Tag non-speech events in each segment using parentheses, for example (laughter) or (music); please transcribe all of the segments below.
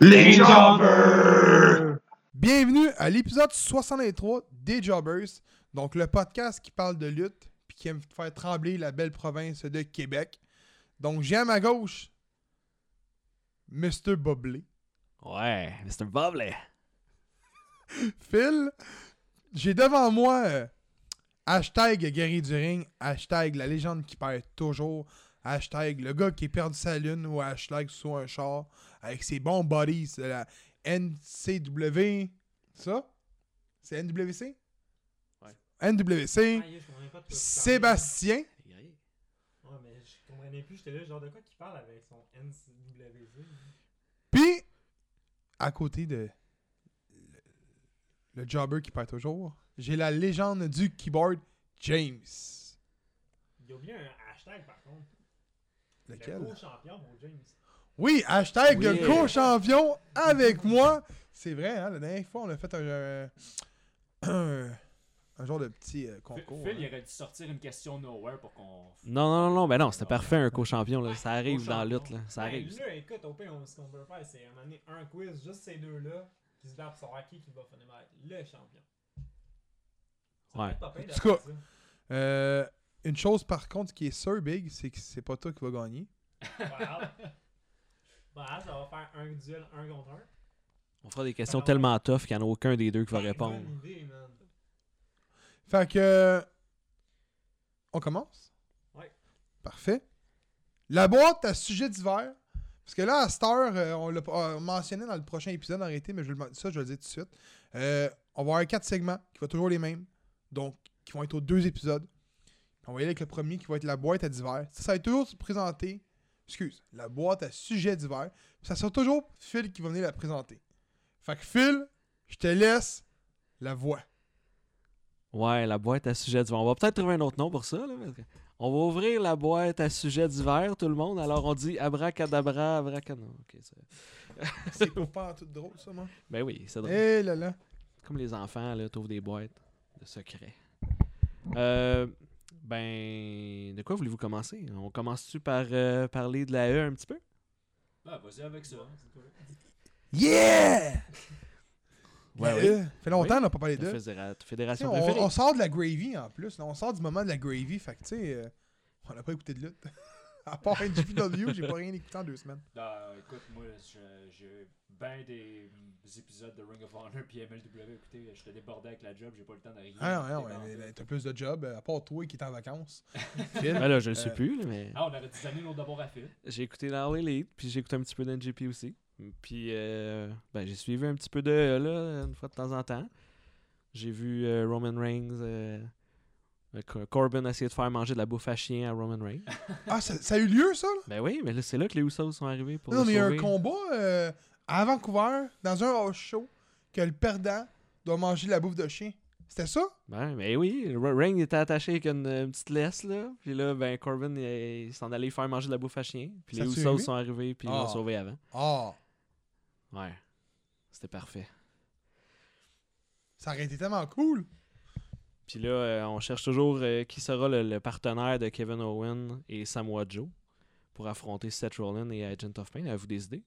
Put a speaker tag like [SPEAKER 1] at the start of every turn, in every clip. [SPEAKER 1] Les Jobbers!
[SPEAKER 2] Bienvenue à l'épisode 63 des Jobbers, donc le podcast qui parle de lutte puis qui aime faire trembler la belle province de Québec. Donc j'ai à ma gauche Mr. Bobley.
[SPEAKER 3] Ouais, Mr. Bubbly.
[SPEAKER 2] Phil, j'ai devant moi euh, hashtag guerrier du ring, hashtag la légende qui perd toujours, hashtag le gars qui a perdu sa lune ou hashtag sous un char avec ses bons buddies de la NCW. Ça? C'est NWC?
[SPEAKER 3] Ouais.
[SPEAKER 2] NWC.
[SPEAKER 4] Aïe, je comprenais pas de quoi tu parlais.
[SPEAKER 2] Sébastien.
[SPEAKER 4] Ouais, mais je comprenais plus, j'étais là, genre de quoi qu'il parle avec son NCWZ.
[SPEAKER 2] Puis, à côté de le, le jobber qui perd toujours, j'ai la légende du keyboard, James.
[SPEAKER 4] Il a oublié un hashtag par contre.
[SPEAKER 2] Lequel?
[SPEAKER 4] Le gros champion, mon James.
[SPEAKER 2] Oui, hashtag
[SPEAKER 3] Oui.
[SPEAKER 2] le co-champion avec moi. C'est vrai, hein, la dernière fois, on a fait un, euh, un, un genre de petit euh,
[SPEAKER 5] Phil,
[SPEAKER 2] concours.
[SPEAKER 5] Phil,
[SPEAKER 2] hein.
[SPEAKER 5] il aurait dû sortir une question nowhere pour qu'on.
[SPEAKER 3] Non, non, non, non, ben non, c'était parfait un co-champion, là. Ça arrive dans
[SPEAKER 5] co-champion.
[SPEAKER 3] la lutte, là. Ça
[SPEAKER 4] Ben,
[SPEAKER 3] arrive.
[SPEAKER 4] Là, écoute, au pire, on- ce qu'on peut faire, c'est amener un quiz, juste ces deux-là, qui se battent pour savoir qui, qui va finir par être le champion. Ça
[SPEAKER 3] Ouais.
[SPEAKER 4] peut être pas pire
[SPEAKER 2] En
[SPEAKER 4] de
[SPEAKER 2] tout
[SPEAKER 4] faire
[SPEAKER 2] cas,
[SPEAKER 4] ça.
[SPEAKER 2] Euh, une chose, par contre, qui est sûr, Big, c'est que c'est pas toi qui vas gagner.
[SPEAKER 4] Voilà. Voilà, ça va faire un duel, un contre un.
[SPEAKER 3] On fera des questions tellement tough qu'il n'y en a aucun des deux qui va
[SPEAKER 4] Ben,
[SPEAKER 3] répondre.
[SPEAKER 4] Bonne idée, man.
[SPEAKER 2] Fait que. euh, On commence?
[SPEAKER 4] Ouais.
[SPEAKER 2] Parfait. La boîte à sujet divers. Parce que là, à cette heure, euh, on l'a pas- euh, mentionné dans le prochain épisode en réalité, mais je vais le men- ça, je vais le dire tout de suite. Euh, on va avoir quatre segments qui vont être toujours les mêmes. Donc, qui vont être aux deux épisodes. Puis On va y aller avec le premier qui va être la boîte à divers. Ça, ça va être toujours présenté. Excuse, la boîte à sujet divers. Puis ça sera toujours Phil qui va venir la présenter. Fait que Phil, je te laisse la voix.
[SPEAKER 3] Ouais, la boîte à sujets divers. On va peut-être trouver un autre nom pour ça, là. parce que- On va ouvrir la boîte à sujets divers, tout le monde. Alors on dit abracadabra, abracadabra. Ok, c'est-
[SPEAKER 2] C'est pour pas tout drôle, ça, moi.
[SPEAKER 3] ben oui, c'est
[SPEAKER 2] Eh
[SPEAKER 3] drôle.
[SPEAKER 2] là là.
[SPEAKER 3] Comme les enfants, là, trouvent des boîtes de secrets. Euh, ben, de quoi voulez-vous commencer? On commence-tu par euh, parler de la E un petit peu?
[SPEAKER 5] Ah, vas-y avec ça.
[SPEAKER 4] Ouais, c'est cool.
[SPEAKER 2] Yeah!
[SPEAKER 3] Ouais,
[SPEAKER 2] La
[SPEAKER 3] oui.
[SPEAKER 2] E. fait longtemps,
[SPEAKER 3] Oui.
[SPEAKER 2] on n'a pas parlé
[SPEAKER 3] La
[SPEAKER 2] d'eux.
[SPEAKER 3] fédéra-
[SPEAKER 2] Tu sais,
[SPEAKER 3] fédération
[SPEAKER 2] On,
[SPEAKER 3] préférée.
[SPEAKER 2] on sort de la gravy en plus. là. On sort du moment de la gravy. Fait que, tu sais, euh, on n'a pas écouté de lutte. (laughs) à part NGPW, j'ai pas rien écouté en deux semaines.
[SPEAKER 5] Bah, écoute, moi, je- j'ai bien des mm, épisodes de Ring of Honor puis MLW. Écoutez, j'étais débordé avec la job, j'ai pas le temps d'arriver.
[SPEAKER 2] Ah non, non, mais là, t'as plus de job, euh, à part toi qui est en
[SPEAKER 3] (laughs)
[SPEAKER 2] vacances. Phil.
[SPEAKER 3] Ben là, je le sais
[SPEAKER 2] Euh,
[SPEAKER 3] plus, là, mais.
[SPEAKER 5] Ah, on aurait dû donner nos devoirs à Phil.
[SPEAKER 3] J'ai écouté All Elite, puis j'ai écouté un petit peu d'NGP aussi. Puis, euh, ben, j'ai suivi un petit peu de euh, là, une fois de temps en temps. J'ai vu euh, Roman Reigns, euh, euh, Cor- Corbin essayer de faire manger de la bouffe à chien à Roman (laughs) Reigns.
[SPEAKER 2] Ah, ça, ça a eu lieu, ça? là?
[SPEAKER 3] ben oui, mais là, c'est là que les Usos sont arrivés pour.
[SPEAKER 2] Non,
[SPEAKER 3] le
[SPEAKER 2] mais il y a un
[SPEAKER 3] sauver.
[SPEAKER 2] combat euh, à Vancouver, dans un house show, que le perdant doit manger de la bouffe de chien. C'était ça?
[SPEAKER 3] Ben, ben oui, Re- Reigns était attaché avec une, euh, petite laisse, là. Puis là, ben, Corbin, il, il s'en allait faire manger de la bouffe à chien. Puis
[SPEAKER 2] Ça
[SPEAKER 3] les
[SPEAKER 2] a-tu
[SPEAKER 3] Usos
[SPEAKER 2] aimé?
[SPEAKER 3] sont arrivés, puis ils
[SPEAKER 2] Ah.
[SPEAKER 3] l'ont sauvé avant.
[SPEAKER 2] Ah!
[SPEAKER 3] Ouais. C'était parfait.
[SPEAKER 2] Ça aurait été tellement cool!
[SPEAKER 3] Puis là, euh, on cherche toujours euh, qui sera le, le partenaire de Kevin Owen et Samoa Joe pour affronter Seth Rollins et Agent of Pain. Avez-vous des idées?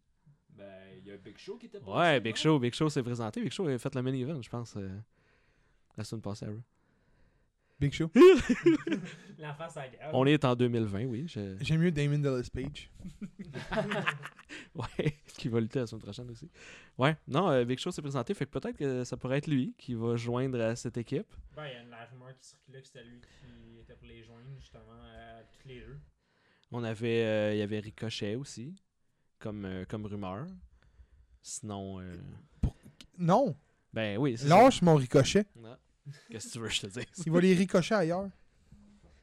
[SPEAKER 5] Ben, il y a Big Show qui était pas
[SPEAKER 3] Ouais,
[SPEAKER 5] là,
[SPEAKER 3] Big
[SPEAKER 5] non?
[SPEAKER 3] Show, Big Show s'est présenté. Big Show a fait le main event, je pense, euh, la semaine passée. à Raw.
[SPEAKER 2] Big Show.
[SPEAKER 4] L'enfant, ça gare.
[SPEAKER 3] On est en 2020, oui. je-
[SPEAKER 2] J'aime mieux Damon Dallas Page.
[SPEAKER 3] (laughs) Ouais, (laughs) qui va lutter la semaine prochaine aussi. Ouais, non, euh, Big Show s'est présenté, fait que peut-être que ça pourrait être lui qui va joindre à cette équipe.
[SPEAKER 4] Ben, il y a une la rumeur qui circulait que c'était lui qui était pour les joindre, justement, euh, toutes les deux.
[SPEAKER 3] On avait, euh, il y avait Ricochet aussi, comme, euh, comme rumeur. Sinon, euh,
[SPEAKER 2] Non!
[SPEAKER 3] ben oui, c'est ça.
[SPEAKER 2] Lâche mon ricochet.
[SPEAKER 3] Non. Qu'est-ce que tu veux que je te dise?
[SPEAKER 2] Il va les ricocher ailleurs.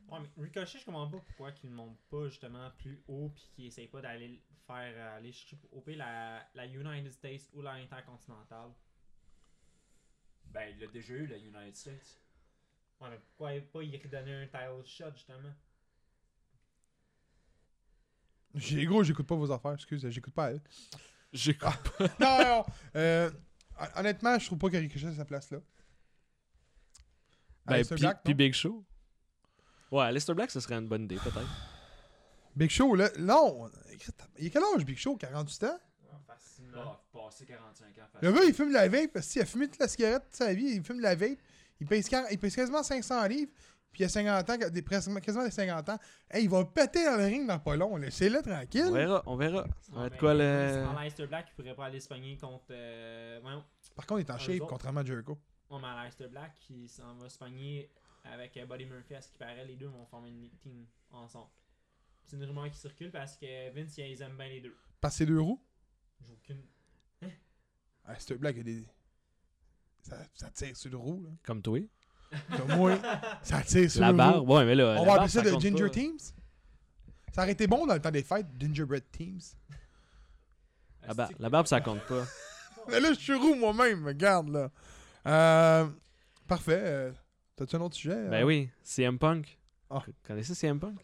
[SPEAKER 4] Ouais, mais Ricochet, je comprends pas pourquoi qu'il ne monte pas justement plus haut puis qu'il essaye pas d'aller le faire euh, aller chercher au pire la, la United States ou la Intercontinentale.
[SPEAKER 5] Ben, il l'a déjà eu, la United States.
[SPEAKER 4] Ouais, mais pourquoi pas y redonner un title shot justement
[SPEAKER 2] J'ai gros, j'écoute pas vos affaires, excuse, j'écoute (laughs) pas elle.
[SPEAKER 3] J'ai
[SPEAKER 2] Ah, non, non. euh, hon- honnêtement, je trouve pas que Ricochet a sa place là.
[SPEAKER 3] Ben,
[SPEAKER 2] Aleister
[SPEAKER 3] puis,
[SPEAKER 2] Black, non?
[SPEAKER 3] puis Big Show. Ouais, Lester Black, ce serait une bonne idée, peut-être.
[SPEAKER 2] Big Show, là. Non! Il a quel âge, Big Show? 48 ans?
[SPEAKER 4] Ouais, parce que facilement.
[SPEAKER 5] Bah, passé 45 ans.
[SPEAKER 2] Le gars, il fume de la vape parce qu'il a fumé toute la cigarette toute sa vie. Il fume de la vape. Il pèse, quar- il pèse quasiment 500 livres. Puis il a 50 ans, des- presque- quasiment des 50 ans. Hey, il va péter dans le ring dans pas long. Laissez-le tranquille.
[SPEAKER 3] On verra, on verra. Ça va
[SPEAKER 4] Non,
[SPEAKER 3] être
[SPEAKER 4] mais
[SPEAKER 3] quoi le.
[SPEAKER 4] En Leicester Black, il pourrait pas aller se pogner contre. euh, voyons.
[SPEAKER 2] Par contre, il est en
[SPEAKER 4] Eux
[SPEAKER 2] shape,
[SPEAKER 4] autres.
[SPEAKER 2] contrairement à Jericho.
[SPEAKER 4] On met à Leicester Black, il s'en va se pogner avec euh, Buddy Murphy. À ce qui paraît, les deux vont former une team ensemble. C'est une rumeur qui circule parce que Vince, il- ils aiment bien les deux.
[SPEAKER 2] Par ses deux roues.
[SPEAKER 4] J'ai aucune.
[SPEAKER 2] Ah, c'est une blague, il y a des. Ça, ça tire sur le roue, là.
[SPEAKER 3] Comme toi.
[SPEAKER 2] Comme moi, ça tire sur
[SPEAKER 3] La
[SPEAKER 2] le roue.
[SPEAKER 3] barre. Ouais, mais là. la
[SPEAKER 2] On va
[SPEAKER 3] barre,
[SPEAKER 2] appeler ça
[SPEAKER 3] ça
[SPEAKER 2] de
[SPEAKER 3] compte
[SPEAKER 2] Ginger
[SPEAKER 3] pas.
[SPEAKER 2] Teams. Ça aurait été bon dans le temps des fêtes, Gingerbread Teams.
[SPEAKER 3] La barre, Ah bah, la barbe, ça compte pas.
[SPEAKER 2] Mais là, je suis roux moi-même, regarde, là. Euh, parfait. euh, T'as-tu un autre sujet?
[SPEAKER 3] Ben
[SPEAKER 2] hein?
[SPEAKER 3] oui, CM Punk.
[SPEAKER 2] Ah.
[SPEAKER 3] Vous connaissez CM Punk?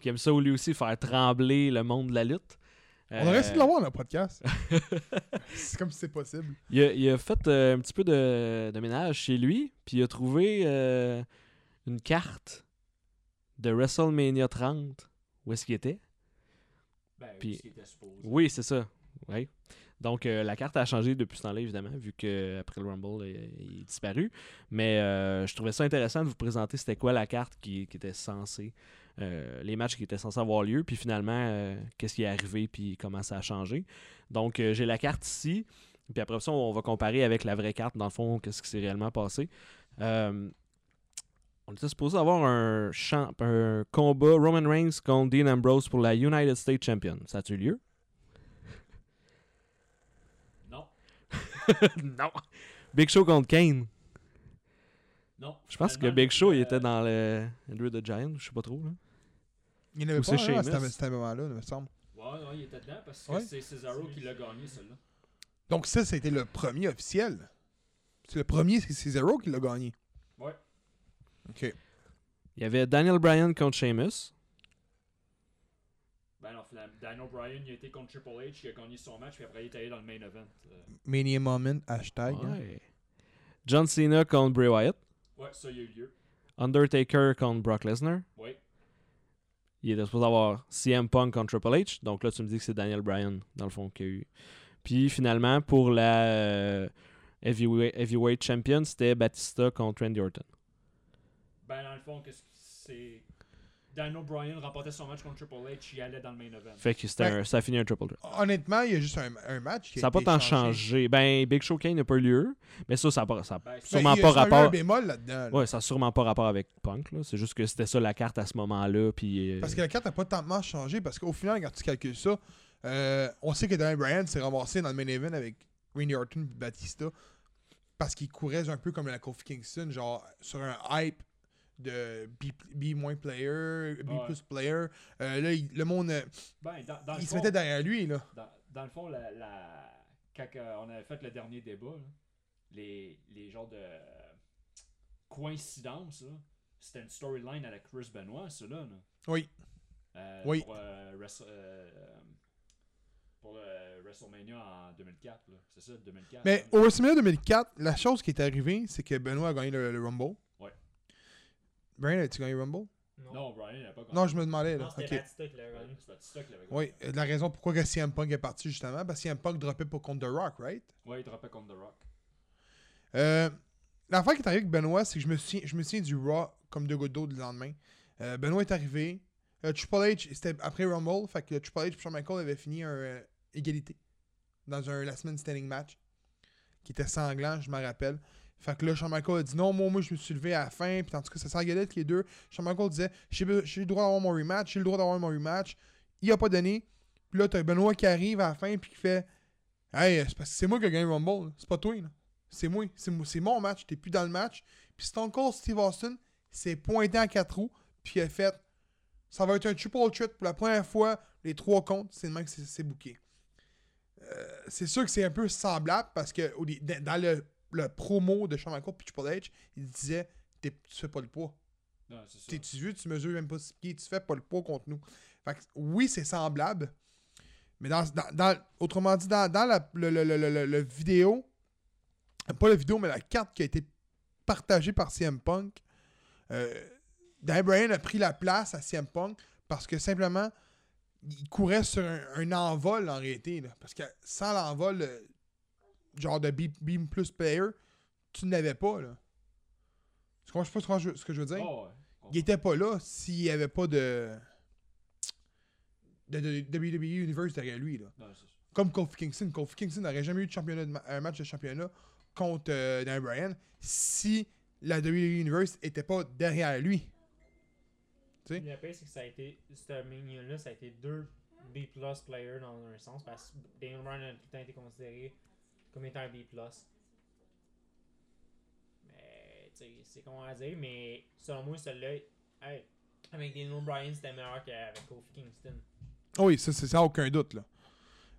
[SPEAKER 3] Qui aime ça lui aussi faire trembler le monde de la lutte.
[SPEAKER 2] On aurait
[SPEAKER 3] euh,
[SPEAKER 2] essayé de l'avoir dans le podcast.
[SPEAKER 3] (laughs)
[SPEAKER 2] c'est comme si c'est possible.
[SPEAKER 3] Il a, il a fait euh, un petit peu de, de ménage chez lui, puis il a trouvé euh, une carte de WrestleMania 30. Où est-ce qu'il était?
[SPEAKER 5] Ben,
[SPEAKER 3] Puis-
[SPEAKER 5] ce qui était supposé.
[SPEAKER 3] Oui, c'est ça. Oui. Donc, euh, la carte a changé depuis ce temps-là, évidemment, vu qu'après le Rumble, euh, il est disparu. Mais euh, je trouvais ça intéressant de vous présenter c'était quoi la carte qui, qui était censée, euh, les matchs qui étaient censés avoir lieu, puis finalement, euh, qu'est-ce qui est arrivé, puis comment ça a changé. Donc, euh, j'ai la carte ici, puis après ça, on va comparer avec la vraie carte, dans le fond, qu'est-ce qui s'est réellement passé. Euh, on était supposé avoir un, champ, un combat Roman Reigns contre Dean Ambrose pour la United States Champion. Ça a-tu eu
[SPEAKER 5] (laughs)
[SPEAKER 3] lieu?
[SPEAKER 5] Non,
[SPEAKER 3] non. Big Show contre Kane.
[SPEAKER 5] non.
[SPEAKER 3] Je pense que
[SPEAKER 5] finalement,
[SPEAKER 3] Big Show, il
[SPEAKER 5] euh,
[SPEAKER 3] était dans le Andrew the Giant, je sais pas trop. Là.
[SPEAKER 2] Il n'y en avait
[SPEAKER 3] Ou
[SPEAKER 2] pas
[SPEAKER 3] c'est
[SPEAKER 2] un, hein, à
[SPEAKER 3] Sheamus.
[SPEAKER 2] ce- à ce moment-là, il me semble.
[SPEAKER 5] Ouais, ouais, il était dedans parce que
[SPEAKER 2] Ouais.
[SPEAKER 5] c'est Cesaro qui l'a gagné, celui-là.
[SPEAKER 2] Donc ça, c'était le premier officiel. C'est le premier, c'est c'est Zero qui l'a gagné.
[SPEAKER 5] Ouais.
[SPEAKER 2] OK.
[SPEAKER 3] Il y avait Daniel Bryan contre Sheamus.
[SPEAKER 5] Ben non, finalement, Dan O'Brien, il a été contre Triple H, il a gagné son match, puis après, il est allé dans le main event. Euh,
[SPEAKER 2] Mania Moment, hashtag. hein.
[SPEAKER 3] Ouais. John Cena contre Bray Wyatt.
[SPEAKER 5] ouais, ça, il a eu lieu.
[SPEAKER 3] Undertaker contre Brock Lesnar.
[SPEAKER 5] Ouais.
[SPEAKER 3] Il était supposé avoir CM Punk contre Triple H. Donc là, tu me dis que c'est Daniel Bryan, dans le fond, qui a eu. Puis finalement, pour la euh, heavyweight, heavyweight champion, c'était Batista contre Randy Orton.
[SPEAKER 5] Ben, dans le fond, qu'est-ce que c'est. Dan O'Brien remportait son match contre Triple H, il allait dans le main event.
[SPEAKER 3] Fait que c'était
[SPEAKER 2] Ben-
[SPEAKER 3] un- ça a fini un triple threat.
[SPEAKER 2] Honnêtement, il y a juste un, un match qui a
[SPEAKER 3] Ça n'a pas
[SPEAKER 2] été
[SPEAKER 3] tant
[SPEAKER 2] changé.
[SPEAKER 3] changé. Ben, Big Show Kane n'a pas eu lieu. Mais ça, ça n'a pas, ça a
[SPEAKER 5] Ben, c'est-
[SPEAKER 2] Mais
[SPEAKER 3] Sûrement
[SPEAKER 2] il y a
[SPEAKER 3] pas
[SPEAKER 2] juste un-
[SPEAKER 3] rapport-
[SPEAKER 2] un bémol là-dedans. là.
[SPEAKER 3] Ouais, ça n'a sûrement pas rapport avec Punk. là. C'est juste que c'était ça la carte à ce moment-là. Puis, euh,
[SPEAKER 2] Parce que la carte n'a pas tant changé parce qu'au final, quand tu calcules ça, euh, on sait que Daniel Bryan s'est ramassé dans le main event avec Randy Orton et Batista parce qu'il courait un peu comme la Kofi Kingston, genre sur un hype de B, B- moins player, B
[SPEAKER 5] Ouais.
[SPEAKER 2] plus player. Euh, là, il- le monde, euh,
[SPEAKER 5] Ben, dans, dans le
[SPEAKER 2] il se
[SPEAKER 5] fond,
[SPEAKER 2] mettait derrière lui. Là.
[SPEAKER 5] dans, dans le fond, la, la... quand euh, on avait fait le dernier débat, là, les, les genres de euh, coïncidences, là, c'était une storyline à la Chris Benoit, cela. Là.
[SPEAKER 2] Oui.
[SPEAKER 5] Euh,
[SPEAKER 2] Oui.
[SPEAKER 5] Pour, euh, Wrestle- euh, pour le WrestleMania en 2004, là. c'est ça, 2004.
[SPEAKER 2] Mais
[SPEAKER 5] hein?
[SPEAKER 2] au WrestleMania 2004, la chose qui est arrivée, c'est que Benoît a gagné le, le Rumble.
[SPEAKER 5] Ouais.
[SPEAKER 2] Bryan, a-tu gagné le Rumble
[SPEAKER 4] Non,
[SPEAKER 5] Non, Brian n'a pas gagné.
[SPEAKER 2] Non, je me demandais. Là.
[SPEAKER 4] Non, c'était
[SPEAKER 2] Ok.
[SPEAKER 4] Batista qui l'a gagné.
[SPEAKER 5] C'est Batista qui l'avait gagné.
[SPEAKER 2] Oui, euh, la raison pourquoi que CM Punk est parti, justement, parce que CM Punk droppait pour contre The Rock, right?
[SPEAKER 5] Ouais, il dropait contre The Rock.
[SPEAKER 2] Euh, L'affaire qui est arrivée avec Benoît, c'est que je me, souviens, je me souviens du Raw comme deux gouttes d'eau du lendemain. Euh, Benoît est arrivé. Euh, Triple H, c'était après Rumble, fait que le Triple H et Shawn Michaels avaient fini un euh, égalité dans un last man standing match qui était sanglant, je m'en rappelle. Fait que là, Shawn Michaels a dit non, moi, moi, je me suis levé à la fin, puis en tout cas, ça s'engueulait entre les deux. Shawn Michaels disait j'ai be- j'ai le droit d'avoir mon rematch, j'ai le droit d'avoir mon rematch. Il a pas donné. Puis là, t'as Benoît qui arrive à la fin, puis qui fait Hey, c'est parce que c'est moi qui ai gagné le Rumble, là. c'est pas toi, là. C'est moi, c'est mo- c'est mon match, t'es plus dans le match. Puis Stone Cold Steve Austin s'est pointé en quatre roues, puis il a fait Ça va être un triple threat pour la première fois, les trois comptes, c'est le même que c'est- c'est booké. Euh, c'est sûr que c'est un peu semblable parce que au dé- dans dans le, le promo de Shawn Michaels puis Triple H, il disait T'es- Tu fais pas le poids.
[SPEAKER 5] Non, c'est ça.
[SPEAKER 2] T'es- tu veux, tu mesures même pas six pieds, tu fais pas le poids contre nous. Fait que, oui, c'est semblable, mais dans, dans- dans- autrement dit, dans, dans la le, le- le- le- le- le vidéo, pas la vidéo, mais la carte qui a été partagée par CM Punk, euh, Dan Bryan a pris la place à CM Punk parce que simplement, il courait sur un, un envol en réalité. là. parce que sans l'envol, euh, genre de Beam, beam Plus Player, tu n'avais pas. Là. Tu comprends- je sais pas ce que je- ce que je veux dire?
[SPEAKER 5] Oh, ouais.
[SPEAKER 2] Il était pas là s'il n'y avait pas de... de. de WWE Universe derrière lui. Là.
[SPEAKER 5] Non, c'est ça.
[SPEAKER 2] Comme Kofi Kingston. Kofi Kingston n'aurait jamais eu de championnat de ma- un match de championnat contre euh, Daniel Bryan si la WWE Universe était pas derrière lui. Oui.
[SPEAKER 4] Le pire, c'est que ça a été, ce mania-là, ça a été deux B plus players dans un sens, parce que Daniel Bryan a tout le temps été considéré comme étant un B plus. Mais, tu sais, c'est comment à dire, mais selon moi, celui-là, hey, avec Daniel Bryan, c'était meilleur qu'avec Kofi Kingston.
[SPEAKER 2] Ah Oui, ça, c'est ça, aucun doute. Là.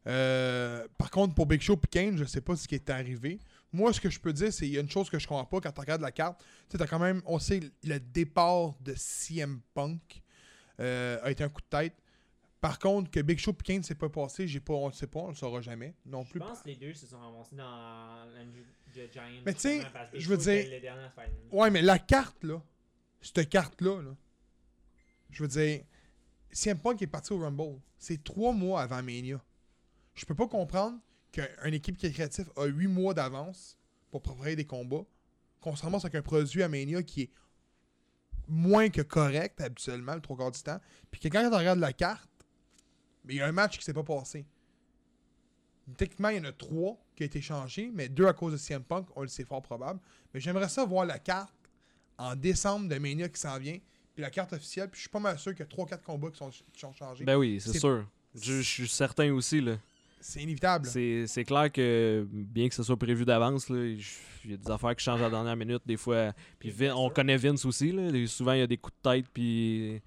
[SPEAKER 2] Euh, par contre, pour Big Show et Kane, je sais pas ce qui est arrivé. Moi, ce que je peux dire, c'est qu'il y a une chose que je comprends pas quand tu regardes la carte. Tu sais, t'as quand même, on sait, le départ de CM Punk euh, a été un coup de tête. Par contre, que Big Show et Kane s'est pas passé, j'ai pas, on le sait pas, on le saura jamais non
[SPEAKER 4] Je
[SPEAKER 2] plus.
[SPEAKER 4] pense que les deux se sont ramassés dans l'Andrew the Giant.
[SPEAKER 2] Mais tu sais,
[SPEAKER 4] justement, parce que
[SPEAKER 2] je veux
[SPEAKER 4] Big Show
[SPEAKER 2] dire-
[SPEAKER 4] était le dernier à se faire éliminer.
[SPEAKER 2] Ouais, mais la carte, là, cette carte-là, là, je veux dire, CM Punk est parti au Rumble. C'est trois mois avant Mania. Je peux pas comprendre qu'une équipe qui est créative a huit mois d'avance pour préparer des combats, qu'on se ramasse avec un produit à Mania qui est moins que correct, habituellement, le trois quarts du temps, puis que quand on regarde la carte, mais il y a un match qui s'est pas passé. Techniquement, il y en a trois qui ont été changés, mais deux à cause de CM Punk, on le sait fort probable. Mais j'aimerais ça voir la carte en décembre de Mania qui s'en vient, puis la carte officielle, puis je suis pas mal sûr qu'il y a 3-4 combats qui sont, qui sont changés.
[SPEAKER 3] Ben oui, c'est
[SPEAKER 2] C'est-
[SPEAKER 3] sûr. Je, je suis certain aussi, là.
[SPEAKER 2] c'est inévitable.
[SPEAKER 3] C'est c'est clair que, bien que ce soit prévu d'avance, là, il y a des affaires qui changent à la dernière minute, des fois. Puis Vin- on connaît Vince aussi, là. Et Souvent, il y a des coups de tête, puis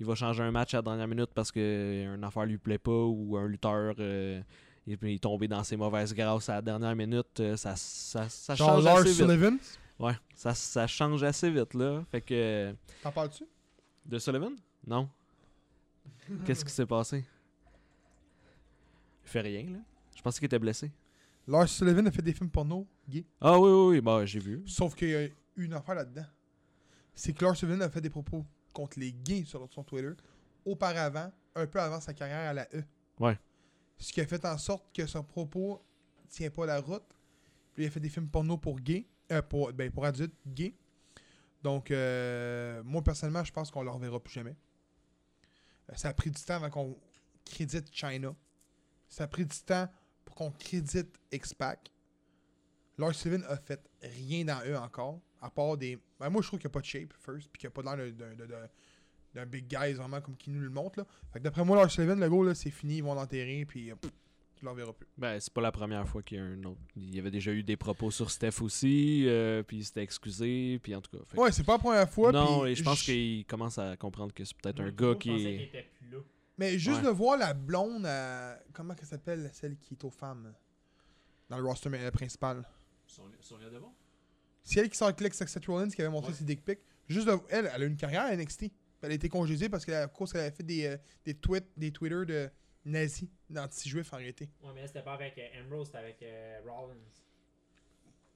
[SPEAKER 3] il va changer un match à la dernière minute parce qu'une affaire lui plaît pas ou un lutteur. euh, il il est tombé dans ses mauvaises grâces à la dernière minute, euh, ça, ça, ça
[SPEAKER 2] Genre
[SPEAKER 3] change
[SPEAKER 2] Lars
[SPEAKER 3] assez vite.
[SPEAKER 2] Sullivan,
[SPEAKER 3] Ouais, ça, ça change assez vite, là. Fait que.
[SPEAKER 2] t'en parles-tu?
[SPEAKER 3] De Sullivan Non. Qu'est-ce qui s'est passé Il fait rien, là. Je pensais qu'il était blessé.
[SPEAKER 2] Lars Sullivan a fait des films porno, gay.
[SPEAKER 3] Ah oui, oui, oui, bah j'ai vu.
[SPEAKER 2] Sauf qu'il y a eu une affaire là-dedans. C'est que Lars Sullivan a fait des propos contre les gays sur son Twitter auparavant, un peu avant sa carrière à la E.
[SPEAKER 3] Ouais.
[SPEAKER 2] Ce qui a fait en sorte que son propos tient pas la route. Puis il a fait des films porno pour gays, euh, pour, ben, pour adultes gays. Donc, euh, moi personnellement, je pense qu'on le reverra plus jamais. Euh, Ça a pris du temps avant qu'on crédite China. Ça a pris du temps pour qu'on crédite X-Pac. Lars Sullivan a fait rien dans eux encore, à part des. Ben, moi, je trouve qu'il n'y a pas de shape, first, puis qu'il n'y a pas l'air d'un- d'un- d'un- d'un- d'un big guy, vraiment, comme qui nous le montre. Là. Fait que d'après moi, Lars Sullivan, le go, là, c'est fini, ils vont l'enterrer, puis euh, pff, tu ne le reverras plus.
[SPEAKER 3] Ben, c'est pas la première fois qu'il y a un autre. Il y avait déjà eu des propos sur Steph aussi, euh, puis il s'était excusé, puis en tout cas. fait que-
[SPEAKER 2] Ouais, c'est pas la première fois.
[SPEAKER 3] non,
[SPEAKER 2] puis
[SPEAKER 3] et je pense
[SPEAKER 2] j-
[SPEAKER 3] qu'il commence à comprendre que c'est peut-être
[SPEAKER 4] Moi,
[SPEAKER 3] un
[SPEAKER 4] je
[SPEAKER 3] gars
[SPEAKER 4] pensais
[SPEAKER 3] qui
[SPEAKER 4] qu'il
[SPEAKER 3] est.
[SPEAKER 4] était plus là.
[SPEAKER 2] Mais juste
[SPEAKER 3] Ouais.
[SPEAKER 2] de voir la blonde, à- comment qu'elle s'appelle, celle qui est aux femmes, dans le roster mais- principal.
[SPEAKER 5] Sonia- Sonia Devon
[SPEAKER 2] C'est elle qui sort avec Lex Seth Rollins qui avait montré
[SPEAKER 5] Ouais.
[SPEAKER 2] ses dick pics. Juste de- elle, elle a une carrière à NXT. Puis Elle a été congédiée parce qu'elle a- à cause qu'elle avait fait des, euh, des tweets, des Twitter de nazis, d'anti-juifs en réalité.
[SPEAKER 4] Ouais, mais là, c'était pas avec euh, Ambrose, c'était avec euh, Rollins.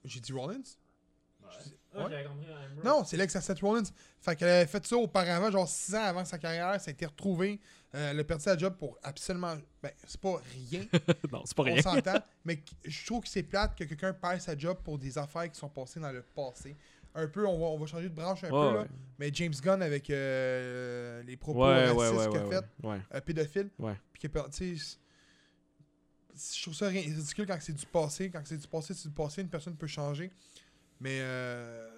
[SPEAKER 2] J'ai dit Rollins?
[SPEAKER 5] Ouais.
[SPEAKER 4] Ah,
[SPEAKER 2] Ouais.
[SPEAKER 4] j'avais compris Ambrose.
[SPEAKER 2] Non, c'est Lex Seth Rollins. Fait qu'elle avait fait ça auparavant, genre 6 ans avant sa carrière, ça a été retrouvé. Euh, elle a perdu sa job pour absolument. Ben, c'est pas rien.
[SPEAKER 3] non, c'est pas (laughs) rien.
[SPEAKER 2] On s'entend, mais qu- je trouve que c'est plate que quelqu'un perd sa job pour des affaires qui sont passées dans le passé. Un peu, on va, on va changer de branche un
[SPEAKER 3] Ouais,
[SPEAKER 2] peu, là.
[SPEAKER 3] ouais.
[SPEAKER 2] mais James Gunn avec euh, les propos
[SPEAKER 3] Ouais,
[SPEAKER 2] racistes
[SPEAKER 3] ouais, ouais,
[SPEAKER 2] qu'il a
[SPEAKER 3] ouais,
[SPEAKER 2] fait,
[SPEAKER 3] ouais. Ouais.
[SPEAKER 2] euh, pédophile,
[SPEAKER 3] Ouais.
[SPEAKER 2] puis qui a perdu. tu sais, c'est- Je trouve ça ri- ridicule quand c'est du passé. Quand c'est du passé, c'est du passé, une personne peut changer. Mais euh,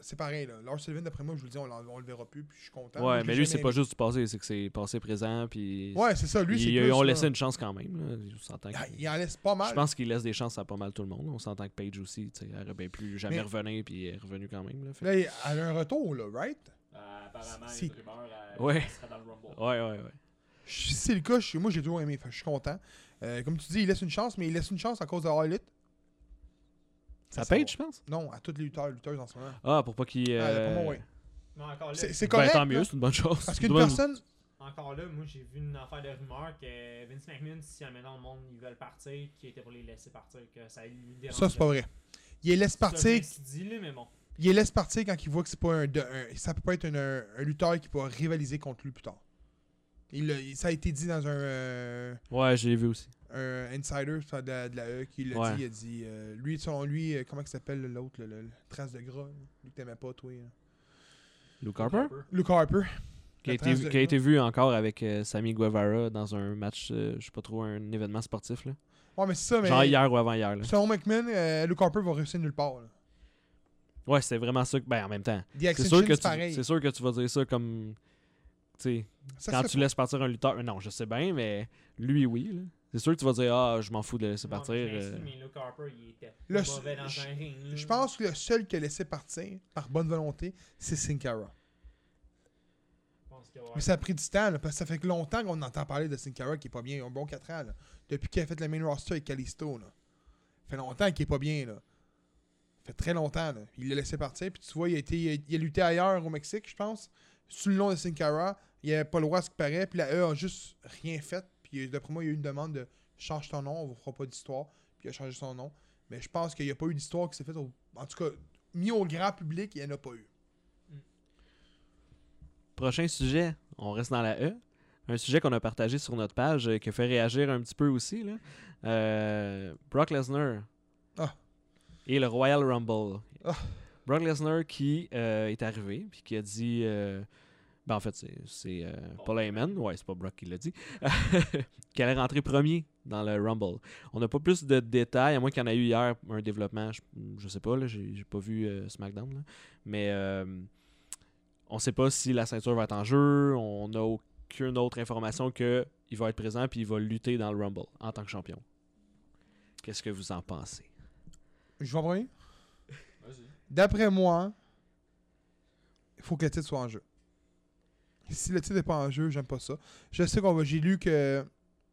[SPEAKER 2] c'est pareil, là. Lars Sullivan, d'après moi, je vous le dis, on, l'en- on le verra plus, puis je suis content.
[SPEAKER 3] Ouais,
[SPEAKER 2] Moi, je l'ai
[SPEAKER 3] mais lui,
[SPEAKER 2] jamais
[SPEAKER 3] c'est pas
[SPEAKER 2] aimé.
[SPEAKER 3] juste du passé, c'est que c'est passé présent, puis.
[SPEAKER 2] Ouais, c'est ça, lui, c'est
[SPEAKER 3] ils
[SPEAKER 2] plus,
[SPEAKER 3] ils ont
[SPEAKER 2] là.
[SPEAKER 3] laissé une chance quand même, là. On s'entend
[SPEAKER 2] Ah,
[SPEAKER 3] que-
[SPEAKER 2] Il en laisse pas mal.
[SPEAKER 3] Je pense qu'il laisse des chances à pas mal tout le monde. On s'entend que Paige aussi, tu sais, elle aurait bien plus jamais
[SPEAKER 2] Mais-
[SPEAKER 3] revenu, puis elle est revenue quand même. Là, fait-
[SPEAKER 2] Là, il- elle a un retour, là, right?
[SPEAKER 5] Euh, apparemment,
[SPEAKER 2] C'est-
[SPEAKER 5] une rumeur, elle,
[SPEAKER 3] Ouais.
[SPEAKER 5] elle serait dans le Rumble.
[SPEAKER 3] Ouais, ouais, ouais.
[SPEAKER 2] Si c'est le cas, je- moi j'ai toujours aimé, fait que je suis content. Euh, comme tu dis, il laisse une chance, mais il laisse une chance à cause de Harley.
[SPEAKER 3] Ça Paige, je pense.
[SPEAKER 2] Non, à toutes les lutteurs, lutteuses en ce moment.
[SPEAKER 3] Ah, pour pas qu'il.
[SPEAKER 2] Ah,
[SPEAKER 3] euh,
[SPEAKER 2] pour moi, oui.
[SPEAKER 4] Mais encore là,
[SPEAKER 2] C'est c'est correct.
[SPEAKER 3] ben, tant
[SPEAKER 2] là,
[SPEAKER 3] mieux, c'est une bonne chose.
[SPEAKER 2] Parce
[SPEAKER 3] C'est
[SPEAKER 2] qu'une
[SPEAKER 3] une bonne-
[SPEAKER 2] personne,
[SPEAKER 4] encore là, moi j'ai vu une affaire de rumeur que Vince McMahon, si maintenant le monde ils veulent partir, qui était pour les laisser partir, que ça lui dérange.
[SPEAKER 2] ça c'est pas vrai. Il les laisse partir,
[SPEAKER 4] dit là, mais bon.
[SPEAKER 2] il les laisse partir quand il voit que c'est pas un, de- un- ça peut pas être un, un- un lutteur qui pourra rivaliser contre lui plus tard. Il l'a- il- ça a été dit dans un, euh,
[SPEAKER 3] Ouais, je l'ai vu aussi.
[SPEAKER 2] un insider ça, de la, de la E qui l'a
[SPEAKER 3] Ouais.
[SPEAKER 2] dit. Il a dit, euh, lui, selon lui, euh, comment il s'appelle l'autre, le, le- le trace de gras, là, lui que t'aimais pas, toi. hein.
[SPEAKER 3] Luke Harper?
[SPEAKER 2] Luke Harper.
[SPEAKER 3] Qui a,
[SPEAKER 2] La
[SPEAKER 3] été,
[SPEAKER 2] trace de
[SPEAKER 3] qui a
[SPEAKER 2] gras.
[SPEAKER 3] été vu encore avec euh, Sammy Guevara dans un match, euh, je sais pas trop, un événement sportif. Là.
[SPEAKER 2] Ouais, mais c'est ça, mais.
[SPEAKER 3] Genre hier ou avant-hier. là.
[SPEAKER 2] Selon McMahon, euh, Luke Harper va réussir nulle part. là.
[SPEAKER 3] Ouais, c'est vraiment ça. que- Ben, en même temps,
[SPEAKER 2] The
[SPEAKER 3] c'est sûr,
[SPEAKER 2] Ascension,
[SPEAKER 3] que
[SPEAKER 2] c'est
[SPEAKER 3] tu,
[SPEAKER 2] pareil.
[SPEAKER 3] c'est sûr que tu vas dire ça comme. Tu sais,
[SPEAKER 2] Ça
[SPEAKER 3] quand
[SPEAKER 2] se
[SPEAKER 3] tu
[SPEAKER 2] fait
[SPEAKER 3] laisses partir un lutteur. Non, je sais bien, mais lui, oui. là. C'est sûr que tu vas dire, ah, je m'en fous de le laisser
[SPEAKER 4] Ouais, mais
[SPEAKER 3] partir.
[SPEAKER 4] je
[SPEAKER 3] euh.
[SPEAKER 4] l'insulte, mais Luke Harper, il était
[SPEAKER 2] Le-
[SPEAKER 4] mauvais dans
[SPEAKER 2] je-
[SPEAKER 4] un ring.
[SPEAKER 2] pas. Je pense que le seul qui a laissé partir, par bonne volonté, c'est Sin Cara.
[SPEAKER 4] Je pense que, ouais.
[SPEAKER 2] Mais ça a pris du temps, là, parce que ça fait que longtemps qu'on entend parler de Sin Cara qui est pas bien, un bon 4 ans. là. Depuis qu'il a fait le main roster avec Kalisto. Là. Ça fait longtemps qu'il est pas bien. Là. Ça fait très longtemps. là. Il l'a laissé partir. Puis tu vois, il a, été, il a- il a lutté ailleurs au Mexique, je pense. Sous le nom de Sin Cara, il avait pas le droit à ce qui paraît. Puis la E a juste rien fait. Puis d'après moi, il y a eu une demande de change ton nom, on vous fera pas d'histoire. Puis il a changé son nom. Mais je pense qu'il n'y a pas eu d'histoire qui s'est faite, au- en tout cas, mis au grand public, il n'y en a pas eu.
[SPEAKER 3] Prochain sujet, on reste dans la E. Un sujet qu'on a partagé sur notre page euh, qui a fait réagir un petit peu aussi. Là. Euh, Brock Lesnar
[SPEAKER 2] Ah.
[SPEAKER 3] et le Royal Rumble.
[SPEAKER 2] Ah.
[SPEAKER 3] Brock Lesnar qui euh, est arrivé puis qui a dit. euh, ben en fait, c'est- c'est euh, Paul Heyman. Ouais, c'est pas Brock qui l'a dit. (laughs) qui allait rentrer premier dans le Rumble. On n'a pas plus de détails, à moins qu'il y en ait eu hier un développement. Je, je sais pas, là, j'ai j'ai pas vu euh, SmackDown. là. Mais. euh, on sait pas si la ceinture va être en jeu, on n'a aucune autre information que il va être présent puis il va lutter dans le Rumble en tant que champion. Qu'est-ce que vous en pensez
[SPEAKER 2] Je vais en premier?
[SPEAKER 5] Vas-y.
[SPEAKER 2] D'après moi, il faut que le titre soit en jeu. Si le titre n'est pas en jeu, j'aime pas ça. Je sais qu'on va. J'ai lu que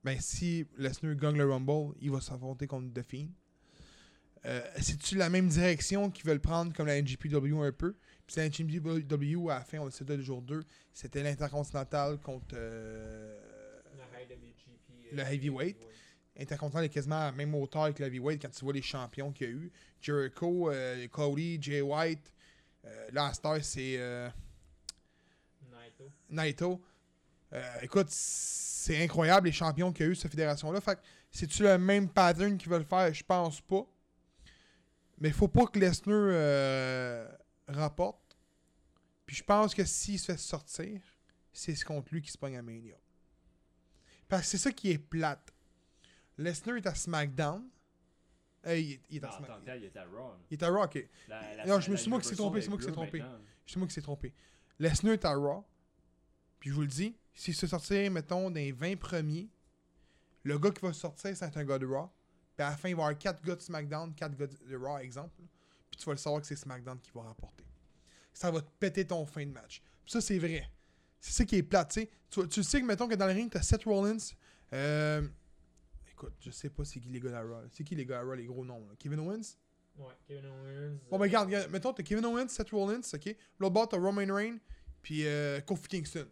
[SPEAKER 2] ben, si Lesnar gagne le Rumble, il va s'affronter contre The Fiend. Euh, C'est-tu la même direction qu'ils veulent prendre comme la NGPW un peu? Puis la NGPW, à la fin, on le sait dès le jour 2, c'était l'Intercontinental contre euh,
[SPEAKER 4] Le euh,
[SPEAKER 2] Le heavyweight. Intercontinental est quasiment à la même hauteur que la heavyweight quand tu vois les champions qu'il y a eu. Jericho, euh, Cody, Jay White. Euh, là, à cette heure, c'est euh,
[SPEAKER 4] Naito.
[SPEAKER 2] Naito. Euh, écoute, c'est incroyable les champions qu'il y a eu cette fédération-là. Fait que, c'est-tu le même pattern qu'ils veulent faire? Je pense pas. Mais faut pas que Lesnar euh, remporte. Puis je pense que s'il se fait sortir, c'est ce contre lui qui se pogne à Mania. Parce que c'est ça qui est plate. Lesnar est à SmackDown. Euh, il, est- il est à
[SPEAKER 5] Non,
[SPEAKER 2] Smack-
[SPEAKER 5] attends, attends, il était à Raw.
[SPEAKER 2] Il est à Raw, ok.
[SPEAKER 5] La- la-
[SPEAKER 2] Non, je me
[SPEAKER 5] la
[SPEAKER 2] suis- moi qui s'est trompé, c'est moi qui s'est
[SPEAKER 5] Universal
[SPEAKER 2] trompé.
[SPEAKER 5] maintenant.
[SPEAKER 2] C'est moi qui s'est trompé. Lesnar est à Raw. Puis je vous le dis, s'il se sortir, mettons, des 20 premiers, le gars qui va sortir, c'est un gars de Raw. Puis à la fin, il va y avoir 4 gars de SmackDown, 4 gars de Raw, exemple. Puis tu vas le savoir que c'est SmackDown qui va remporter. Ça va te péter ton fin de match. Puis ça, c'est vrai. C'est ça qui est plat, tu sais. Tu- Tu sais que, mettons, que dans le ring, t'as Seth Rollins. euh, Écoute, je sais pas c'est qui les gars de Raw. C'est qui les gars de Raw, les gros noms. là? Kevin Owens?
[SPEAKER 4] Ouais, Kevin
[SPEAKER 2] Bon,
[SPEAKER 4] Owens. euh,
[SPEAKER 2] mais Oh regarde, regarde, mettons, t'as Kevin Owens, Seth Rollins, ok? L'autre bord, t'as Roman Reigns, puis euh, Kofi Kingston.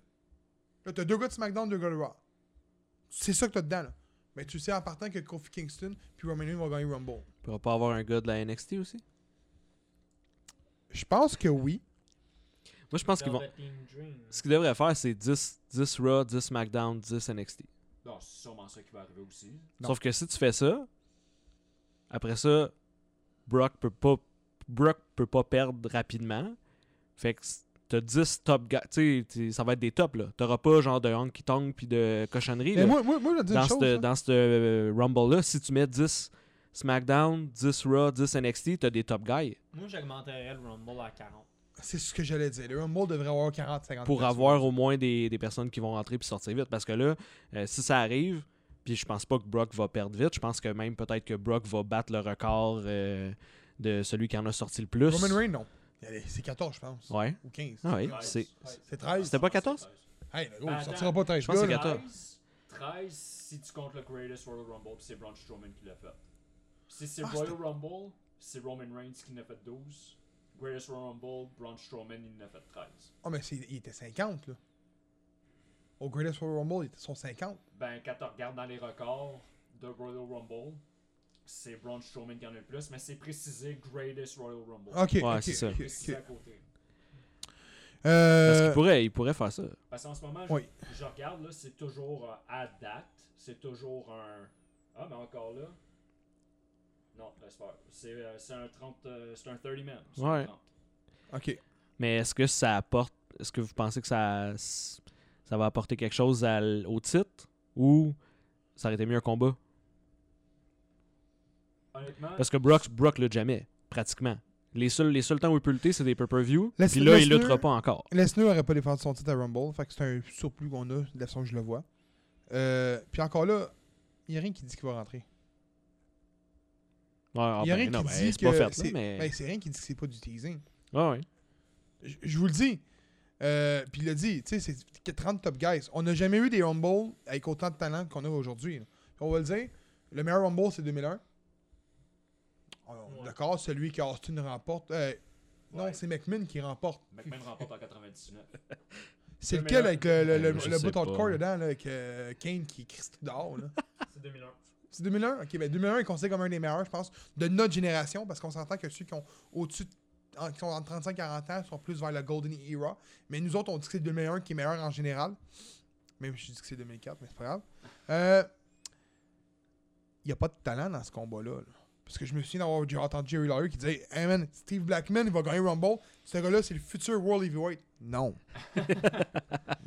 [SPEAKER 2] Là, t'as deux gars de SmackDown, deux gars de Raw. C'est ça que t'as dedans, là. Mais tu sais en partant que Kofi Kingston puis Roman Reigns vont gagner Rumble.
[SPEAKER 3] On pourra pas avoir un gars de la NXT aussi
[SPEAKER 2] Je pense que oui.
[SPEAKER 3] Moi je pense qu'ils vont
[SPEAKER 4] Velvet Team Dream.
[SPEAKER 3] ce qu'ils devraient faire c'est 10 10 Raw, 10 SmackDown, 10 NXT.
[SPEAKER 5] Non, c'est sûrement ça qui va arriver aussi.
[SPEAKER 2] Non.
[SPEAKER 3] Sauf que si tu fais ça après ça Brock peut pas Brock peut pas perdre rapidement. Fait que t'as 10 top gars, tu sais, t'es- ça va être des tops là. T'auras pas genre de honky tonk puis de cochonnerie.
[SPEAKER 2] Mais
[SPEAKER 3] là.
[SPEAKER 2] moi, moi, moi, je vais te dire
[SPEAKER 3] dans
[SPEAKER 2] une chose. hein?
[SPEAKER 3] ce
[SPEAKER 2] là.
[SPEAKER 3] dans ce, euh, Rumble-là, si tu mets 10 SmackDown, 10 Raw, 10 NXT, t'as des top guys
[SPEAKER 4] Moi, j'augmenterais le Rumble à 40.
[SPEAKER 2] C'est ce que j'allais dire. Le Rumble devrait avoir 40-50.
[SPEAKER 3] pour avoir au moins des, des personnes qui vont rentrer puis sortir vite. Parce que là, euh, si ça arrive, puis je pense pas que Brock va perdre vite, je pense que même peut-être que Brock va battre le record euh, de celui qui en a sorti le plus.
[SPEAKER 2] Roman Reigns, non. Allez, C'est 14, je pense.
[SPEAKER 3] Ouais.
[SPEAKER 2] Ou 15.
[SPEAKER 3] Ah ouais,
[SPEAKER 5] Treize.
[SPEAKER 3] c'est-
[SPEAKER 5] Treize.
[SPEAKER 2] C'est 13.
[SPEAKER 3] C'était pas 14?
[SPEAKER 2] Hey, là, gros,
[SPEAKER 5] Ben,
[SPEAKER 2] il sortira
[SPEAKER 5] attends,
[SPEAKER 2] pas 13
[SPEAKER 3] je pense que c'est
[SPEAKER 2] gars, là.
[SPEAKER 3] 14.
[SPEAKER 5] 13, 13 si tu comptes le Greatest Royal Rumble, puis c'est Braun Strowman qui l'a fait. Si c'est
[SPEAKER 2] Ah,
[SPEAKER 5] Royal
[SPEAKER 2] c'était-
[SPEAKER 5] Rumble, c'est Roman Reigns qui en a fait 12. Greatest Royal Rumble, Braun Strowman, il en a fait 13.
[SPEAKER 2] Ah, mais c'est- il était 50, là. Au Greatest Royal Rumble, ils étaient- sont 50.
[SPEAKER 5] Ben, quand tu regardes dans les records de Royal Rumble, c'est Braun Strowman qui en a le plus, mais c'est précisé Greatest Royal Rumble.
[SPEAKER 2] Ok, ok,
[SPEAKER 3] c'est ça.
[SPEAKER 2] ok, ok.
[SPEAKER 5] Précisé à côté.
[SPEAKER 3] Parce qu'il
[SPEAKER 2] Euh,
[SPEAKER 3] pourrait, il pourrait faire ça.
[SPEAKER 5] Parce qu'en ce moment,
[SPEAKER 2] Oui.
[SPEAKER 5] je, je regarde, là, c'est toujours euh, à date. C'est toujours un. Ah, mais encore là. Non, laisse faire. C'est, euh, c'est un 30. euh, c'est un 30 man. c'est un
[SPEAKER 3] Ouais.
[SPEAKER 5] 30.
[SPEAKER 2] ok.
[SPEAKER 3] Mais est-ce que ça apporte. Est-ce que vous pensez que ça, ça va apporter quelque chose à l- au titre ou ça aurait été mieux un combat
[SPEAKER 5] Honnêtement,
[SPEAKER 3] Parce que Brock, Brock le jamais, pratiquement. Les seuls, les seuls temps où il peut lutter, c'est des pay-per-view.
[SPEAKER 2] Laisse-
[SPEAKER 3] Puis là, il
[SPEAKER 2] laisse-le.
[SPEAKER 3] luttera pas encore.
[SPEAKER 2] Lesnar n'aurait pas défendu son titre à Rumble, fait que c'est un surplus qu'on a, de la façon que je le vois. Euh, puis encore là, il n'y a rien qui dit qu'il va rentrer.
[SPEAKER 3] Ouais, ah
[SPEAKER 2] Il y a
[SPEAKER 3] ben
[SPEAKER 2] rien
[SPEAKER 3] non,
[SPEAKER 2] qui
[SPEAKER 3] ben,
[SPEAKER 2] dit
[SPEAKER 3] c'est
[SPEAKER 2] que
[SPEAKER 3] pas fait, là,
[SPEAKER 2] c'est-
[SPEAKER 3] mais.
[SPEAKER 2] ben, c'est rien qui dit que c'est pas du teasing.
[SPEAKER 3] Ouais, ouais.
[SPEAKER 2] Je- Je vous le dis. Euh, puis il l'a dit, tu sais, c'est que 30 top guys. On n'a jamais eu des Rumble avec autant de talent qu'on a aujourd'hui. là. Puis On va le dire, le meilleur Rumble, c'est 2001. On- on est
[SPEAKER 4] Ouais.
[SPEAKER 2] D'accord, celui que Austin remporte. euh, Non,
[SPEAKER 5] Ouais.
[SPEAKER 2] c'est McMahon qui remporte.
[SPEAKER 5] McMahon remporte en 99.
[SPEAKER 2] C'est
[SPEAKER 4] Le
[SPEAKER 2] lequel
[SPEAKER 4] meilleur.
[SPEAKER 2] avec le, le, le,
[SPEAKER 3] Euh, je
[SPEAKER 2] le
[SPEAKER 3] sais
[SPEAKER 2] bout hardcore
[SPEAKER 3] pas.
[SPEAKER 2] dedans, là, avec euh, Kane qui crie tout dehors. Là.
[SPEAKER 4] C'est 2001.
[SPEAKER 2] C'est 2001? Ok, ben 2001 est considéré comme un des meilleurs, je pense, de notre génération, parce qu'on s'entend que ceux qui ont au-dessus de- en- qui sont entre 35-40 ans sont plus vers le Golden Era. Mais nous autres, on dit que c'est 2001 qui est meilleur en général. Même si je dis que c'est 2004, mais c'est pas grave. Euh, Il n'y a pas de talent dans ce combat-là. là. Parce que je me souviens d'avoir déjà entendu Jerry Lawler qui disait Hey man, Steve Blackman, il va gagner Rumble. Ce gars-là, c'est le futur World Heavyweight. Non.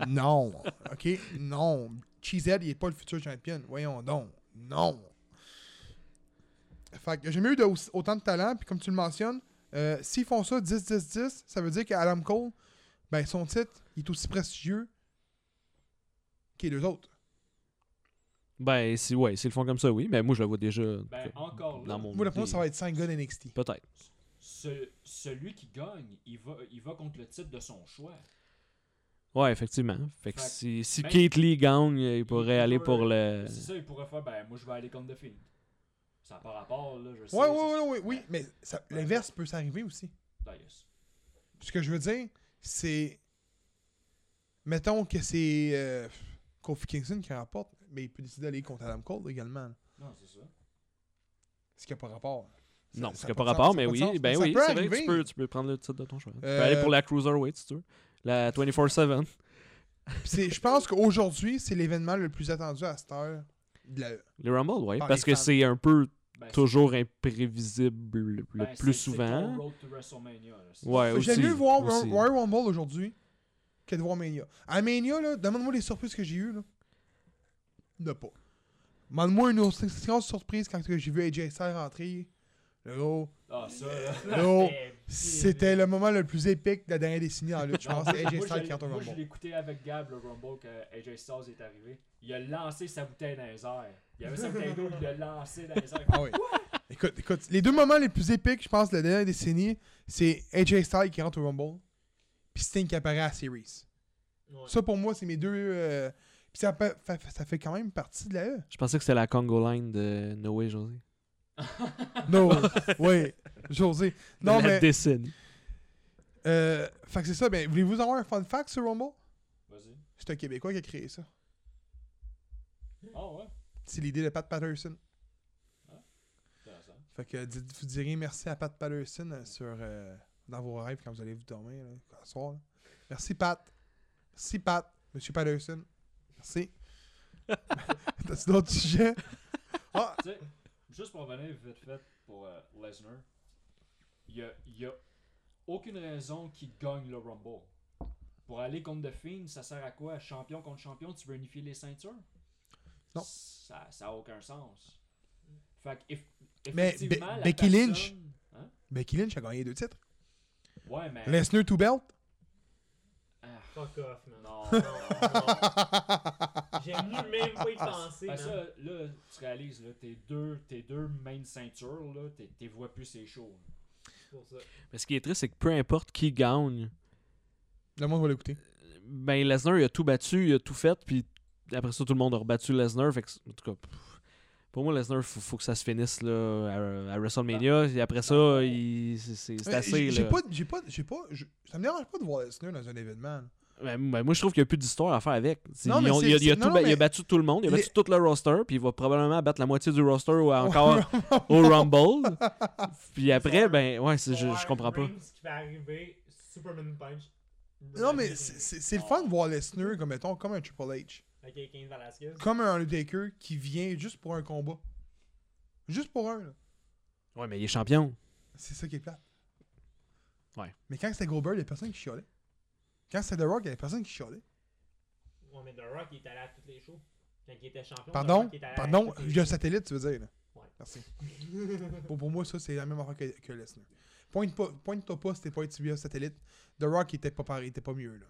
[SPEAKER 2] non. OK? Non. Cheesehead, il n'est pas le futur champion. Voyons donc. Non. Fait que j'ai jamais eu de- aussi- autant de talent. Puis comme tu le mentionnes, euh, s'ils font ça 10-10-10, ça veut dire qu'Adam Cole, ben, son titre, il est aussi prestigieux que les deux autres.
[SPEAKER 3] Ben, si, ouais, s'ils le font comme ça, oui. Mais moi, je le vois déjà.
[SPEAKER 5] Ben, encore là,
[SPEAKER 3] dans mon
[SPEAKER 2] Moi, le premier,
[SPEAKER 3] idée.
[SPEAKER 2] ça va être 5 gars d'NXT.
[SPEAKER 3] Peut-être.
[SPEAKER 5] ce- celui qui gagne, il va, il va contre le titre de son choix.
[SPEAKER 3] Ouais, effectivement. Fait que
[SPEAKER 5] Fait que
[SPEAKER 3] si, si
[SPEAKER 5] même-
[SPEAKER 3] Keith Lee gagne, il pourrait
[SPEAKER 5] il
[SPEAKER 3] aller
[SPEAKER 5] peut-
[SPEAKER 3] pour le.
[SPEAKER 5] C'est ça, il pourrait faire, ben, moi, je vais aller contre The Fiend. Ça n'a pas rapport, là, je sais.
[SPEAKER 2] Ouais, ouais,
[SPEAKER 5] c'est-
[SPEAKER 2] ouais, ouais, oui, mais ça- l'inverse peut s'arriver aussi.
[SPEAKER 5] Ah, yes.
[SPEAKER 2] Ce que je veux dire, c'est. Mettons que c'est euh, Kofi Kingston qui remporte, mais il peut décider d'aller contre Adam Cole également. là.
[SPEAKER 5] Non, c'est ça.
[SPEAKER 2] Ce qui n'a pas rapport. Ça-
[SPEAKER 3] Non,
[SPEAKER 2] ça
[SPEAKER 3] ce qui
[SPEAKER 2] a
[SPEAKER 3] n'a pas
[SPEAKER 2] de sens, ça
[SPEAKER 3] rapport,
[SPEAKER 2] a
[SPEAKER 3] mais
[SPEAKER 2] pas de
[SPEAKER 3] oui.
[SPEAKER 2] sens.
[SPEAKER 3] Ben
[SPEAKER 2] Ça
[SPEAKER 3] oui,
[SPEAKER 2] peut
[SPEAKER 3] c'est vrai que tu
[SPEAKER 2] arriver.
[SPEAKER 3] peux, tu peux prendre le titre de ton choix. Tu peux
[SPEAKER 2] Euh,
[SPEAKER 3] aller pour la Cruiserweight, si tu veux. La 24-7.
[SPEAKER 2] Puis c'est- Je pense qu'aujourd'hui, c'est l'événement le plus attendu à cette heure. de la-
[SPEAKER 3] Les Rumble, ouais.
[SPEAKER 2] Par
[SPEAKER 3] parce
[SPEAKER 2] les
[SPEAKER 3] que
[SPEAKER 2] fans.
[SPEAKER 3] c'est un peu
[SPEAKER 5] Ben, c'est-
[SPEAKER 3] toujours imprévisible le
[SPEAKER 5] ben, c'est-
[SPEAKER 3] plus
[SPEAKER 5] c'est ton
[SPEAKER 3] souvent.
[SPEAKER 5] road to WrestleMania, là, c'est-
[SPEAKER 3] Ouais, aussi.
[SPEAKER 2] J'ai mieux voir Ro-
[SPEAKER 3] aussi.
[SPEAKER 2] Royal Rumble aujourd'hui que de voir Mania. À Mania, là, demande-moi les surprises que j'ai eues. Là. Ne pas. Demande-moi une autre séquence surprise quand que j'ai vu AJ Styles rentrer. Le gros,
[SPEAKER 5] Ah, ben, ça, là.
[SPEAKER 2] Yo,
[SPEAKER 4] Eh,
[SPEAKER 2] C'était le moment le plus épique de la dernière décennie en
[SPEAKER 5] (laughs)
[SPEAKER 2] lutte, je pense. C'est AJ
[SPEAKER 5] Moi,
[SPEAKER 2] Styles
[SPEAKER 5] je
[SPEAKER 2] qui rentre au
[SPEAKER 5] l'ai- Moi, je l'ai
[SPEAKER 2] Rumble.
[SPEAKER 5] écouté avec Gab, le Rumble, que AJ Styles est arrivé. Il a lancé sa bouteille dans les airs. Il avait sa bouteille d'eau, il l'a lancée dans les airs.
[SPEAKER 2] Ah oui. (laughs) Écoute, écoute, les deux moments les plus épiques, je pense, de la dernière décennie, c'est AJ Styles qui rentre au Rumble, puis Sting qui apparaît à Series.
[SPEAKER 4] ouais.
[SPEAKER 2] Ça, pour moi, c'est mes deux. euh, puis ça, pa- fa- ça fait quand même partie de la E.
[SPEAKER 3] Je pensais que c'était la Congo Line de Noé José.
[SPEAKER 2] Non, oui, José. Non,
[SPEAKER 3] la
[SPEAKER 2] mais.
[SPEAKER 3] décennie.
[SPEAKER 2] euh, fait que c'est ça. Ben, voulez-vous avoir un fun fact sur Rumble
[SPEAKER 5] Vas-y.
[SPEAKER 2] C'est un Québécois qui a créé ça.
[SPEAKER 5] Ah ouais?
[SPEAKER 2] C'est l'idée de Pat Patterson.
[SPEAKER 3] Ah,
[SPEAKER 5] Intéressant.
[SPEAKER 2] Fait que dites- vous direz merci à Pat Patterson euh, sur, euh, dans vos rêves quand vous allez vous dormir, là, quand ce soir. là. Merci, Pat. Merci, Pat. Monsieur Patterson. Merci. (laughs) T'as-tu d'autres sujets Ah,
[SPEAKER 5] Tu sais, juste pour revenir vite fait pour euh, Lesnar, il y a, il y a aucune raison qu'il gagne le Rumble. Pour aller contre The Fiend, ça sert à quoi? Champion contre champion, tu veux unifier les ceintures?
[SPEAKER 2] Non.
[SPEAKER 5] Ça n'a aucun sens. Fait que, eff-
[SPEAKER 2] Mais
[SPEAKER 5] effectivement,
[SPEAKER 2] Be-
[SPEAKER 5] la
[SPEAKER 2] Becky
[SPEAKER 5] personne-
[SPEAKER 2] Lynch.
[SPEAKER 5] Hein?
[SPEAKER 2] Becky Lynch a Ben, gagné deux titres.
[SPEAKER 5] Ouais, mais...
[SPEAKER 2] Lesnar to belt. (laughs)
[SPEAKER 5] Ah,
[SPEAKER 4] Fuck off, man.
[SPEAKER 5] non,
[SPEAKER 4] Non,
[SPEAKER 5] non.
[SPEAKER 4] non. J'ai même pas y penser,
[SPEAKER 5] Ben
[SPEAKER 4] man.
[SPEAKER 5] ça, là, tu réalises, là, tes deux, tes deux main ceintures, là, t'es- t'es vois plus c'est chaud.
[SPEAKER 4] Pour ça.
[SPEAKER 3] Mais ce qui est triste, c'est que peu importe qui gagne,
[SPEAKER 2] Le monde va l'écouter.
[SPEAKER 3] ben Lesnar, il a tout battu, il a tout fait, puis après ça, tout le monde a rebattu Lesnar. Fait que, en tout cas, pff, pour moi, Lesnar, faut, faut que ça se finisse là, à, à WrestleMania. et après ça, il- c'est- c'est c'est
[SPEAKER 2] Mais
[SPEAKER 3] assez.
[SPEAKER 2] Ah. Euh, j'ai- J'ai
[SPEAKER 3] là.
[SPEAKER 2] pas, j'ai pas, j'ai pas, je- ça me dérange pas de voir Lesnar dans un événement. là.
[SPEAKER 3] Ben, ben, moi, je trouve qu'il n'y a plus d'histoire à faire avec. C'est-
[SPEAKER 2] Non,
[SPEAKER 3] ils
[SPEAKER 2] mais
[SPEAKER 3] ont-
[SPEAKER 2] c'est-
[SPEAKER 3] il, a, il a
[SPEAKER 2] c'est-
[SPEAKER 3] tout
[SPEAKER 2] non, non,
[SPEAKER 3] ba- il a
[SPEAKER 2] mais-
[SPEAKER 3] battu tout le monde, il a
[SPEAKER 2] Les-
[SPEAKER 3] battu tout le roster, puis il va probablement battre la moitié du roster ou encore au Rumble. puis après, ben, ouais, c'est- je, je comprends pas.
[SPEAKER 4] Reigns qui va arriver, Superman Punch,
[SPEAKER 2] Non, mais c'est- c'est c'est le fun de voir Lesnar, comme mettons, comme un Triple H.
[SPEAKER 4] Ok, Kane Velasquez.
[SPEAKER 2] Comme un Undertaker qui vient juste pour un combat. Juste pour un, là.
[SPEAKER 3] Ouais, mais il est champion.
[SPEAKER 2] C'est ça qui est plate.
[SPEAKER 3] Ouais.
[SPEAKER 2] Mais quand c'était Goldberg, il y a personne qui chialait. Quand c'était The Rock, il y a personne qui chialait.
[SPEAKER 4] Ouais, mais The Rock, il est allé à toutes les shows. Quand il était champion. The
[SPEAKER 2] Pardon,
[SPEAKER 4] Rock, il est allé à
[SPEAKER 2] pardon,
[SPEAKER 4] toutes les
[SPEAKER 2] le satellite, tu veux dire. Là.
[SPEAKER 4] Ouais.
[SPEAKER 2] Merci. (laughs) pour, pour moi, ça, c'est la même affaire que, que Lesnar. Pointe pas- Pointe-toi pas si t'es pas étudiant satellite. The Rock, il était pas pareil, il était pas mieux, là.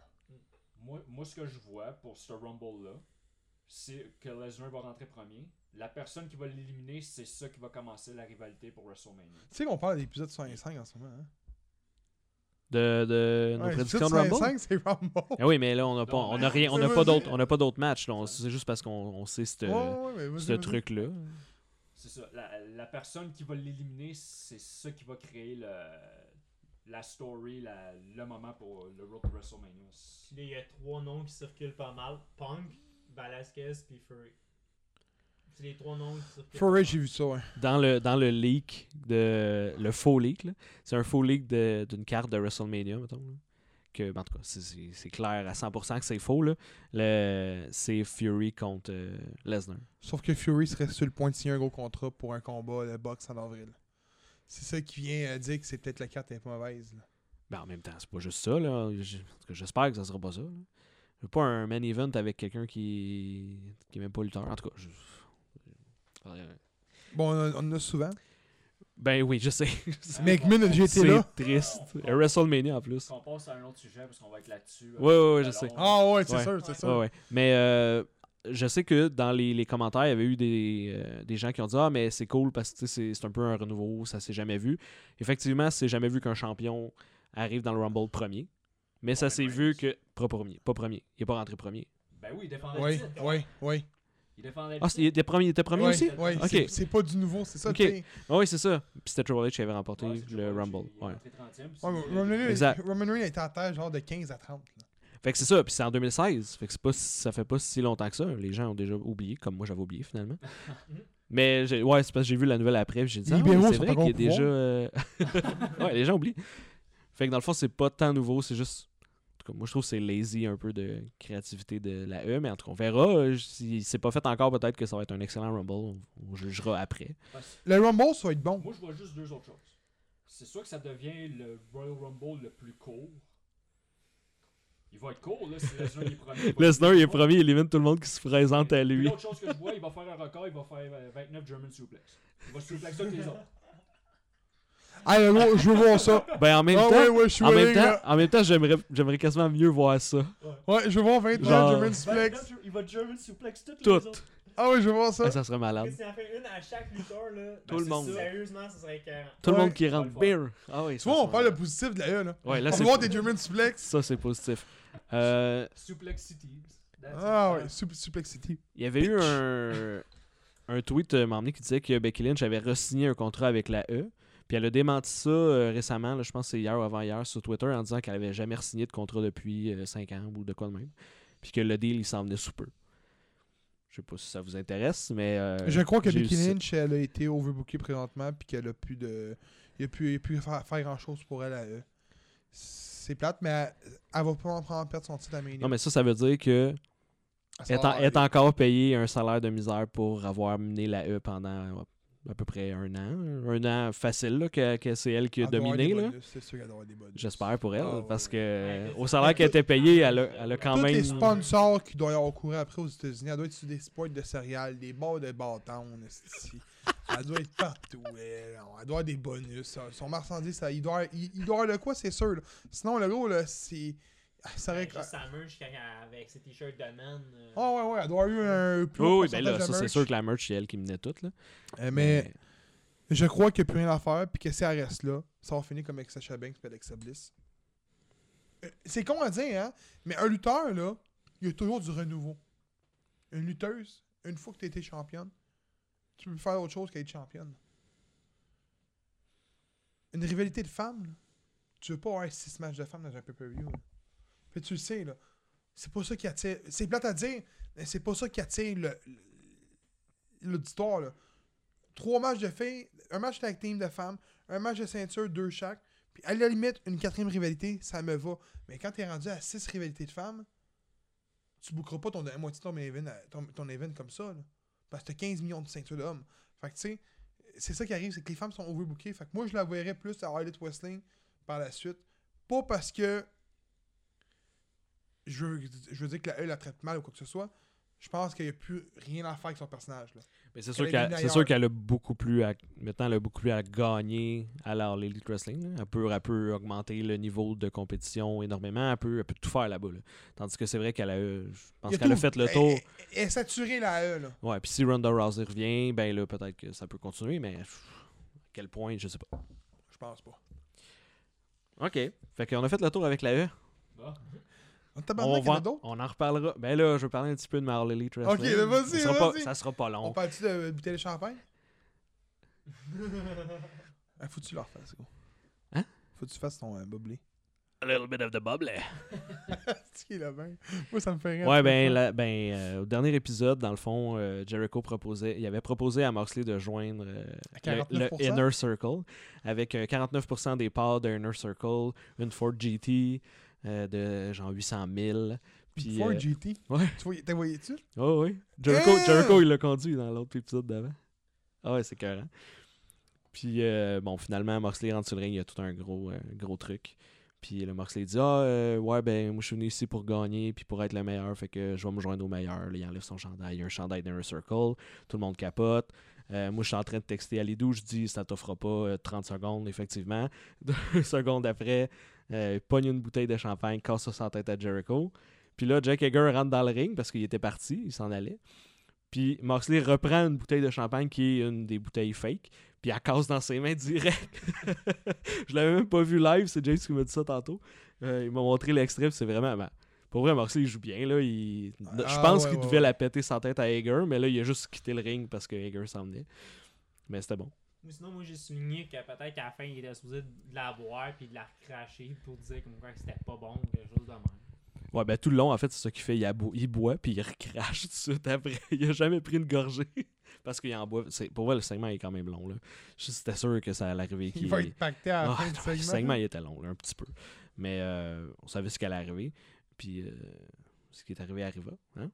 [SPEAKER 5] Moi, moi, ce que je vois pour ce Rumble-là, c'est que Lesnar va rentrer premier. La personne qui va l'éliminer, c'est ça qui va commencer la rivalité pour WrestleMania.
[SPEAKER 2] Tu sais qu'on parle d'épisode 65 en ce moment, hein?
[SPEAKER 3] De, de nos
[SPEAKER 2] Ouais,
[SPEAKER 3] prédictions de
[SPEAKER 2] l'épisode 65,
[SPEAKER 3] Rumble.
[SPEAKER 2] c'est Rumble.
[SPEAKER 3] Ah oui, mais là, on n'a pas,
[SPEAKER 5] Non,
[SPEAKER 3] on
[SPEAKER 5] mais-
[SPEAKER 3] a rien, on n'a
[SPEAKER 2] Ça
[SPEAKER 3] pas
[SPEAKER 2] veut
[SPEAKER 3] d'autres,
[SPEAKER 2] dire-
[SPEAKER 3] on n'a pas d'autres matchs. là. On- C'est juste parce qu'on on sait ce
[SPEAKER 2] Ouais, ouais, mais vas-y,
[SPEAKER 3] ce
[SPEAKER 2] vas-y.
[SPEAKER 3] truc-là.
[SPEAKER 5] C'est ça. La, la personne qui va l'éliminer, c'est ça qui va créer le, la story, la- le moment pour le road to WrestleMania.
[SPEAKER 4] Puis là, il y a trois noms qui circulent pas mal. Punk, Velasquez, puis Fury. C'est les trois noms qui circulent.
[SPEAKER 2] Fury,
[SPEAKER 4] pas
[SPEAKER 2] j'ai
[SPEAKER 4] mal.
[SPEAKER 2] vu ça, ouais.
[SPEAKER 3] Dans le dans le leak de le faux leak, là, c'est un faux leak de- d'une carte de WrestleMania, mettons. là. Que, ben, en tout cas, c'est- c'est c'est clair à 100% que c'est faux. Là. Le- c'est Fury contre euh, Lesnar.
[SPEAKER 2] Sauf que Fury serait sur le point de signer un gros contrat pour un combat de boxe en avril. C'est ça qui vient euh, dire que c'est peut-être la carte est pas mauvaise. là.
[SPEAKER 3] Ben, en même temps, c'est pas juste ça. Là. J- en tout cas, J'espère que ça sera pas ça. là. Je veux pas un main event avec quelqu'un qui qui est même pas lutteur. En tout cas, je- Faudrait-
[SPEAKER 2] Bon, on, en- on en a souvent.
[SPEAKER 3] Ben oui, je sais. (laughs) Je sais.
[SPEAKER 2] Mais McMahon, j'ai été
[SPEAKER 3] C'est
[SPEAKER 2] là.
[SPEAKER 3] triste. Et WrestleMania en plus.
[SPEAKER 5] On passe à un autre sujet parce qu'on va être là-dessus. euh,
[SPEAKER 3] Ouais, ouais, ouais, je
[SPEAKER 5] Alors,
[SPEAKER 3] sais.
[SPEAKER 2] Ah ouais, c'est
[SPEAKER 3] Ouais.
[SPEAKER 2] sûr, c'est sûr.
[SPEAKER 3] Ouais, ouais. Mais euh, je sais que dans les, les commentaires, il y avait eu des, euh, des gens qui ont dit Ah, mais c'est cool parce que tu sais, c'est c'est un peu un renouveau, ça s'est jamais vu. Effectivement, c'est jamais vu qu'un champion arrive dans le Rumble premier. Mais ça
[SPEAKER 5] Roman
[SPEAKER 3] s'est
[SPEAKER 5] Reigns.
[SPEAKER 3] vu que. Pas premier, pas premier. Il est pas rentré premier.
[SPEAKER 5] Ben oui, il défendait
[SPEAKER 2] Oui,
[SPEAKER 5] le titre.
[SPEAKER 2] oui, oui.
[SPEAKER 5] Il défendait le
[SPEAKER 3] Ah, c'est- il était premier, il était premier
[SPEAKER 2] Ouais,
[SPEAKER 3] aussi
[SPEAKER 2] ouais,
[SPEAKER 3] Ok.
[SPEAKER 2] c'est- c'est pas du nouveau, c'est ça.
[SPEAKER 3] Ok.
[SPEAKER 2] tu sais.
[SPEAKER 3] Ah Oui, c'est ça. Puis c'était Triple H qui avait remporté
[SPEAKER 5] titre. Ouais, c'est
[SPEAKER 3] le
[SPEAKER 5] Triple H,
[SPEAKER 3] Rumble.
[SPEAKER 5] il est
[SPEAKER 3] Ouais.
[SPEAKER 5] rentré 30e, puis
[SPEAKER 2] Ouais, mais
[SPEAKER 5] c'est- euh,
[SPEAKER 2] Roman Reigns-
[SPEAKER 3] Exact.
[SPEAKER 2] Roman Reigns était en terre genre de 15 à 30. là.
[SPEAKER 3] Fait que c'est ça, puis c'est en 2016. Fait que c'est pas, ça fait pas si longtemps que ça. Les gens ont déjà oublié, comme moi j'avais oublié (laughs) finalement. Mais j'ai- ouais, c'est parce que j'ai vu la nouvelle après, puis j'ai dit
[SPEAKER 2] Les
[SPEAKER 3] ah, mais
[SPEAKER 2] libéraux
[SPEAKER 3] c'est
[SPEAKER 2] sont
[SPEAKER 3] vrai
[SPEAKER 2] encore
[SPEAKER 3] qu'il y a
[SPEAKER 2] au pouvoir.
[SPEAKER 3] déjà. euh, (laughs) ouais, les gens oublient. Fait que dans le fond, c'est pas tant nouveau, c'est juste. En tout cas, moi je trouve que c'est lazy un peu de créativité de la E, mais en tout cas, on verra. Euh, Si c'est pas fait encore, peut-être que ça va être un excellent Rumble. On, on jugera après.
[SPEAKER 5] Parce-
[SPEAKER 2] Le Rumble, ça va être bon.
[SPEAKER 5] Moi, je vois juste deux autres choses. C'est sûr que ça devient le Royal Rumble le plus court. Il va être court, là, si Lesnar il est premier. va
[SPEAKER 3] Lesnar, il est
[SPEAKER 5] être court.
[SPEAKER 3] premier, il élimine tout le monde qui se présente à
[SPEAKER 5] Puis
[SPEAKER 3] lui.
[SPEAKER 5] L'autre chose que je vois, il va faire un record, il va faire euh, 29 German suplex. Il va suplexer tous les autres.
[SPEAKER 2] Ah, le gros, je veux voir ça.
[SPEAKER 3] Ben (laughs) en même
[SPEAKER 2] ah
[SPEAKER 3] temps,
[SPEAKER 2] ouais, ouais, je suis
[SPEAKER 3] en, même
[SPEAKER 2] willing,
[SPEAKER 3] temps
[SPEAKER 2] là.
[SPEAKER 3] en même temps, j'aimerais j'aimerais quasiment mieux voir ça.
[SPEAKER 2] Ouais, je veux voir 20
[SPEAKER 3] Genre-
[SPEAKER 2] ans, German Suplex.
[SPEAKER 5] 29 il va German suplex toutes
[SPEAKER 3] Tout.
[SPEAKER 2] Ah ouais, je veux voir ça.
[SPEAKER 3] Ah, ça serait
[SPEAKER 4] Parce
[SPEAKER 3] malade.
[SPEAKER 4] que Si on fait une à chaque lutteur, là. ben,
[SPEAKER 3] Tout le
[SPEAKER 4] c'est
[SPEAKER 3] monde.
[SPEAKER 4] ça. Sérieusement, ça serait écœurant.
[SPEAKER 3] Tout le
[SPEAKER 2] Ouais.
[SPEAKER 3] monde qui rentre.
[SPEAKER 5] Ouais,
[SPEAKER 3] Beer. Ah oui,
[SPEAKER 2] Tu vois, on parle le positif de la E, là.
[SPEAKER 3] Ouais, là,
[SPEAKER 2] on
[SPEAKER 3] c'est
[SPEAKER 2] va voir des German Suplex.
[SPEAKER 3] Ça, c'est positif. Euh,
[SPEAKER 5] Suplex City. That's
[SPEAKER 2] Ah
[SPEAKER 5] it. Euh,
[SPEAKER 2] ouais, Sup- Suplexity.
[SPEAKER 3] Il y avait eu un, un tweet euh, m'emmener qui disait que Becky Lynch avait re-signé un contrat avec la E. Puis elle a démenti ça euh, récemment, là, je pense que c'est hier ou avant-hier, sur Twitter, en disant qu'elle avait jamais re-signé de contrat depuis 5 ans ou de quoi de même. Puis que le deal, il s'en venait sous peu. Je sais pas si ça vous intéresse, mais. euh,
[SPEAKER 2] Je crois que
[SPEAKER 3] j'ai eu
[SPEAKER 2] Becky
[SPEAKER 3] ça.
[SPEAKER 2] Lynch, elle a été overbookée présentement, puis qu'elle a plus de. Il a plus, il a plus faire, faire grand chose pour elle à eux. C'est plate, mais elle, elle va pas en prendre perdre son titre à Mania.
[SPEAKER 3] Non, mais ça, ça veut dire que.
[SPEAKER 2] Elle
[SPEAKER 3] Est,
[SPEAKER 2] s'en
[SPEAKER 3] en-
[SPEAKER 2] va
[SPEAKER 3] est
[SPEAKER 2] aller.
[SPEAKER 3] encore payé un salaire de misère pour avoir mené la E pendant euh, à peu près un an. Un an facile, là, que, que c'est elle qui a
[SPEAKER 2] Elle doit avoir
[SPEAKER 3] dominé.
[SPEAKER 2] des
[SPEAKER 3] là.
[SPEAKER 2] bonus, C'est sûr qu'elle doit avoir des bonus.
[SPEAKER 3] J'espère pour elle,
[SPEAKER 2] Ah, ouais.
[SPEAKER 3] parce que euh,
[SPEAKER 4] Ouais,
[SPEAKER 3] au
[SPEAKER 4] c'est-
[SPEAKER 3] salaire qu'elle était payée, elle a, elle a quand
[SPEAKER 2] Tous
[SPEAKER 3] même.
[SPEAKER 2] les sponsors qui doivent y avoir couru après aux États-Unis, elle doit être sur des spots de céréales, des bars de bâton, esti. elle doit être partout, elle, elle doit avoir des bonus. Son marchandise, ça, il, doit, il, il doit avoir de quoi, c'est sûr. là. Sinon, le gros, là, c'est. Ça aurait-
[SPEAKER 4] Ouais, ben, juste sa merch quand- avec ses t-shirts de man. euh,
[SPEAKER 2] Ah ouais, ouais, elle doit avoir eu un plus
[SPEAKER 3] Oh
[SPEAKER 2] haut
[SPEAKER 3] oui, ben là,
[SPEAKER 2] pourcentage
[SPEAKER 3] ça
[SPEAKER 2] de
[SPEAKER 3] c'est
[SPEAKER 2] merch.
[SPEAKER 3] sûr que la merch, c'est elle qui menait tout. Là.
[SPEAKER 2] Euh, mais je crois qu'il n'y a plus rien à faire, puis que si elle reste là, ça va finir comme avec Sacha Banks et Alexa Bliss. Euh, C'est con à dire, hein, mais un lutteur, là, il y a toujours du renouveau. Une lutteuse, une fois que tu as été championne, tu peux faire autre chose qu'être championne. Une rivalité de femmes, là, tu veux pas avoir six matchs de femmes dans un pay-per-view. là. Puis tu le sais, là. C'est pas ça qui attire. C'est plate à dire, mais c'est pas ça qui attire le- le- l'auditoire, là trois matchs de filles, un match tag team de femmes, un match de ceinture, deux chaque. Puis à la limite, une quatrième rivalité, ça me va. Mais quand t'es rendu à six rivalités de femmes, tu boucleras pas ton, à moitié ton event, à- ton, ton event comme ça. là. Parce que t'as 15 millions de ceintures d'hommes. Fait que tu sais, c'est ça qui arrive, c'est que les femmes sont overbookées. Fait que moi, je la verrais plus à Harley Wrestling par la suite. Pas parce que je veux, je veux dire que la E la traite mal ou quoi que ce soit. Je pense qu'il n'y a plus rien à faire avec son personnage. Là.
[SPEAKER 3] Mais c'est sûr
[SPEAKER 2] Elle est
[SPEAKER 3] qu'elle
[SPEAKER 2] venue
[SPEAKER 3] c'est
[SPEAKER 2] d'ailleurs.
[SPEAKER 3] sûr qu'elle a beaucoup plus à maintenant elle a beaucoup plus à gagner à l'art l'Elite Wrestling. là. Elle peut, elle peut augmenter le niveau de compétition énormément, elle peut, elle peut tout faire là-bas. là. Tandis que c'est vrai qu'elle a euh, je
[SPEAKER 2] Il
[SPEAKER 3] pense
[SPEAKER 2] y
[SPEAKER 3] qu'elle a
[SPEAKER 2] tout.
[SPEAKER 3] fait le
[SPEAKER 2] Elle-
[SPEAKER 3] tour.
[SPEAKER 2] Ben, Elle, elle est saturée, la E. Là.
[SPEAKER 3] Ouais, puis si Ronda Rousey revient, ben là peut-être que ça peut continuer mais pff, à quel point, je sais pas.
[SPEAKER 2] Je pense pas.
[SPEAKER 3] OK. Fait qu'on a fait le tour avec la E.
[SPEAKER 5] Bon.
[SPEAKER 2] On
[SPEAKER 3] On,
[SPEAKER 2] tabarnak, il y en
[SPEAKER 3] va-
[SPEAKER 2] a d'autres.
[SPEAKER 3] on en reparlera. Ben là, je vais parler un petit peu de ma All Elite Wrestling.
[SPEAKER 2] Ok, ben vas-y,
[SPEAKER 3] ça, sera pas,
[SPEAKER 2] vas-y.
[SPEAKER 3] ça sera pas long.
[SPEAKER 2] On parle-tu de buter le champagne? (laughs) ah, faut que tu leur fasses, gros.
[SPEAKER 3] Hein?
[SPEAKER 2] Faut que tu fasses ton euh, boblé. (laughs)
[SPEAKER 3] A little bit of the bubble.
[SPEAKER 2] C'est qui là ben? Moi, ça me fait rire.
[SPEAKER 3] Ouais, ben, la- ben euh, au dernier épisode, dans le fond, euh, Jericho proposait, il avait proposé à Moxley de joindre euh, le- le,
[SPEAKER 2] 49%?
[SPEAKER 3] Inner Circle avec euh, 49% des parts de Inner Circle, une Ford GT euh, de genre 800 000. Puis,
[SPEAKER 2] Puis Ford
[SPEAKER 3] euh,
[SPEAKER 2] GT.
[SPEAKER 3] ouais.
[SPEAKER 2] Tu voyais- T'as voyé-tu?
[SPEAKER 3] Oh oui. Jericho,
[SPEAKER 2] Hein?
[SPEAKER 3] Jericho, il l'a conduit dans l'autre épisode d'avant. Ah ouais, c'est carré. Puis euh, bon, finalement, Moxley rentre sur le ring, il y a tout un gros, euh, gros truc. Puis le Moxley dit Ah euh, ouais, ben moi je suis venu ici pour gagner puis pour être le meilleur, fait que je vais me joindre au meilleur. Là, il enlève son chandail, il y a un chandail d'Inner Circle, tout le monde capote. Euh, moi je suis en train de texter à Lidou, je dis ça t'offre pas euh, 30 secondes, effectivement. (laughs) Deux secondes après, euh, il pogne une bouteille de champagne, casse ça sans tête à Jericho. Puis là, Jack Hager rentre dans le ring parce qu'il était parti, il s'en allait. Puis Moxley reprend une bouteille de champagne qui est une des bouteilles fake, puis elle casse dans ses mains direct. (laughs) je l'avais même pas vu live, c'est James qui m'a dit ça tantôt. Euh, il m'a montré l'extrait, puis c'est vraiment. ben, pour vrai, Moxley, il joue bien. Là, il... je
[SPEAKER 2] Ah,
[SPEAKER 3] pense
[SPEAKER 2] ouais,
[SPEAKER 3] qu'il
[SPEAKER 2] ouais,
[SPEAKER 3] devait
[SPEAKER 2] ouais.
[SPEAKER 3] la péter sans tête à Hager, mais là, il a juste quitté le ring parce que Hager s'en venait. Mais c'était bon.
[SPEAKER 4] Ou sinon, moi, j'ai souligné que peut-être qu'à la fin, il était supposé de la boire puis de la cracher pour dire comme quoi que c'était pas bon ou quelque chose de même.
[SPEAKER 3] Ouais, ben tout le long, en fait, c'est ça qu'il fait. Il, abo- il boit, puis il recrache (laughs) tout de suite après. Il a jamais pris une gorgée. (laughs) Parce qu'il en boit. C'est... Pour moi, le segment est quand même long. Là. Je- C'était sûr que ça allait arriver.
[SPEAKER 2] Il
[SPEAKER 3] qu'il-
[SPEAKER 2] va être pacté à la
[SPEAKER 3] Ah, (laughs)
[SPEAKER 2] fin
[SPEAKER 3] non, le
[SPEAKER 2] du
[SPEAKER 3] segment,
[SPEAKER 2] segment. hein?
[SPEAKER 3] il était long, là, un petit peu. Mais euh, on savait ce qu'elle allait arriver. Puis euh, ce qui est arrivé arriva. hein.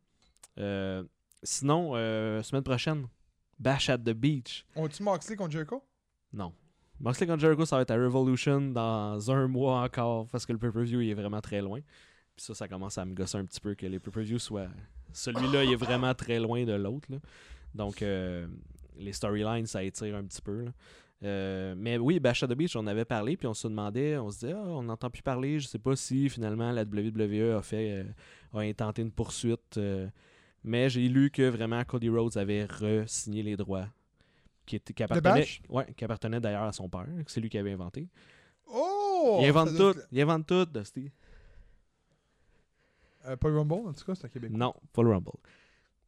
[SPEAKER 3] Euh, sinon, euh, semaine prochaine, Bash at the Beach.
[SPEAKER 2] On-tu Moxley contre Jericho?
[SPEAKER 3] Non. Moxley contre Jericho, ça va être à Revolution dans un mois encore parce que le pay-per-view il est vraiment très loin. Puis ça, ça commence à me gosser un petit peu que les pay-per-views soient. Celui-là, il est vraiment très loin de l'autre. là. Donc, euh, les storylines, ça étire un petit peu. là. Euh, mais oui, Bash at the Beach, on avait parlé, puis on se demandait, on se disait, Ah, on n'entend plus parler, je sais pas si finalement la WWE a fait, euh, a intenté une poursuite. euh, mais j'ai lu que vraiment Cody Rhodes avait re-signé les droits. Qui, était, qui appartenait,
[SPEAKER 2] Bash?
[SPEAKER 3] ouais, qui appartenait d'ailleurs à son père, que c'est lui qui avait inventé.
[SPEAKER 2] Oh!
[SPEAKER 3] il invente
[SPEAKER 2] Ça doit
[SPEAKER 3] tout,
[SPEAKER 2] être-
[SPEAKER 3] il invente tout, Dusty.
[SPEAKER 2] Euh, Paul Rumble, en tout cas, c'est un Québec.
[SPEAKER 3] Non, pas le Rumble.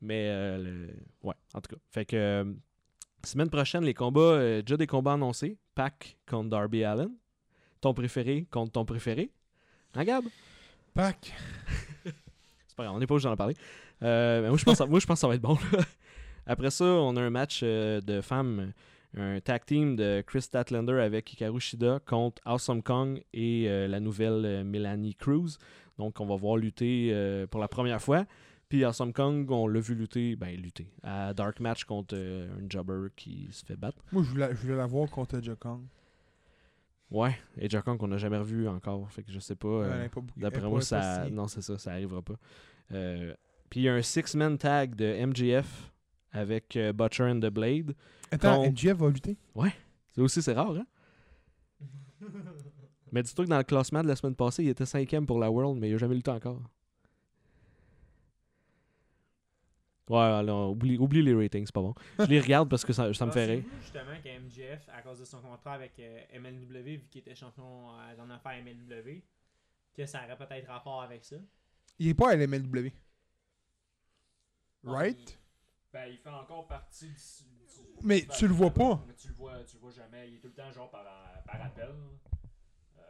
[SPEAKER 3] Mais euh, le- ouais, en tout cas. Fait que euh, semaine prochaine, les combats, euh, déjà des combats annoncés. Pac contre Darby Allen. Ton préféré contre ton préféré. Hein, Gab?
[SPEAKER 2] Pac.
[SPEAKER 3] C'est pas grave, on n'est pas obligé d'en parler. Euh, mais moi, je pense, moi, je pense que ça va être bon. là. (laughs) Après ça, on a un match euh, de femmes, un tag team de Chris Statlander avec Hikaru Shida contre Awesome Kong et euh, la nouvelle euh, Melanie Cruz. Donc, on va voir lutter euh, pour la première fois. Puis Awesome Kong, on l'a vu lutter, ben lutter, à Dark Match contre euh, un jobber qui se fait battre.
[SPEAKER 2] Moi, je voulais, je voulais la voir contre Jokong.
[SPEAKER 3] Ouais, et Kong qu'on n'a jamais revu encore, fait que je sais pas.
[SPEAKER 2] Elle
[SPEAKER 3] euh,
[SPEAKER 2] est pas bouquée- elle
[SPEAKER 3] D'après
[SPEAKER 2] est
[SPEAKER 3] moi,
[SPEAKER 2] pas- elle est pas
[SPEAKER 3] ça.
[SPEAKER 2] signée.
[SPEAKER 3] Non, c'est ça, ça arrivera pas. Euh, Puis il y a un six-man tag de MGF avec euh, Butcher and the Blade.
[SPEAKER 2] Attends,
[SPEAKER 3] contre-
[SPEAKER 2] MJF va lutter?
[SPEAKER 3] Ça aussi, c'est rare,
[SPEAKER 2] (laughs)
[SPEAKER 3] hein? mais dis-toi que dans le classement de la semaine passée, il était cinquième pour la World, mais il a jamais lutté encore. Ouais, alors, oublie, oublie les ratings, c'est pas bon. Je les regarde parce que ça, ça me fait rire.
[SPEAKER 4] Pensez-vous justement que MJF, à cause de son contrat avec euh, MLW, vu qu'il était champion euh, dans l'affaire MLW, que ça aurait peut-être rapport avec ça.
[SPEAKER 2] Il est pas à LMLW.
[SPEAKER 5] Non,
[SPEAKER 2] Right?
[SPEAKER 5] Ben, il fait encore partie du. du-
[SPEAKER 2] Mais
[SPEAKER 5] du-
[SPEAKER 2] tu le vois pas.
[SPEAKER 5] Mais tu le vois, tu le vois jamais. Il est tout le temps, genre, par, par appel. Euh,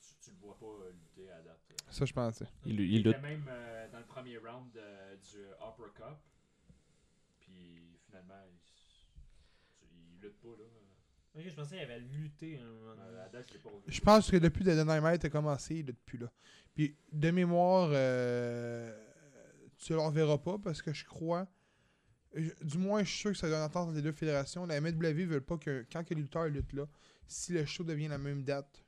[SPEAKER 5] tu, tu le vois pas euh, lutter à date.
[SPEAKER 2] Ça, je pensais.
[SPEAKER 3] Il- il
[SPEAKER 5] était
[SPEAKER 3] lutte.
[SPEAKER 5] même euh, dans le premier round euh, du Opera Cup. Puis finalement, il, s- tu- il lutte pas, là.
[SPEAKER 4] Ok, je pensais qu'il avait le muté à un moment donné.
[SPEAKER 5] Euh, à date, je l'ai pas revu.
[SPEAKER 2] Je pense que depuis The Dynamite a commencé, il est depuis là. Puis de mémoire, euh, tu le reverras pas parce que je crois. je- du moins, je suis sûr que ça doit entendre entre les deux fédérations. La MLW veulent pas que quand que les lutteurs luttent là, si le show devient la même date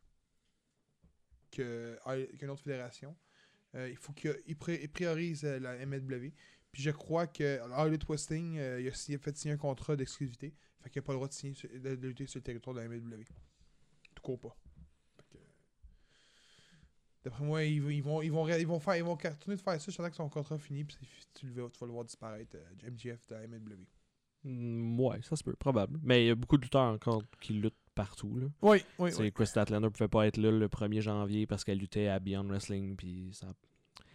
[SPEAKER 2] que- qu'une autre fédération, euh, il faut qu'ils priorisent euh, la MLW. Puis je crois que Harley Westing, euh, il a signé- fait signer un contrat d'exclusivité. Fait qu'il n'a pas le droit de, signer sur- de lutter sur le territoire de la MLW. Tout court pas. Fait que- D'après moi, ils, vont- ils vont, ils, vont, ré- ils, vont faire, ils vont continuer de faire ça jusqu'à temps que son contrat finit. Puis c'est fi- tu, le, verras- tu vas le voir disparaître, euh, MGF de la MLW.
[SPEAKER 3] Mm, ouais, ça se peut, probable. Mais il y a beaucoup de lutteurs encore qui luttent partout. Là.
[SPEAKER 2] Oui, oui,
[SPEAKER 3] Tu sais,
[SPEAKER 2] oui.
[SPEAKER 3] Chris Statlander pouvait pas être là le 1er janvier parce qu'elle luttait à Beyond Wrestling, puis ça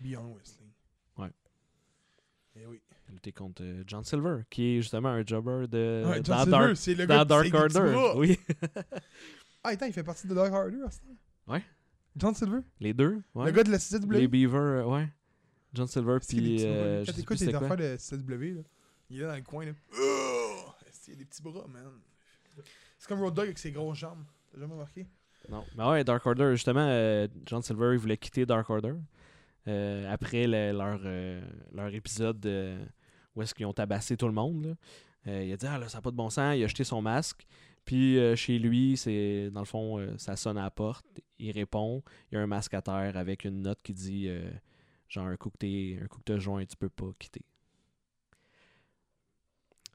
[SPEAKER 2] Beyond Wrestling.
[SPEAKER 3] Ouais.
[SPEAKER 2] Eh oui.
[SPEAKER 3] a lutté contre euh, John Silver, qui est justement un jobber de
[SPEAKER 2] Ah Ouais,
[SPEAKER 3] Euh,
[SPEAKER 2] John
[SPEAKER 3] dans,
[SPEAKER 2] Silver,
[SPEAKER 3] Dark,
[SPEAKER 2] c'est le
[SPEAKER 3] dans
[SPEAKER 2] gars qui
[SPEAKER 3] Dark
[SPEAKER 2] sait qui tu
[SPEAKER 3] Order.
[SPEAKER 2] vas.
[SPEAKER 3] Oui.
[SPEAKER 2] Ah, attends, il fait partie de Dark Order à ce temps?
[SPEAKER 3] Ouais.
[SPEAKER 2] John Silver
[SPEAKER 3] Les deux, ouais.
[SPEAKER 2] Le gars de la CW
[SPEAKER 3] Les Beavers, euh, ouais. John Silver,
[SPEAKER 2] Est-ce qu'il y a des petits bras, lui? Quand
[SPEAKER 3] puis. euh, je sais
[SPEAKER 2] t'écoutes
[SPEAKER 3] plus
[SPEAKER 2] les
[SPEAKER 3] c'était quoi.
[SPEAKER 2] affaires de CW, là, il est là dans le coin. Là. Oh! Est-ce qu'il y a des petits bras, man? C'est comme Road Dogg avec ses grosses jambes. T'as jamais remarqué?
[SPEAKER 3] Non, mais ouais, Dark Order, justement, euh, John Silver, il voulait quitter Dark Order euh, après le- leur, euh, leur épisode euh, où est-ce qu'ils ont tabassé tout le monde. là. Euh, il a dit, ah là, ça n'a pas de bon sens, il a jeté son masque. Puis euh, chez lui, c'est dans le fond, euh, ça sonne à la porte, il répond, il y a un masque à terre avec une note qui dit, euh, genre, un coup que t'es- un coup que t'as joint, tu peux pas quitter.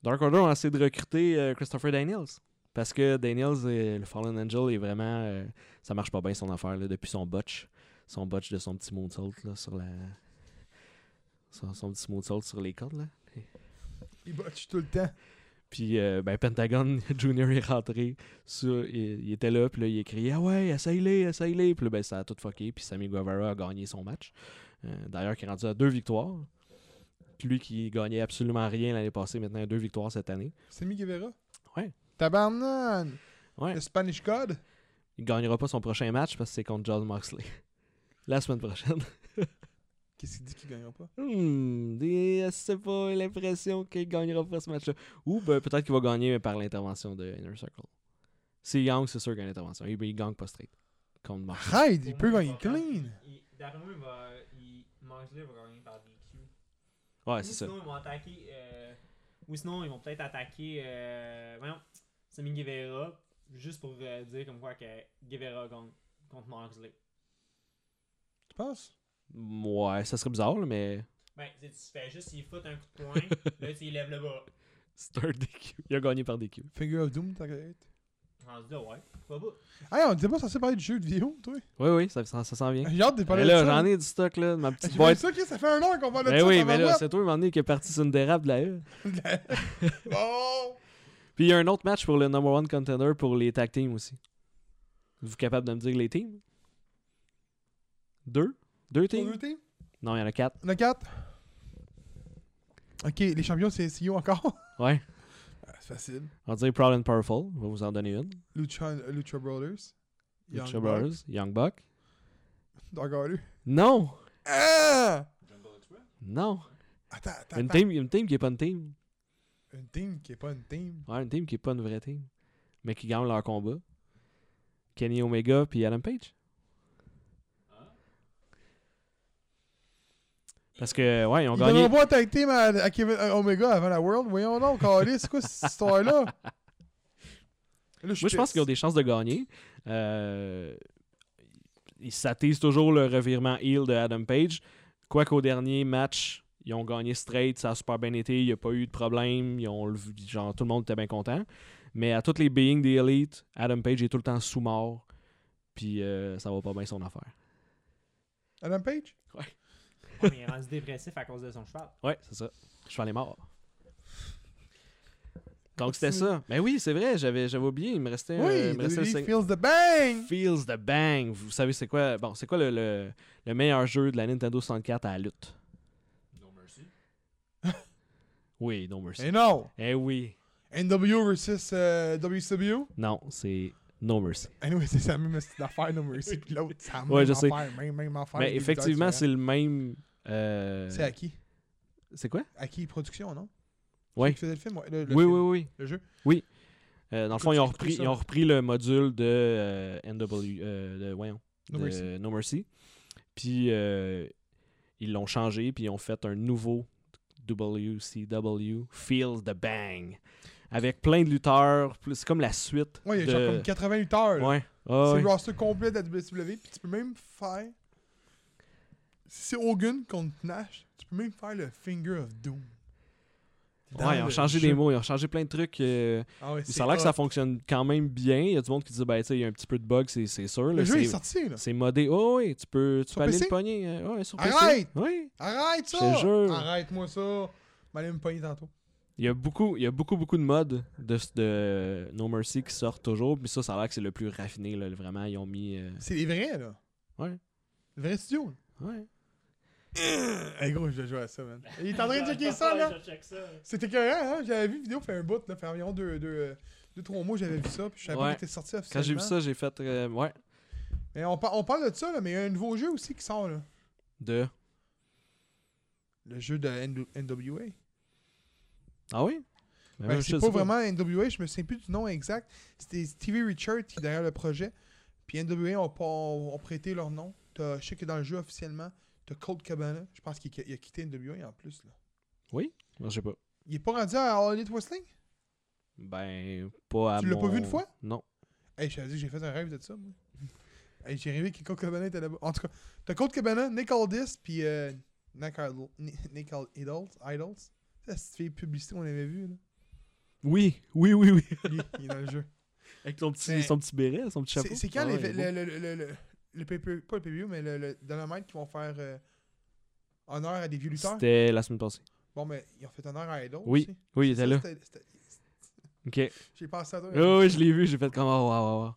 [SPEAKER 3] Dark Order ont essayé de recruter euh, Christopher Daniels. Parce que Daniels, euh, le Fallen Angel, est vraiment. euh, ça marche pas bien son affaire là, depuis son botch. Son botch de son petit moonsault là, sur la. Son, son petit moonsault sur les cordes là.
[SPEAKER 2] Il botche tout le temps.
[SPEAKER 3] Puis euh, ben, Pentagon (laughs) Junior est rentré. Sur, il, il était là, puis là, il a crié Ah ouais, essaye-les, essaye-les. Puis là, ben, ça a tout fucké. Puis Sammy Guevara a gagné son match. Euh, D'ailleurs, qui est rendu à deux victoires. Puis lui qui gagnait absolument rien l'année passée, maintenant a deux victoires cette année.
[SPEAKER 2] Sammy Guevara?
[SPEAKER 3] Ouais.
[SPEAKER 2] Tabarnan!
[SPEAKER 3] Ouais.
[SPEAKER 2] Le Spanish Code?
[SPEAKER 3] Il gagnera pas son prochain match parce que c'est contre John Moxley. (laughs) La semaine prochaine.
[SPEAKER 2] Qu'est-ce qu'il dit qu'il gagnera pas?
[SPEAKER 3] Hmm, des- c'est pas l'impression qu'il gagnera pas ce match-là. Ou ben, peut-être qu'il va gagner par l'intervention de Inner Circle. S'il gagne, c'est sûr qu'il y a une intervention. Il, il gagne pas straight. Contre Moxley.
[SPEAKER 2] Raid, il
[SPEAKER 4] Pour
[SPEAKER 2] peut
[SPEAKER 4] moi,
[SPEAKER 2] gagner
[SPEAKER 4] va gagner.
[SPEAKER 2] clean!
[SPEAKER 4] Il- D'après moi, il va. Il, Moxley va gagner par DQ.
[SPEAKER 3] Ouais,
[SPEAKER 2] Ah!
[SPEAKER 4] Ou
[SPEAKER 3] c'est ça.
[SPEAKER 4] sinon, ils vont attaquer. euh, ou sinon, ils vont peut-être attaquer. Euh, voyons, Sammy Guevara. Juste pour euh, dire comme quoi que Guevara gagne contre Moxley.
[SPEAKER 2] Tu penses?
[SPEAKER 3] Ouais, ça serait bizarre, là, mais
[SPEAKER 4] Ben, tu sais, tu fais juste, il fout un coup de poing.
[SPEAKER 3] (laughs)
[SPEAKER 4] là, tu lèves le bras.
[SPEAKER 3] c'est un DQ. Il a gagné par DQ.
[SPEAKER 2] Finger of Doom, t'inquiète.
[SPEAKER 4] Rendu là, ouais. Pas beau.
[SPEAKER 2] Ah, on était pas censé parler de jeu de vidéo, toi?
[SPEAKER 3] Oui, oui, ça, ça, ça s'en vient.
[SPEAKER 2] Ah, J'ai hâte de parler
[SPEAKER 3] Mais
[SPEAKER 2] de
[SPEAKER 3] là,
[SPEAKER 2] ça. Ben, Ah,
[SPEAKER 3] j'en ai du stock, là, de ma
[SPEAKER 2] J'ai
[SPEAKER 3] petite
[SPEAKER 2] vu
[SPEAKER 3] boîte.
[SPEAKER 2] ça, ok, ça fait un an qu'on parle de
[SPEAKER 3] Mais
[SPEAKER 2] ça.
[SPEAKER 3] oui,
[SPEAKER 2] ça
[SPEAKER 3] mais là,
[SPEAKER 2] m'envoie.
[SPEAKER 3] c'est toi, un moment donné, qui est parti sur une dérape de la E.
[SPEAKER 2] Bon!
[SPEAKER 3] Puis il y a un autre match pour le number one contender pour les tag teams aussi. Vous capable de me dire les teams Deux Deux
[SPEAKER 2] Pour
[SPEAKER 3] teams
[SPEAKER 2] deux teams?
[SPEAKER 3] Non, il y en a quatre.
[SPEAKER 2] On a quatre. Ok, les champions, c'est CEO encore.
[SPEAKER 3] Ouais.
[SPEAKER 2] Ah, c'est facile.
[SPEAKER 3] On va dire Proud and Powerful. On va vous en donner une.
[SPEAKER 2] Lucha, euh, Lucha Brothers. Young
[SPEAKER 3] Lucha
[SPEAKER 2] Bucks,
[SPEAKER 3] Brothers. Young Buck.
[SPEAKER 2] Dark Order.
[SPEAKER 3] Non
[SPEAKER 2] Ah!
[SPEAKER 5] Jungle Express?
[SPEAKER 3] Non
[SPEAKER 2] Attends, attends.
[SPEAKER 3] Une
[SPEAKER 2] attends.
[SPEAKER 3] team, une team qui est pas une team.
[SPEAKER 2] Une team qui est pas une team.
[SPEAKER 3] Ouais, une team qui est pas une vraie team. Mais qui gagne leur combat. Kenny Omega puis Adam Page.
[SPEAKER 5] Hein?
[SPEAKER 3] Parce que, ouais, ils ont
[SPEAKER 2] Ils
[SPEAKER 3] gagné.
[SPEAKER 2] donneront pas un tag team à, à Kevin à Omega avant la World. Voyons donc, Carlis, c'est quoi cette
[SPEAKER 3] (laughs)
[SPEAKER 2] histoire-là? Là,
[SPEAKER 3] Moi, je pense
[SPEAKER 2] pisse.
[SPEAKER 3] qu'ils ont des chances de gagner. Euh, ils s'attisent toujours le revirement heel de Adam Page. Quoiqu'au dernier match, ils ont gagné straight, ça a super bien été, il n'y a pas eu de problème, ils ont, levé- genre, tout le monde était bien content. Mais à toutes les beings des élites, Adam Page est tout le temps sous-mort, puis euh, ça va pas bien son affaire.
[SPEAKER 2] Adam Page?
[SPEAKER 4] Ouais, mais il est rendu dépressif à cause de son cheval.
[SPEAKER 3] Ouais, c'est ça. Je suis les morts. Donc c'était ça. Mais oui, c'est vrai, j'avais j'avais oublié, il me restait, un- il
[SPEAKER 2] Oui,
[SPEAKER 3] me restait
[SPEAKER 2] WWE
[SPEAKER 3] le seg-
[SPEAKER 2] feels the bang!
[SPEAKER 3] Feels the Bang. Vous savez c'est quoi Bon, c'est quoi le, le, le meilleur jeu de la Nintendo 64 à la lutte
[SPEAKER 5] No Mercy.
[SPEAKER 3] (laughs) Oui, No Mercy.
[SPEAKER 2] Et non!
[SPEAKER 3] Eh oui.
[SPEAKER 2] NW versus euh, WCW?
[SPEAKER 3] Non, c'est No Mercy.
[SPEAKER 2] Anyway, c'est la même petite affaire, No Mercy. Puis l'autre, c'est la même
[SPEAKER 3] Ouais, je sais.
[SPEAKER 2] affaire, même, même affaire.
[SPEAKER 3] Mais
[SPEAKER 2] des
[SPEAKER 3] effectivement,
[SPEAKER 2] lutteurs
[SPEAKER 3] c'est le même euh,
[SPEAKER 2] différents. C'est à qui
[SPEAKER 3] C'est quoi
[SPEAKER 2] À qui Production, non
[SPEAKER 3] Ouais.
[SPEAKER 2] Qui faisait le film ouais, le, le
[SPEAKER 3] Oui, oui,
[SPEAKER 2] film,
[SPEAKER 3] oui,
[SPEAKER 2] Le jeu
[SPEAKER 3] Euh, dans le fond, ils ont, repris, ils ont repris le module de euh, NW, euh, de, voyons,
[SPEAKER 2] No
[SPEAKER 3] de
[SPEAKER 2] Mercy.
[SPEAKER 3] No Mercy. Puis euh, ils l'ont changé, puis ils ont fait un nouveau WCW Feel the Bang. Avec plein de lutteurs. plus- C'est comme la suite.
[SPEAKER 2] Ouais, il y a
[SPEAKER 3] de...
[SPEAKER 2] genre comme 88 heures. là.
[SPEAKER 3] Ouais. Ah,
[SPEAKER 2] c'est
[SPEAKER 3] ouais.
[SPEAKER 2] le roster complet de la WWE. Puis tu peux même faire. Si c'est Hogan contre Nash, tu peux même faire le Finger of Doom. Dans
[SPEAKER 3] Ouais, ils ont
[SPEAKER 2] le
[SPEAKER 3] changé
[SPEAKER 2] jeu.
[SPEAKER 3] des mots, ils ont changé plein de trucs. euh,
[SPEAKER 2] Ah ouais, c'est
[SPEAKER 3] ça a l'air que ça
[SPEAKER 2] hot.
[SPEAKER 3] fonctionne quand même bien. Il y a du monde qui dit, ben, tu sais, il y a un petit peu de bug, c'est c'est sûr.
[SPEAKER 2] Le
[SPEAKER 3] là,
[SPEAKER 2] jeu est
[SPEAKER 3] c'est-
[SPEAKER 2] sorti, là.
[SPEAKER 3] C'est modé. Oh, oui, tu peux, tu
[SPEAKER 2] Sur
[SPEAKER 3] peux aller
[SPEAKER 2] PC?
[SPEAKER 3] le pogner. euh, ouais, sur PC.
[SPEAKER 2] Arrête!
[SPEAKER 3] Oui.
[SPEAKER 2] Arrête ça!
[SPEAKER 3] Je te jure.
[SPEAKER 2] Arrête-moi ça. M'allez me pogner tantôt.
[SPEAKER 3] Il y a beaucoup, il y a beaucoup, beaucoup de modes de, de No Mercy qui sortent toujours. Puis ça, ça a l'air que c'est le plus raffiné. Là, vraiment, ils ont mis. euh,
[SPEAKER 2] C'est les vrais, là.
[SPEAKER 3] Ouais.
[SPEAKER 2] Les vrais studios.
[SPEAKER 3] ouais.
[SPEAKER 2] Hé gros, je vais jouer à ça, man. Il est en train de checker ça, là.
[SPEAKER 4] Je check ça.
[SPEAKER 2] C'était écœurant, hein. J'avais vu une vidéo faire un bout, là. Fait environ 2-3 deux, deux, euh, deux, trois mois, j'avais vu ça. Puis je savais pas
[SPEAKER 3] Ouais.
[SPEAKER 2] qu'il était sorti officiellement.
[SPEAKER 3] Quand j'ai vu ça, j'ai fait. euh, ouais.
[SPEAKER 2] Mais on, par- on parle de ça, là. Mais il y a un nouveau jeu aussi qui sort, là.
[SPEAKER 3] De.
[SPEAKER 2] Le jeu de N- NWA.
[SPEAKER 3] Ah oui? Ben,
[SPEAKER 2] Ben,
[SPEAKER 3] même
[SPEAKER 2] c'est
[SPEAKER 3] chose,
[SPEAKER 2] pas vraiment NWA, je me souviens plus du nom exact. C'était Stevie Richard qui est derrière le projet. Puis NWA ont, pas- ont prêté leur nom. T'as- je sais que dans le jeu officiellement, t'as Cold Cabana. Je pense qu'il il a quitté NWA en plus. Là.
[SPEAKER 3] Je sais pas.
[SPEAKER 2] Il est pas rendu à All Elite Wrestling?
[SPEAKER 3] Ben, pas à
[SPEAKER 2] Tu l'as pas
[SPEAKER 3] mon-
[SPEAKER 2] vu une fois?
[SPEAKER 3] Non.
[SPEAKER 2] Hey, je t'avais dit que j'ai fait un rêve de ça, moi. (laughs) Hey, j'ai rêvé que Cold Cabana était là-bas. En tout cas, t'as Cold Cabana, Nick Aldis, puis euh, Nick, Idol, Nick Idol- Idols. Idols. Ça, cette fille publicité, on l'avait vu. Là.
[SPEAKER 3] Oui, oui, oui, oui.
[SPEAKER 2] Lui, il est dans le (laughs) jeu.
[SPEAKER 3] Avec son petit,
[SPEAKER 2] Mais-
[SPEAKER 3] son petit béret, son petit chapeau.
[SPEAKER 2] C'est c'est quand
[SPEAKER 3] Ah
[SPEAKER 2] les-
[SPEAKER 3] ouais, il est
[SPEAKER 2] le, le, le, le, le, le pay-per- pas le pay-per-view, mais le, le Dynamite qui vont faire euh, honneur à des vieux
[SPEAKER 3] beau.
[SPEAKER 2] lutteurs.
[SPEAKER 3] C'était la semaine passée.
[SPEAKER 2] Bon, mais ils ont fait honneur à Idol
[SPEAKER 3] Oui,
[SPEAKER 2] aussi.
[SPEAKER 3] oui, il
[SPEAKER 2] Ça,
[SPEAKER 3] était là.
[SPEAKER 2] c'était- c'était-
[SPEAKER 3] Ok.
[SPEAKER 2] J'ai pensé à toi.
[SPEAKER 3] Oui, oui, je l'ai vu, j'ai fait comme oh, wow, wow, wow.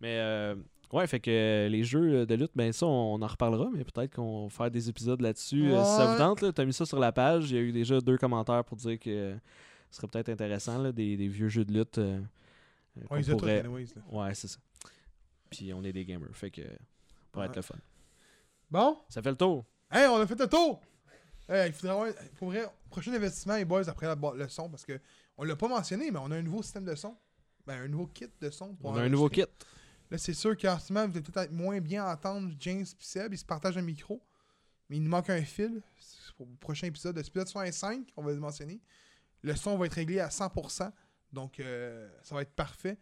[SPEAKER 3] Mais euh, ouais, fait que euh, les jeux de lutte, ben ça, on en reparlera, mais peut-être qu'on va faire des épisodes là-dessus. Euh, si ça
[SPEAKER 2] Ouais.
[SPEAKER 3] vous tente, là, t'as mis ça sur la page. Il y a eu déjà deux commentaires pour dire que euh, ce serait peut-être intéressant, là, des, des vieux jeux de lutte. euh, euh,
[SPEAKER 2] On les
[SPEAKER 3] qu'on
[SPEAKER 2] a tous,
[SPEAKER 3] pourrait...
[SPEAKER 2] anyways, là.
[SPEAKER 3] Ouais, c'est ça. Puis on est des gamers, fait que pour être
[SPEAKER 2] Ouais.
[SPEAKER 3] le fun.
[SPEAKER 2] Bon,
[SPEAKER 3] Ça fait le tour.
[SPEAKER 2] hey, on a fait le tour! Hey, il faudrait avoir. Pour vrai, prochain investissement, les boys, après la bo- le son, parce que on l'a pas mentionné, mais on a un nouveau système de son. Ben, un nouveau kit de son. pour
[SPEAKER 3] on a un nouveau
[SPEAKER 2] enregistrer.
[SPEAKER 3] kit.
[SPEAKER 2] Là, c'est sûr qu'en ce moment, vous allez peut-être moins bien entendre James et Seb. Ils se partagent un micro. Mais il nous manque un fil. C'est Pour le prochain épisode, l'épisode 65, on va le mentionner. Le son va être réglé à 100%. Donc, euh, ça va être parfait.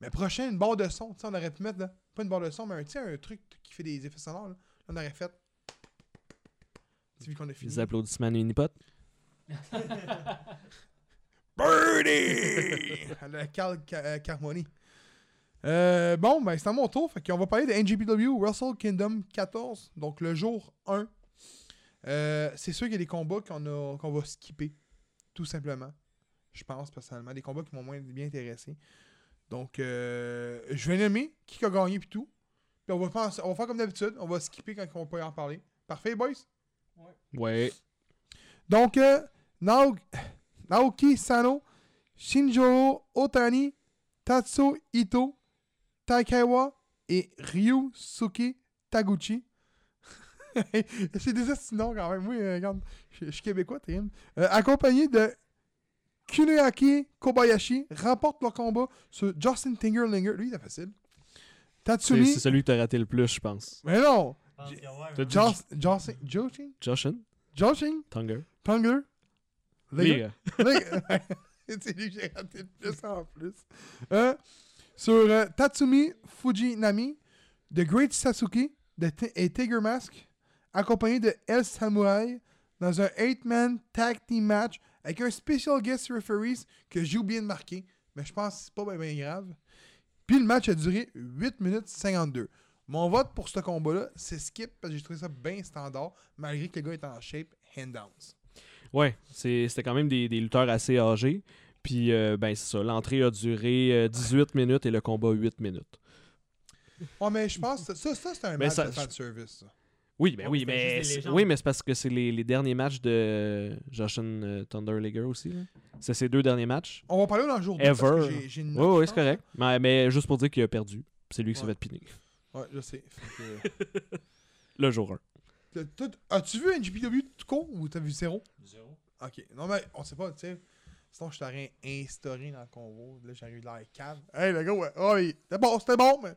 [SPEAKER 2] Mais prochain, une barre de son. Tu sais, on aurait pu mettre, là, pas une barre de son, mais un, tu sais, un truc qui fait des effets sonores. Là, Là, on aurait fait. Tu sais, vu qu'on a fini.
[SPEAKER 3] Les applaudissements à Unipot.
[SPEAKER 2] Birdie! (laughs) Le Carl Ca- euh, Carmoni. Euh, bon, ben, c'est à mon tour. Fait qu'on va parler de NGPW Wrestle Kingdom 14, donc le jour 1. Euh, c'est sûr qu'il y a des combats qu'on a- qu'on va skipper, tout simplement. Je pense, personnellement. Des combats qui m'ont moins bien intéressé. Donc, euh, je vais nommer qui a gagné puis tout. Puis on va, faire, on va faire comme d'habitude. On va skipper quand on va pas y en parler. Parfait, boys?
[SPEAKER 3] Ouais.
[SPEAKER 2] Donc, euh, Nao- Naoki Sano, Shinjiro Otani, Tatsuo Ito, Taikawa et Ryusuke Taguchi. (laughs) C'est des assinants quand même. Oui, euh, regarde, je je suis québécois, t'es une. Euh, Accompagné de Kuneaki Kobayashi, remporte leur combat sur Justin Tingerlinger. Lui, il est facile.
[SPEAKER 3] C'est
[SPEAKER 2] Tatsumi.
[SPEAKER 3] c'est celui que t'as raté le plus, je pense.
[SPEAKER 2] Mais non!
[SPEAKER 4] Je pense qu'il y a ouais,
[SPEAKER 3] T'as
[SPEAKER 4] un-
[SPEAKER 3] dit-
[SPEAKER 2] Jos- Joshin? Joshin?
[SPEAKER 3] Joshin,
[SPEAKER 2] Joshin?
[SPEAKER 3] Tunger.
[SPEAKER 2] Tanger?
[SPEAKER 3] Les gars.
[SPEAKER 2] (laughs) Là, c'est lui que j'ai raté le plus en plus. Euh, sur euh, Tatsumi Fujinami, The Great Sasuke de Ti- et Tiger Mask, accompagné de El Samurai, dans un 8-man tag team match avec un special guest referees que j'ai oublié de marquer, mais je pense que c'est pas bien grave. Puis le match a duré 8 minutes 52. Mon vote pour ce combat-là, c'est skip parce que j'ai trouvé ça bien standard, malgré que le gars est en shape, hand downs.
[SPEAKER 3] Ouais, c'est- c'était quand même des, des lutteurs assez âgés. Puis, euh, ben, c'est ça. L'entrée a duré euh, 18 minutes et le combat 8 minutes.
[SPEAKER 2] Ouais, mais je pense que ça, ça c'est un
[SPEAKER 3] Mais
[SPEAKER 2] match
[SPEAKER 3] ça-
[SPEAKER 2] de fan service. ça.
[SPEAKER 3] Oui, ben
[SPEAKER 4] Ouais,
[SPEAKER 3] oui,
[SPEAKER 4] Oh, c'était
[SPEAKER 3] mais.
[SPEAKER 4] juste des
[SPEAKER 3] c'est-
[SPEAKER 4] légendes.
[SPEAKER 3] Oui, mais c'est parce que c'est les, les derniers matchs de Joshin euh, Thunder Liger aussi. là. C'est ses deux derniers matchs.
[SPEAKER 2] On va parler dans le jour deux,
[SPEAKER 3] Ever.
[SPEAKER 2] parce que j'ai- j'ai une
[SPEAKER 3] Oui,
[SPEAKER 2] note, je
[SPEAKER 3] oui,
[SPEAKER 2] pense.
[SPEAKER 3] c'est correct. Mais, mais juste pour dire qu'il a perdu. C'est lui qui s'est
[SPEAKER 2] Ouais.
[SPEAKER 3] fait piner.
[SPEAKER 2] Ouais, je sais. Fait que- (laughs)
[SPEAKER 3] Le jour 1.
[SPEAKER 2] T'as- t'as- As-tu vu NGPW tout court ou t'as vu zéro
[SPEAKER 5] Zéro.
[SPEAKER 2] Ok. Non, mais on sait pas, tu sais. Sinon, je t'aurais instauré dans le convo. Là, j'aurais eu l'air calme. Hey, le gars, ouais. oh, il- c'était bon, c'était bon, mais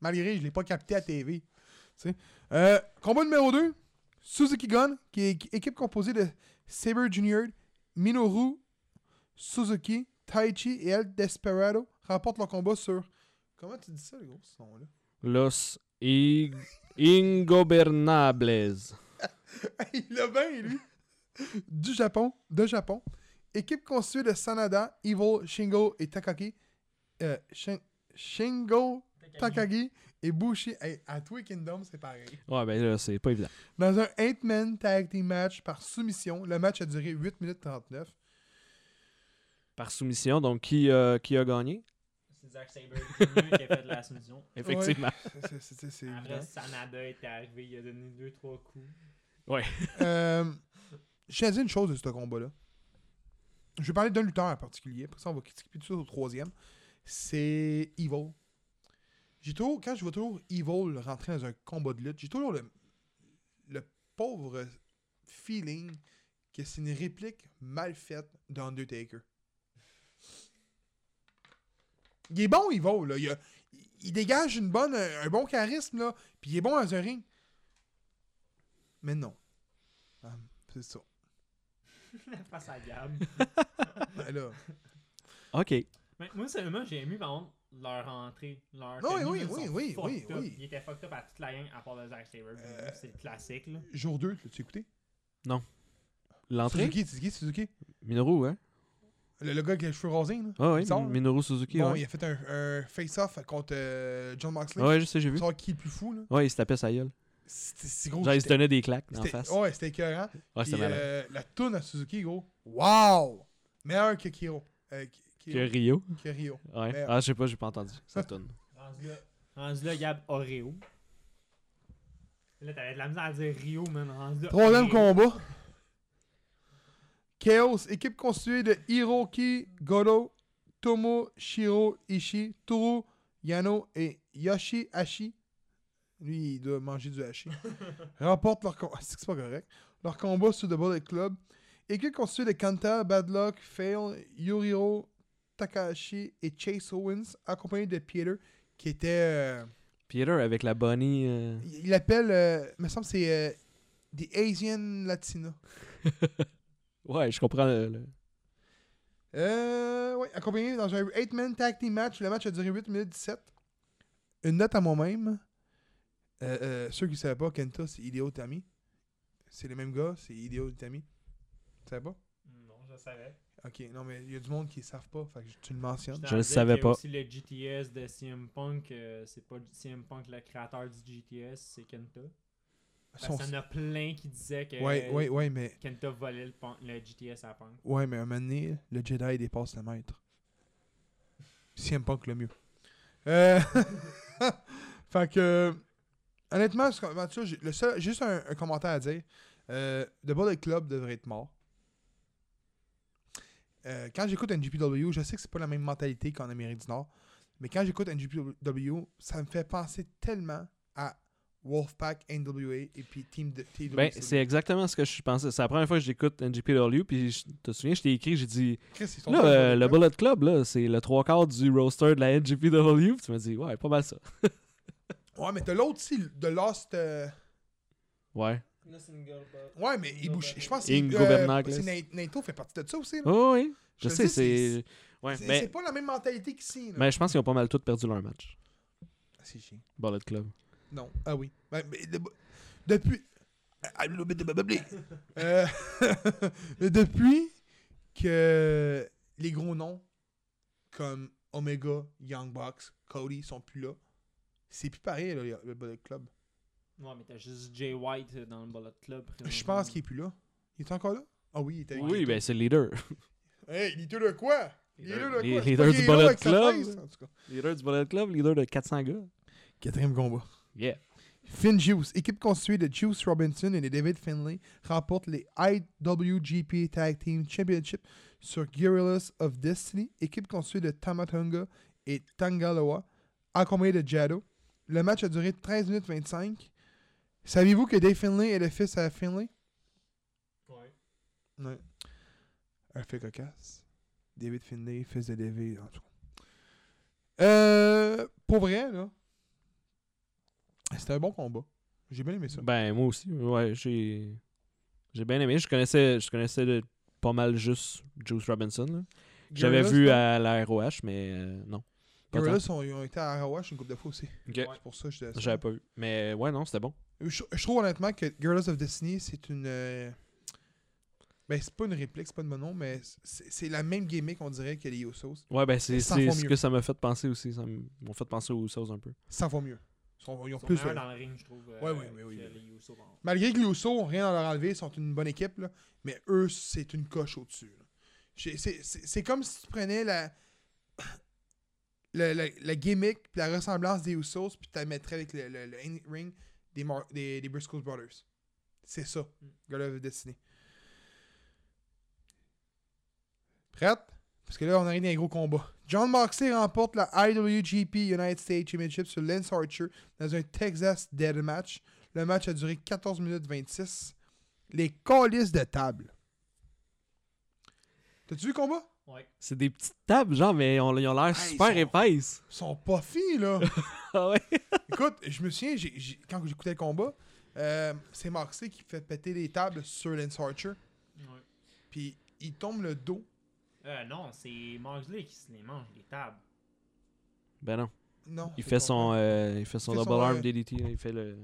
[SPEAKER 2] malgré, je l'ai pas capté à TV. Tu sais. Euh, combat numéro 2. Suzuki Gun, qui est équ- équipe composée de Saber Jr., Minoru, Suzuki, Taichi et El Desperado, remportent leur combat sur. Comment tu dis ça, le gros, ce nom-là
[SPEAKER 3] Los I- Ingobernables.
[SPEAKER 2] (laughs) Il l'a bien, lui. Du Japon, de Japon. Équipe constituée de Sanada, Evil, Shingo et Takagi. Euh, Shin- Shingo, Takagi et Bushi. Hey, à tous les Kingdom, c'est pareil.
[SPEAKER 3] Ouais, ben là, c'est pas évident.
[SPEAKER 2] Dans un 8-man tag team match par soumission, le match a duré 8 minutes 39.
[SPEAKER 3] Par soumission, donc qui, euh, qui a gagné
[SPEAKER 4] C'est Zack Sabre Jr. qui a fait de la soumission.
[SPEAKER 3] Effectivement.
[SPEAKER 2] C'est- c'est- c'est- c'est
[SPEAKER 4] Après,
[SPEAKER 2] évident.
[SPEAKER 4] Sanada était arrivé, il a donné 2-3 coups. (laughs)
[SPEAKER 2] Euh, Je vais dire une chose de ce combat-là. Je vais parler d'un lutteur en particulier. Après ça, on va skipper tout de suite au troisième. C'est Evil. J'ai toujours, quand je vois toujours Evil rentrer dans un combat de lutte, j'ai toujours le, le pauvre feeling que c'est une réplique mal faite d'Undertaker. Il est bon, Evil. Là. Il, a- il dégage une bonne, un bon charisme. Là. Puis il est bon dans un ring. Mais non. Ah, c'est ça.
[SPEAKER 4] Face à Gab.
[SPEAKER 2] Ben là.
[SPEAKER 3] Ok.
[SPEAKER 4] Mais moi, seulement, j'ai aimé, par contre, leur entrée. Leur
[SPEAKER 2] Non, oui,
[SPEAKER 4] tenue,
[SPEAKER 2] oui,
[SPEAKER 4] ils sont
[SPEAKER 2] oui, oui,
[SPEAKER 4] fucked
[SPEAKER 2] oui,
[SPEAKER 4] up.
[SPEAKER 2] oui.
[SPEAKER 4] Ils étaient fucked up à toute la gang, à part de Zack Sabre Jr.
[SPEAKER 2] Euh,
[SPEAKER 4] C'est le classique, là.
[SPEAKER 2] Jour 2, l'as-tu écouté?
[SPEAKER 3] L'entrée
[SPEAKER 2] Suzuki, Suzuki, Suzuki.
[SPEAKER 3] Minoru, hein
[SPEAKER 2] Le, le gars qui a les cheveux rasés, là.
[SPEAKER 3] Ah oui,
[SPEAKER 2] Bizarre.
[SPEAKER 3] Minoru Suzuki.
[SPEAKER 2] Bon,
[SPEAKER 3] ouais.
[SPEAKER 2] il a fait un, un face-off contre euh, John Moxley.
[SPEAKER 3] Ah ouais, je sais, j'ai vu.
[SPEAKER 2] Savoir qui est le plus fou, là.
[SPEAKER 3] Ouais, il se tapait sa gueule.
[SPEAKER 2] C'était si gros.
[SPEAKER 3] Genre, il se
[SPEAKER 2] c'était-
[SPEAKER 3] donnait des claques en
[SPEAKER 2] c'était-
[SPEAKER 3] face.
[SPEAKER 2] Ouais, c'était écœurant.
[SPEAKER 3] Ouais, c'était
[SPEAKER 2] Puis,
[SPEAKER 3] malade.
[SPEAKER 2] euh, la toune à Suzuki, gros. Wow! Meilleur que Kiro. Euh, Ki-
[SPEAKER 3] Que
[SPEAKER 2] Kiro-
[SPEAKER 3] Rio.
[SPEAKER 2] que Rio.
[SPEAKER 3] Ouais.
[SPEAKER 2] Merde.
[SPEAKER 3] Ah, je sais pas, j'ai pas
[SPEAKER 2] (laughs)
[SPEAKER 3] entendu. Ça tourne.
[SPEAKER 4] Rendu là, rendu là, Gab Oreo. Là, t'avais de la misère à dire Rio, man. Rendu là,
[SPEAKER 2] Troisième
[SPEAKER 4] Oreo.
[SPEAKER 2] combat. Chaos, équipe constituée de Hiroki, Goro, Tomo, Shiro, Ishii, Toru, Yano et Yoshi Hashi. Lui, il doit manger du hashi. Remporte leur combat. C'est pas correct. Leur combat sur The Bullet Club. Équipe constituée de Kanta, Badlock, Fail, Yuriro, Takahashi et Chase Owens, accompagné de Peter, qui était. euh,
[SPEAKER 3] Peter avec la Bonnie. euh,
[SPEAKER 2] il il appelle. euh, me semble que c'est. euh, The Asian Latina.
[SPEAKER 3] Ouais, je comprends le. le-
[SPEAKER 2] Euh, ouais, accompagné dans un 8-man tag team match. Le match a duré 8 minutes 17. Une note à moi-même. Euh, euh, ceux qui ne savaient pas, Kenta, c'est Hideo Tami. C'est le même gars, c'est Hideo Tami. Tu savais pas?
[SPEAKER 4] Non, je savais.
[SPEAKER 2] Ok, non, mais il y a du monde qui ne savent pas. Fait que tu le mentionnes.
[SPEAKER 3] le savais pas.
[SPEAKER 4] C'est le GTS de CM Punk. euh, c'est pas CM Punk le créateur du GTS, c'est Kenta. Parce
[SPEAKER 2] Son-
[SPEAKER 4] qu'il y en a plein qui disaient que
[SPEAKER 2] Ouais, ouais, ouais, mais.
[SPEAKER 4] Kenta volait le, punk- le GTS à Punk.
[SPEAKER 2] Ouais, mais à un moment donné, le Jedi dépasse le maître. CM Punk le mieux. Euh... (laughs) fait que. Honnêtement, ce qu'on- en tout cas, j'ai- le seul- juste un, un commentaire à dire. Euh, The Bullet Club devrait être mort. Euh, quand j'écoute NGPW, je sais que c'est pas la même mentalité qu'en Amérique du Nord. Mais quand j'écoute NGPW, ça me fait penser tellement à Wolfpack, NWA et puis Team de, TWC.
[SPEAKER 3] Ben, c'est exactement ce que je pensais. C'est la première fois que j'écoute NGPW. Puis, je te souviens, je t'ai écrit, j'ai dit.
[SPEAKER 2] Chris, ils sont
[SPEAKER 3] Là,
[SPEAKER 2] tous
[SPEAKER 3] euh,
[SPEAKER 2] Bullet
[SPEAKER 3] le
[SPEAKER 2] Club.
[SPEAKER 3] Bullet Club, là, c'est le trois quarts du roster de la NGPW. Puis tu m'as dit, ouais, pas mal ça.
[SPEAKER 2] Ouais, mais t'as l'autre aussi, de Lost. euh,
[SPEAKER 3] Ouais.
[SPEAKER 2] Ouais, mais il bouge. Je pense que
[SPEAKER 3] Ingo
[SPEAKER 2] euh,
[SPEAKER 3] Bernacles.
[SPEAKER 2] c'est Na- NATO fait partie de ça aussi. là.
[SPEAKER 3] Oh, oui. Je,
[SPEAKER 2] te
[SPEAKER 3] sais,
[SPEAKER 2] dis,
[SPEAKER 3] c'est. Ouais,
[SPEAKER 2] c'est- C'est
[SPEAKER 3] mais,
[SPEAKER 2] pas la même mentalité qu'ici. là.
[SPEAKER 3] mais je pense qu'ils ont pas mal tous perdu leur match.
[SPEAKER 2] Ah, C'est chiant.
[SPEAKER 3] Bullet Club.
[SPEAKER 2] Non. Ah oui. Ouais, mais de- depuis. Ah, le- le- le- (laughs) le- Euh, depuis que les gros noms comme Omega, Young Bucks, Cody sont plus là, c'est plus pareil là, le Bullet Club.
[SPEAKER 4] Ouais, mais t'as juste Jay White euh, dans le Bullet Club. euh,
[SPEAKER 2] Je pense qu'il est plus là. Il est encore là? Ah oui, il était
[SPEAKER 3] Oui, ben, c'est le leader.
[SPEAKER 2] Hey, il est le quoi? Il est
[SPEAKER 3] Leader-
[SPEAKER 2] le quoi? C'est pas
[SPEAKER 3] les- leader
[SPEAKER 2] qu'il
[SPEAKER 3] du
[SPEAKER 2] est là
[SPEAKER 3] Bullet
[SPEAKER 2] avec sa
[SPEAKER 3] Club.
[SPEAKER 2] face, en tout cas.
[SPEAKER 3] leader du Bullet Club, leader de 400 gars.
[SPEAKER 2] Quatrième combat.
[SPEAKER 3] Yeah.
[SPEAKER 2] Finn Juice, équipe constituée de Juice Robinson et de David Finlay, remporte les IWGP Tag Team Championship sur Guerrillas of Destiny, équipe constituée de Tamatonga et Tangaloa, accompagnée de Jado. Le match a duré 13 minutes 25. Saviez-vous que Dave Finlay est le fils à Finlay?
[SPEAKER 4] Ouais.
[SPEAKER 2] Ouais. Un fait cocasse. David Finlay, fils de DV, en tout cas. Euh, pour vrai, là, c'était un bon combat. J'ai bien aimé ça.
[SPEAKER 3] Ben, moi aussi. Ouais, j'ai. J'ai bien aimé. Je connaissais, je connaissais le- pas mal juste Juice Robinson. là. J'avais
[SPEAKER 2] Gorillaz,
[SPEAKER 3] vu
[SPEAKER 2] non?
[SPEAKER 3] à la ROH, mais euh, non. Pas
[SPEAKER 2] Gorillaz, on- ils ont été à Arawash une couple de fois aussi.
[SPEAKER 3] tant. Ok.
[SPEAKER 4] Ouais.
[SPEAKER 2] C'est pour ça que j'étais.
[SPEAKER 3] J'avais pas vu. Mais euh, ouais, non, c'était bon.
[SPEAKER 2] Je, je trouve honnêtement que Girls of Destiny, c'est une. euh, Ben, c'est pas une réplique, c'est pas de mon nom, mais c'est c'est la même gimmick, on dirait, que les Usos.
[SPEAKER 3] Ouais, ben, c'est
[SPEAKER 2] Mais cent
[SPEAKER 3] c'est
[SPEAKER 2] fois
[SPEAKER 3] ce
[SPEAKER 2] mieux.
[SPEAKER 3] que ça m'a fait penser aussi. Ça m- m'a fait penser aux choses un peu.
[SPEAKER 2] Ça va mieux. Ils, sont- ils ont
[SPEAKER 4] Ils sont
[SPEAKER 2] plus.
[SPEAKER 4] meilleurs
[SPEAKER 2] de-
[SPEAKER 4] dans le ring, je trouve. euh,
[SPEAKER 2] Ouais, ouais, ouais, oui,
[SPEAKER 4] que
[SPEAKER 2] oui.
[SPEAKER 4] les Usos vont-
[SPEAKER 2] Malgré que les Usos ont rien à leur enlever, ils sont une bonne équipe, là, mais eux, c'est une coche au-dessus. là. J'ai- C'est c'est- c'est comme si tu prenais la. (coughs) La, la, la gimmick puis la ressemblance des Usos puis tu la mettrais avec le, le- le in-ring des, Mar- des, des Briscoe Brothers. C'est ça,
[SPEAKER 4] Mm.
[SPEAKER 2] Girl of Destiny. Prête? Parce que là, on arrive dans un gros combat. John Moxley remporte la IWGP United States Championship sur Lance Archer dans un Texas Dead Match. Le match a duré 14 minutes 26. Les colis de table. T'as-tu vu le combat?
[SPEAKER 4] Ouais.
[SPEAKER 3] C'est des petites tables, genre, mais on- ils ont l'air
[SPEAKER 2] Hey,
[SPEAKER 3] super
[SPEAKER 2] ils sont- (laughs)
[SPEAKER 3] épaisses.
[SPEAKER 2] Ils sont pas fins, là.
[SPEAKER 3] Ah ouais.
[SPEAKER 2] Écoute, je me souviens, j'ai- j'ai- quand j'écoutais le combat, euh, c'est Moxley qui fait péter les tables sur Lance Archer.
[SPEAKER 4] Ouais.
[SPEAKER 2] Puis il tombe le dos.
[SPEAKER 4] Euh, non, c'est Moxley qui se les mange, les tables.
[SPEAKER 3] Ben non.
[SPEAKER 2] Non.
[SPEAKER 3] Il
[SPEAKER 2] c'est
[SPEAKER 3] fait
[SPEAKER 2] pas
[SPEAKER 3] son,
[SPEAKER 2] ça.
[SPEAKER 3] euh, il fait son
[SPEAKER 2] Il fait
[SPEAKER 3] double
[SPEAKER 2] son,
[SPEAKER 3] arm
[SPEAKER 2] euh,
[SPEAKER 3] DDT. là, Il fait le.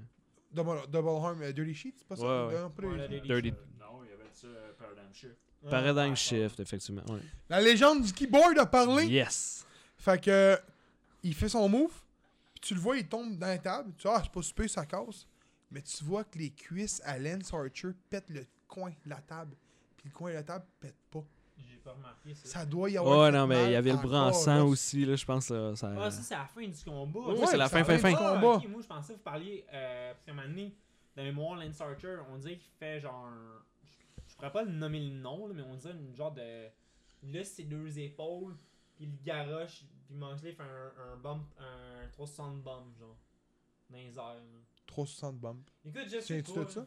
[SPEAKER 2] Double, double Harm euh, Dirty Sheet, c'est pas ça?
[SPEAKER 3] Ouais, ouais.
[SPEAKER 2] Non, pas Dirty Sheet.
[SPEAKER 3] Dirty.
[SPEAKER 5] euh, Non, il y avait ça euh, Paradigm Shift.
[SPEAKER 2] Ah,
[SPEAKER 4] Ouais,
[SPEAKER 3] Paradigm
[SPEAKER 4] ouais,
[SPEAKER 3] Shift, effectivement. ouais.
[SPEAKER 2] La légende du keyboard a parlé.
[SPEAKER 3] Yes.
[SPEAKER 2] Fait que il fait son move, puis tu le vois, il tombe dans la table. Tu vois, ah, c'est pas super, ça casse. Mais tu vois que les cuisses à Lance Archer pètent le coin de la table. Puis le coin de la table pète pas.
[SPEAKER 4] J'ai pas remarqué ça.
[SPEAKER 2] Ça doit y avoir.
[SPEAKER 3] Ouais,
[SPEAKER 2] fait
[SPEAKER 3] non, mais
[SPEAKER 2] mal
[SPEAKER 3] il y avait le
[SPEAKER 2] encore,
[SPEAKER 3] brançant
[SPEAKER 2] là.
[SPEAKER 3] aussi, là, je pense. là, ça...
[SPEAKER 4] Ah, ça, c'est à la fin du combat.
[SPEAKER 3] Euh. Ouais,
[SPEAKER 2] Ouais,
[SPEAKER 3] c'est la
[SPEAKER 2] ça
[SPEAKER 3] fin,
[SPEAKER 2] va
[SPEAKER 3] fin,
[SPEAKER 2] être
[SPEAKER 3] fin.
[SPEAKER 2] ça.
[SPEAKER 4] Ah,
[SPEAKER 2] combat.
[SPEAKER 4] ok, moi, je pensais vous parliez, euh, parce qu'à un moment donné, dans mémoire, Lance Archer, on dirait qu'il fait genre. un- Je, je pourrais pas le nommer le nom, là, mais on dirait une genre de. Là, ses deux épaules, puis le garoche, puis Moxley fait un, un bump, un 360 bump, genre. Dans les airs. là.
[SPEAKER 2] 360 bump.
[SPEAKER 4] Écoute, je sais
[SPEAKER 2] Tiens-tu
[SPEAKER 4] pas.
[SPEAKER 2] de ça?
[SPEAKER 4] là.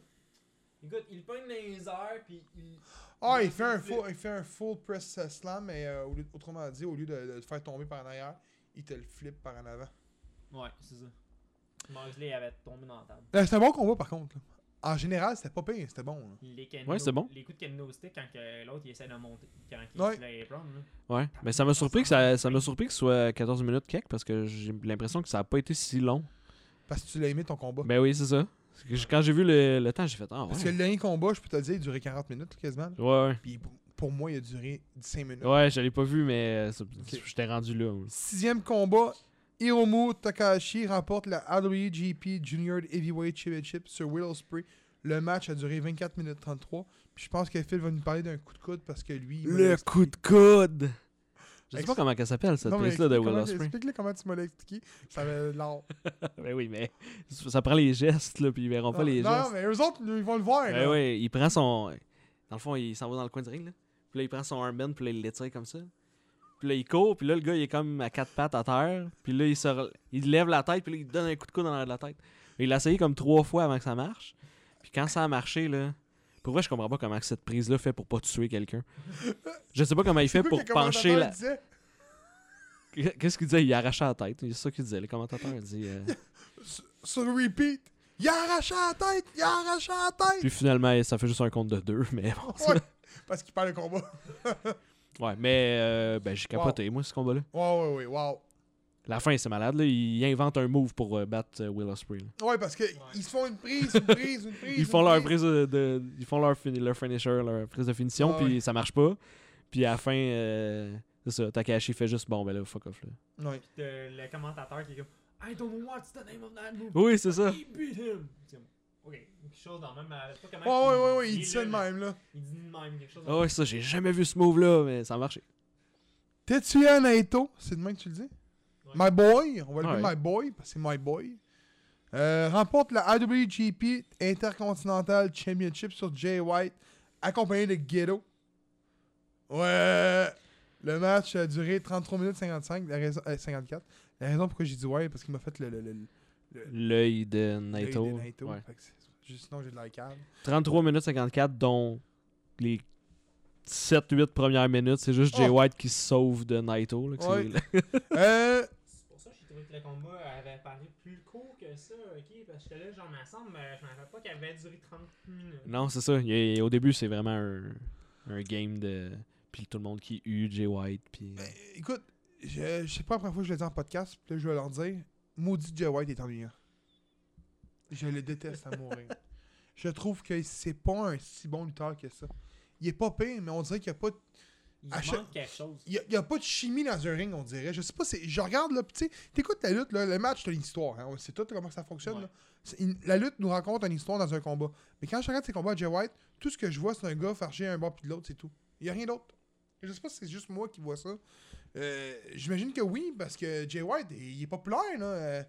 [SPEAKER 4] Écoute, il pogne dans les airs, puis il.
[SPEAKER 2] Ah, il
[SPEAKER 4] Ouais,
[SPEAKER 2] fait, un
[SPEAKER 4] c'est-
[SPEAKER 2] full, il fait un full press euh, slam, mais euh, au lieu- autrement dit, au lieu de, de le faire tomber par en arrière, il te le flippe par en avant.
[SPEAKER 4] Ouais, c'est ça. Moxley avait tombé dans la table.
[SPEAKER 2] Euh, C'était un bon combat par contre. là. En général, c'était pas pire, c'était bon. là.
[SPEAKER 4] Les
[SPEAKER 3] Ouais, c'est bon.
[SPEAKER 4] Les coups de kendo stick quand que l'autre il essaie de monter. Quand il
[SPEAKER 2] Ouais.
[SPEAKER 4] se lève prendre, là.
[SPEAKER 3] Ouais, mais ça m'a surpris que ça, ça m'a surpris que ce soit 14 minutes quelque parce que j'ai l'impression que ça a pas été si long.
[SPEAKER 2] Parce que tu l'as aimé ton combat.
[SPEAKER 3] Ben oui, c'est ça. C'est que j- Quand j'ai vu le, le temps, j'ai fait ah
[SPEAKER 2] Parce que
[SPEAKER 3] ouais.
[SPEAKER 2] le dernier combat, je peux te le dire, il durait 40 minutes quasiment. là.
[SPEAKER 3] Ouais,
[SPEAKER 2] Puis pour- pour moi, il a duré 5 minutes.
[SPEAKER 3] ouais. Ouais, je l'ai pas vu mais euh, ça-
[SPEAKER 2] Ok.
[SPEAKER 3] j'étais rendu là. moi.
[SPEAKER 2] Sixième combat, Hiromu Takahashi remporte la AWGP Junior Heavyweight Championship sur Will Ospreay. Le match a duré 24 minutes 33. Puis je pense que Phil va nous parler d'un coup de coude parce que lui. il me l'a
[SPEAKER 3] Le coup de coude. Je sais
[SPEAKER 2] Ex-
[SPEAKER 3] pas comment elle s'appelle cette
[SPEAKER 2] Non, mais
[SPEAKER 3] pièce là de
[SPEAKER 2] explique
[SPEAKER 3] Will
[SPEAKER 2] comment-
[SPEAKER 3] Ospreay.
[SPEAKER 2] Explique-le comment tu m'as expliqué. Ça avait l'or.
[SPEAKER 3] ben oui, mais ça prend les gestes là puis ils verront pas les
[SPEAKER 2] Ah, non,
[SPEAKER 3] gestes.
[SPEAKER 2] mais eux autres, ils vont le voir.
[SPEAKER 3] Ben
[SPEAKER 2] là.
[SPEAKER 3] oui, il prend son dans le fond, il s'en va dans le coin du ring là. Puis là il prend son armband puis là il l'étire comme ça. Puis là il court, puis là le gars il est comme à quatre pattes à terre, puis là il se rel- il lève la tête puis là il donne un coup de coude dans l'arrière de la tête. Il l'a essayé comme trois fois avant que ça marche. Puis quand ça a marché, là. Pour vrai, je comprends pas comment que cette prise-là fait pour pas tuer quelqu'un. Je sais pas comment il fait
[SPEAKER 2] C'est quoi
[SPEAKER 3] pour
[SPEAKER 2] que le
[SPEAKER 3] pencher la.
[SPEAKER 2] commentateur disait?
[SPEAKER 3] (laughs) Qu'est-ce qu'il disait Il arrachait la tête. C'est ça qu'il disait. Le commentateur il dit. euh,
[SPEAKER 2] Sur repeat. Il a arraché la tête! Il a arraché la tête!
[SPEAKER 3] Puis finalement, ça fait juste un compte de deux. (laughs) Mais bon. c'est-
[SPEAKER 2] Ouais, parce qu'il perd le combat.
[SPEAKER 3] Ouais, mais euh, ben, j'ai capoté, moi, ce combat-là.
[SPEAKER 2] Ouais, ouais, ouais, wow.
[SPEAKER 3] La fin, c'est malade. Là. Il invente un move pour euh, battre euh, Will Ospreay. là.
[SPEAKER 2] Ouais, parce qu'ils se font une prise, une prise, une prise.
[SPEAKER 3] (laughs) Ils
[SPEAKER 2] une
[SPEAKER 3] font leur prise de, de- ils font leur, fini- leur finisher, leur prise de finition,
[SPEAKER 2] Ah
[SPEAKER 3] puis
[SPEAKER 2] ouais.
[SPEAKER 3] ça marche pas. Puis à la fin, euh, c'est ça. Takahashi fait juste bon, ben là, fuck off. Là.
[SPEAKER 2] Ouais.
[SPEAKER 4] Puis t'as le commentateur qui est comme I don't know what's the name of that move.
[SPEAKER 3] Oui, c'est ça.
[SPEAKER 4] He beat him. C'est comme, Ok, quelque chose dans le même. euh, je sais pas
[SPEAKER 2] Ouais,
[SPEAKER 4] comment
[SPEAKER 2] ouais,
[SPEAKER 4] il-
[SPEAKER 2] ouais, ouais, il dit
[SPEAKER 4] est
[SPEAKER 2] ça
[SPEAKER 4] là,
[SPEAKER 2] de même, là.
[SPEAKER 4] Il dit de même quelque chose.
[SPEAKER 3] Ah ouais, ça, j'ai jamais vu ce move-là, mais ça a marché.
[SPEAKER 2] Tetsuya Naito, c'est de même que tu le dis?
[SPEAKER 4] Ouais.
[SPEAKER 2] My boy, on va l'appeler
[SPEAKER 3] Ouais.
[SPEAKER 2] My boy, parce que c'est My boy. Euh, remporte la IWGP Intercontinental Championship sur Jay White, accompagné de Ghetto. Ouais! Le match a duré 33 minutes 55, la raison, euh, 54. La raison pourquoi j'ai dit ouais, parce qu'il m'a fait le... le, le, le-
[SPEAKER 3] L'œil de Naito.
[SPEAKER 2] l'œil de Naito.
[SPEAKER 3] Ouais.
[SPEAKER 2] Fait que c'est- Sinon, j'ai de la cave.
[SPEAKER 3] 33 minutes 54, dont les 7-8 premières minutes, c'est juste Jay
[SPEAKER 2] Oh.
[SPEAKER 3] White qui se sauve de Naito. là, que c'est-
[SPEAKER 2] Ouais. Euh,
[SPEAKER 4] C'est pour ça que j'ai trouvé que le combat avait paru plus court que ça, ok? Parce que là, genre, il me semble, euh, je m'en rappelle pas qu'il avait duré 30 minutes.
[SPEAKER 3] non, c'est ça. Il est- au début, c'est vraiment un, un game de. Puis tout le monde qui hue Jay White. Puis...
[SPEAKER 2] ben, écoute, je, je sais pas la première fois que je le dis en podcast, puis là, je vais leur dire. Maudit Jay White est ennuyant. Je le déteste à mourir. (laughs) Je trouve que c'est pas un si bon lutteur que ça. Il est pas pire, mais on dirait qu'il y a pas de
[SPEAKER 4] Il
[SPEAKER 2] À
[SPEAKER 4] manque
[SPEAKER 2] chaque-
[SPEAKER 4] quelque chose.
[SPEAKER 2] Il n'y a, pas de chimie dans un ring, on dirait. Je sais pas, c'est- je regarde là, pis tu sais, t'écoutes la lutte, là, le match, t'as une histoire. Hein, on sait tout comment ça fonctionne.
[SPEAKER 4] Ouais.
[SPEAKER 2] là. C'est une- la lutte nous raconte une histoire dans un combat. Mais quand je regarde ces combats à Jay White, tout ce que je vois, c'est un gars fargé un bord puis de l'autre, c'est tout. Il n'y a rien d'autre. Je sais pas si c'est juste moi qui vois ça. Euh, J'imagine que oui, parce que Jay White, il, il est populaire. Là, Euh,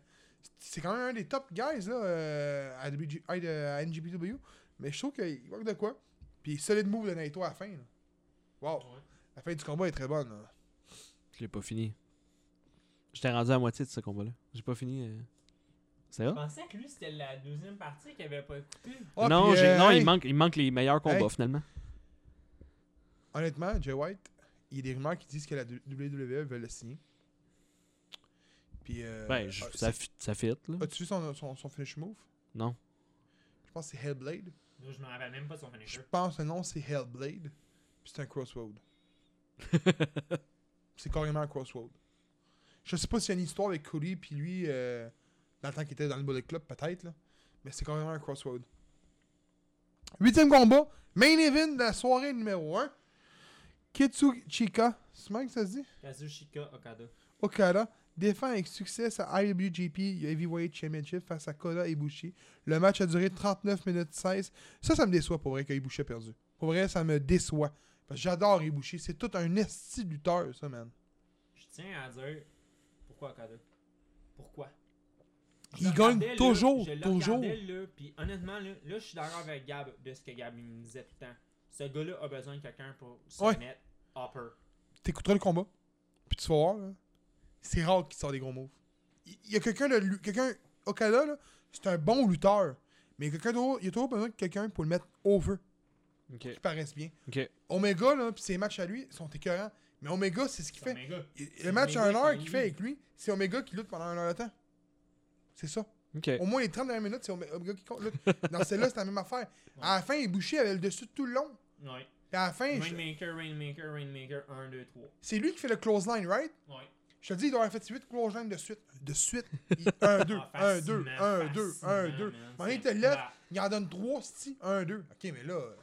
[SPEAKER 2] c'est quand même un des top guys là, euh, à, WG à, à NGPW. Mais je trouve qu'il manque de quoi. Puis solide move de Naito à la fin. là. Wow. La fin du combat est très bonne. hein. là.
[SPEAKER 3] Je l'ai pas fini. J'étais rendu à la moitié de ce combat-là. J'ai pas fini. euh. C'est
[SPEAKER 4] Je
[SPEAKER 3] vrai?
[SPEAKER 4] pensais que lui, c'était la deuxième partie qu'il avait pas écouté.
[SPEAKER 2] Ah,
[SPEAKER 3] non,
[SPEAKER 2] puis,
[SPEAKER 3] j'ai-
[SPEAKER 2] euh,
[SPEAKER 3] non
[SPEAKER 2] hey,
[SPEAKER 3] il, manque, il manque les meilleurs combats
[SPEAKER 2] Hey.
[SPEAKER 3] finalement.
[SPEAKER 2] Honnêtement, Jay White, il y a des rumeurs qui disent que la WWE veut le signer. Puis. Euh,
[SPEAKER 3] ben, je-
[SPEAKER 2] ah,
[SPEAKER 3] ça,
[SPEAKER 2] c'est-
[SPEAKER 3] fit- ça fit. Là.
[SPEAKER 2] As-tu vu son, son, son finish move
[SPEAKER 3] Non.
[SPEAKER 2] Je pense que c'est Hellblade.
[SPEAKER 4] Là, je me rappelle même pas de son
[SPEAKER 2] Je
[SPEAKER 4] finisher.
[SPEAKER 2] pense que le nom c'est Hellblade. Puis c'est un crossroad. c'est carrément un crossroad. Je sais pas s'il y a une histoire avec Cody puis lui, euh, dans le temps qu'il était dans le Bullet Club, peut-être, là. Mais c'est carrément un crossroad. Huitième combat, main event de la soirée numéro 1. Kitsuchika, c'est même que ça se dit?
[SPEAKER 4] Kazushika Okada.
[SPEAKER 2] Okada défend avec succès sa IWGP Heavyweight Championship face à Koda Ibushi. Le match a duré 39 minutes 16. Ça, ça me déçoit pour vrai que Ibushi a perdu. Pour vrai, ça me déçoit. Parce que j'adore Ibushi. C'est tout un esti de lutteur, ça, man.
[SPEAKER 4] Je tiens à dire pourquoi Okada. Pourquoi? Je
[SPEAKER 2] Il
[SPEAKER 4] le
[SPEAKER 2] gagne
[SPEAKER 4] regardais, là,
[SPEAKER 2] toujours,
[SPEAKER 4] je le
[SPEAKER 2] toujours.
[SPEAKER 4] regardais, là, puis honnêtement, là, là, je suis d'accord avec Gab de ce que Gab il me disait tout le temps. Ce gars-là a besoin de quelqu'un pour se
[SPEAKER 2] Ouais.
[SPEAKER 4] mettre upper.
[SPEAKER 2] T'écouteras le combat. Puis tu vas voir, là, c'est rare qu'il sort des gros moves. Il il y a quelqu'un de. lu- Quelqu'un. Okada, là, c'est un bon lutteur. Mais il y a quelqu'un d'autre- il y a toujours besoin de quelqu'un pour le mettre over.
[SPEAKER 3] Ok.
[SPEAKER 2] Qui paraisse bien.
[SPEAKER 3] Ok.
[SPEAKER 2] Omega, là, puis ses matchs à lui sont écœurants. Mais Omega, c'est ce qu'il fait.
[SPEAKER 4] C'est un méga.
[SPEAKER 2] Il- Le
[SPEAKER 4] C'est
[SPEAKER 2] match à
[SPEAKER 4] Omega
[SPEAKER 2] 1 heure
[SPEAKER 4] qui
[SPEAKER 2] qu'il
[SPEAKER 4] gagne.
[SPEAKER 2] fait avec lui, c'est Omega qui lutte pendant 1 heure de temps. C'est ça.
[SPEAKER 3] Ok.
[SPEAKER 2] Au moins les 30 dernières minutes, c'est Omega Omega qui compte. lutte. Dans celle-là, c'est la même affaire. À la fin, il bouchait avec le dessus tout le long.
[SPEAKER 4] Ouais.
[SPEAKER 2] Et à la fin, je-
[SPEAKER 4] Rainmaker, Rainmaker, Rainmaker, 1, 2, 3.
[SPEAKER 2] c'est lui qui fait le close line, right?
[SPEAKER 4] Ouais.
[SPEAKER 2] Je te dis, il doit avoir fait 8 close lines de suite. De
[SPEAKER 4] (laughs)
[SPEAKER 2] suite. 1,
[SPEAKER 4] Ah,
[SPEAKER 2] 2, 1, 2, 1, 2, 1, 2. Bon, il te lève, il en donne 3, si 1, 2. Ok, mais là. euh,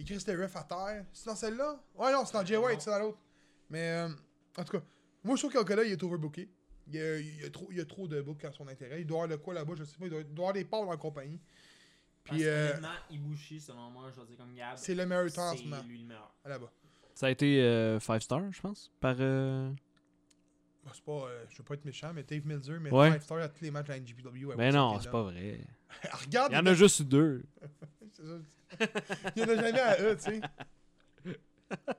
[SPEAKER 2] Il crisse le ref à terre. C'est dans celle-là? Ouais, non, c'est dans Jay White, c'est dans l'autre. Mais, euh, en tout cas, moi je trouve qu'Okada, il est overbooké. Il y a, il y a trop, il y a trop de book à son intérêt. Il doit avoir de quoi là-bas, je sais pas. Il doit, il doit avoir des ports en compagnie. Puis,
[SPEAKER 4] Puis
[SPEAKER 2] euh,
[SPEAKER 4] honnêtement, Ibushi, selon moi, je vais dire comme Gab,
[SPEAKER 2] C'est le meilleur temps en ce
[SPEAKER 4] c'est
[SPEAKER 2] moment,
[SPEAKER 4] lui le meilleur.
[SPEAKER 2] à là-bas.
[SPEAKER 3] Ça a été 5 stars, je pense. Par. euh,
[SPEAKER 2] Bah, c'est pas, euh, je veux pas être méchant, mais Dave Milzer met
[SPEAKER 3] Ouais.
[SPEAKER 2] 5 stars à tous les matchs de la NGPW.
[SPEAKER 3] Ben non, c'est pas vrai.
[SPEAKER 2] Ah, (laughs) Regarde,
[SPEAKER 3] Il y en a juste deux.
[SPEAKER 2] C'est ça. Il y en a jamais à eux, tu sais. Chut.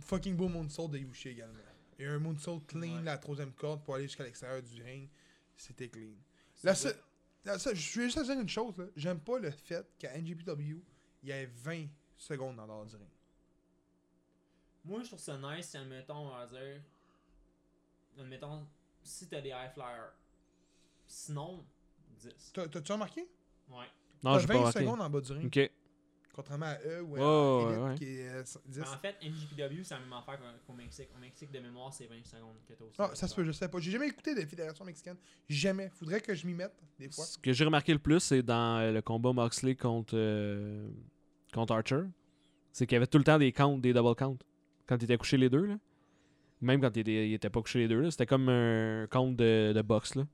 [SPEAKER 2] Fucking beau moonsault de Ibushi également. Et un moonsault clean,
[SPEAKER 4] Ouais.
[SPEAKER 2] la troisième corde pour aller jusqu'à l'extérieur du ring. C'était clean.
[SPEAKER 4] C'est
[SPEAKER 2] La
[SPEAKER 4] vrai.
[SPEAKER 2] seule- la seule- je vais juste dire une chose, là. J'aime pas le fait qu'à NGPW, il y avait 20 secondes en dehors du ring.
[SPEAKER 4] Moi, je trouve ça nice, si, admettons, on va dire. Admettons, si t'as des high flyers. Sinon, 10.
[SPEAKER 2] T'as- T'as-tu remarqué?
[SPEAKER 4] Ouais.
[SPEAKER 3] Non,
[SPEAKER 2] T'as
[SPEAKER 3] Ah, j'ai
[SPEAKER 2] 20
[SPEAKER 3] pas marqué.
[SPEAKER 2] Ah, secondes en bas du ring.
[SPEAKER 3] Ok.
[SPEAKER 2] Contrairement à eux ou à
[SPEAKER 3] Oh,
[SPEAKER 2] Elite
[SPEAKER 3] ouais, ouais.
[SPEAKER 2] qui est euh, 10.
[SPEAKER 4] Mais en fait, NGPW, c'est la même affaire qu'au- qu'au Mexique. Au Mexique, de mémoire, c'est 20 secondes que t'as aussi.
[SPEAKER 2] Ah, ça se peut, je sais pas. J'ai jamais écouté des fédérations mexicaines. Jamais. Faudrait que je m'y mette, des fois.
[SPEAKER 3] Ce que j'ai remarqué le plus, c'est dans euh, le combat Moxley contre, euh, contre Archer. C'est qu'il y avait tout le temps des counts, des double counts. Quand ils étaient couchés les deux, là. Même quand ils étaient, ils étaient pas couchés les deux, là. C'était comme un count de, de boxe, là.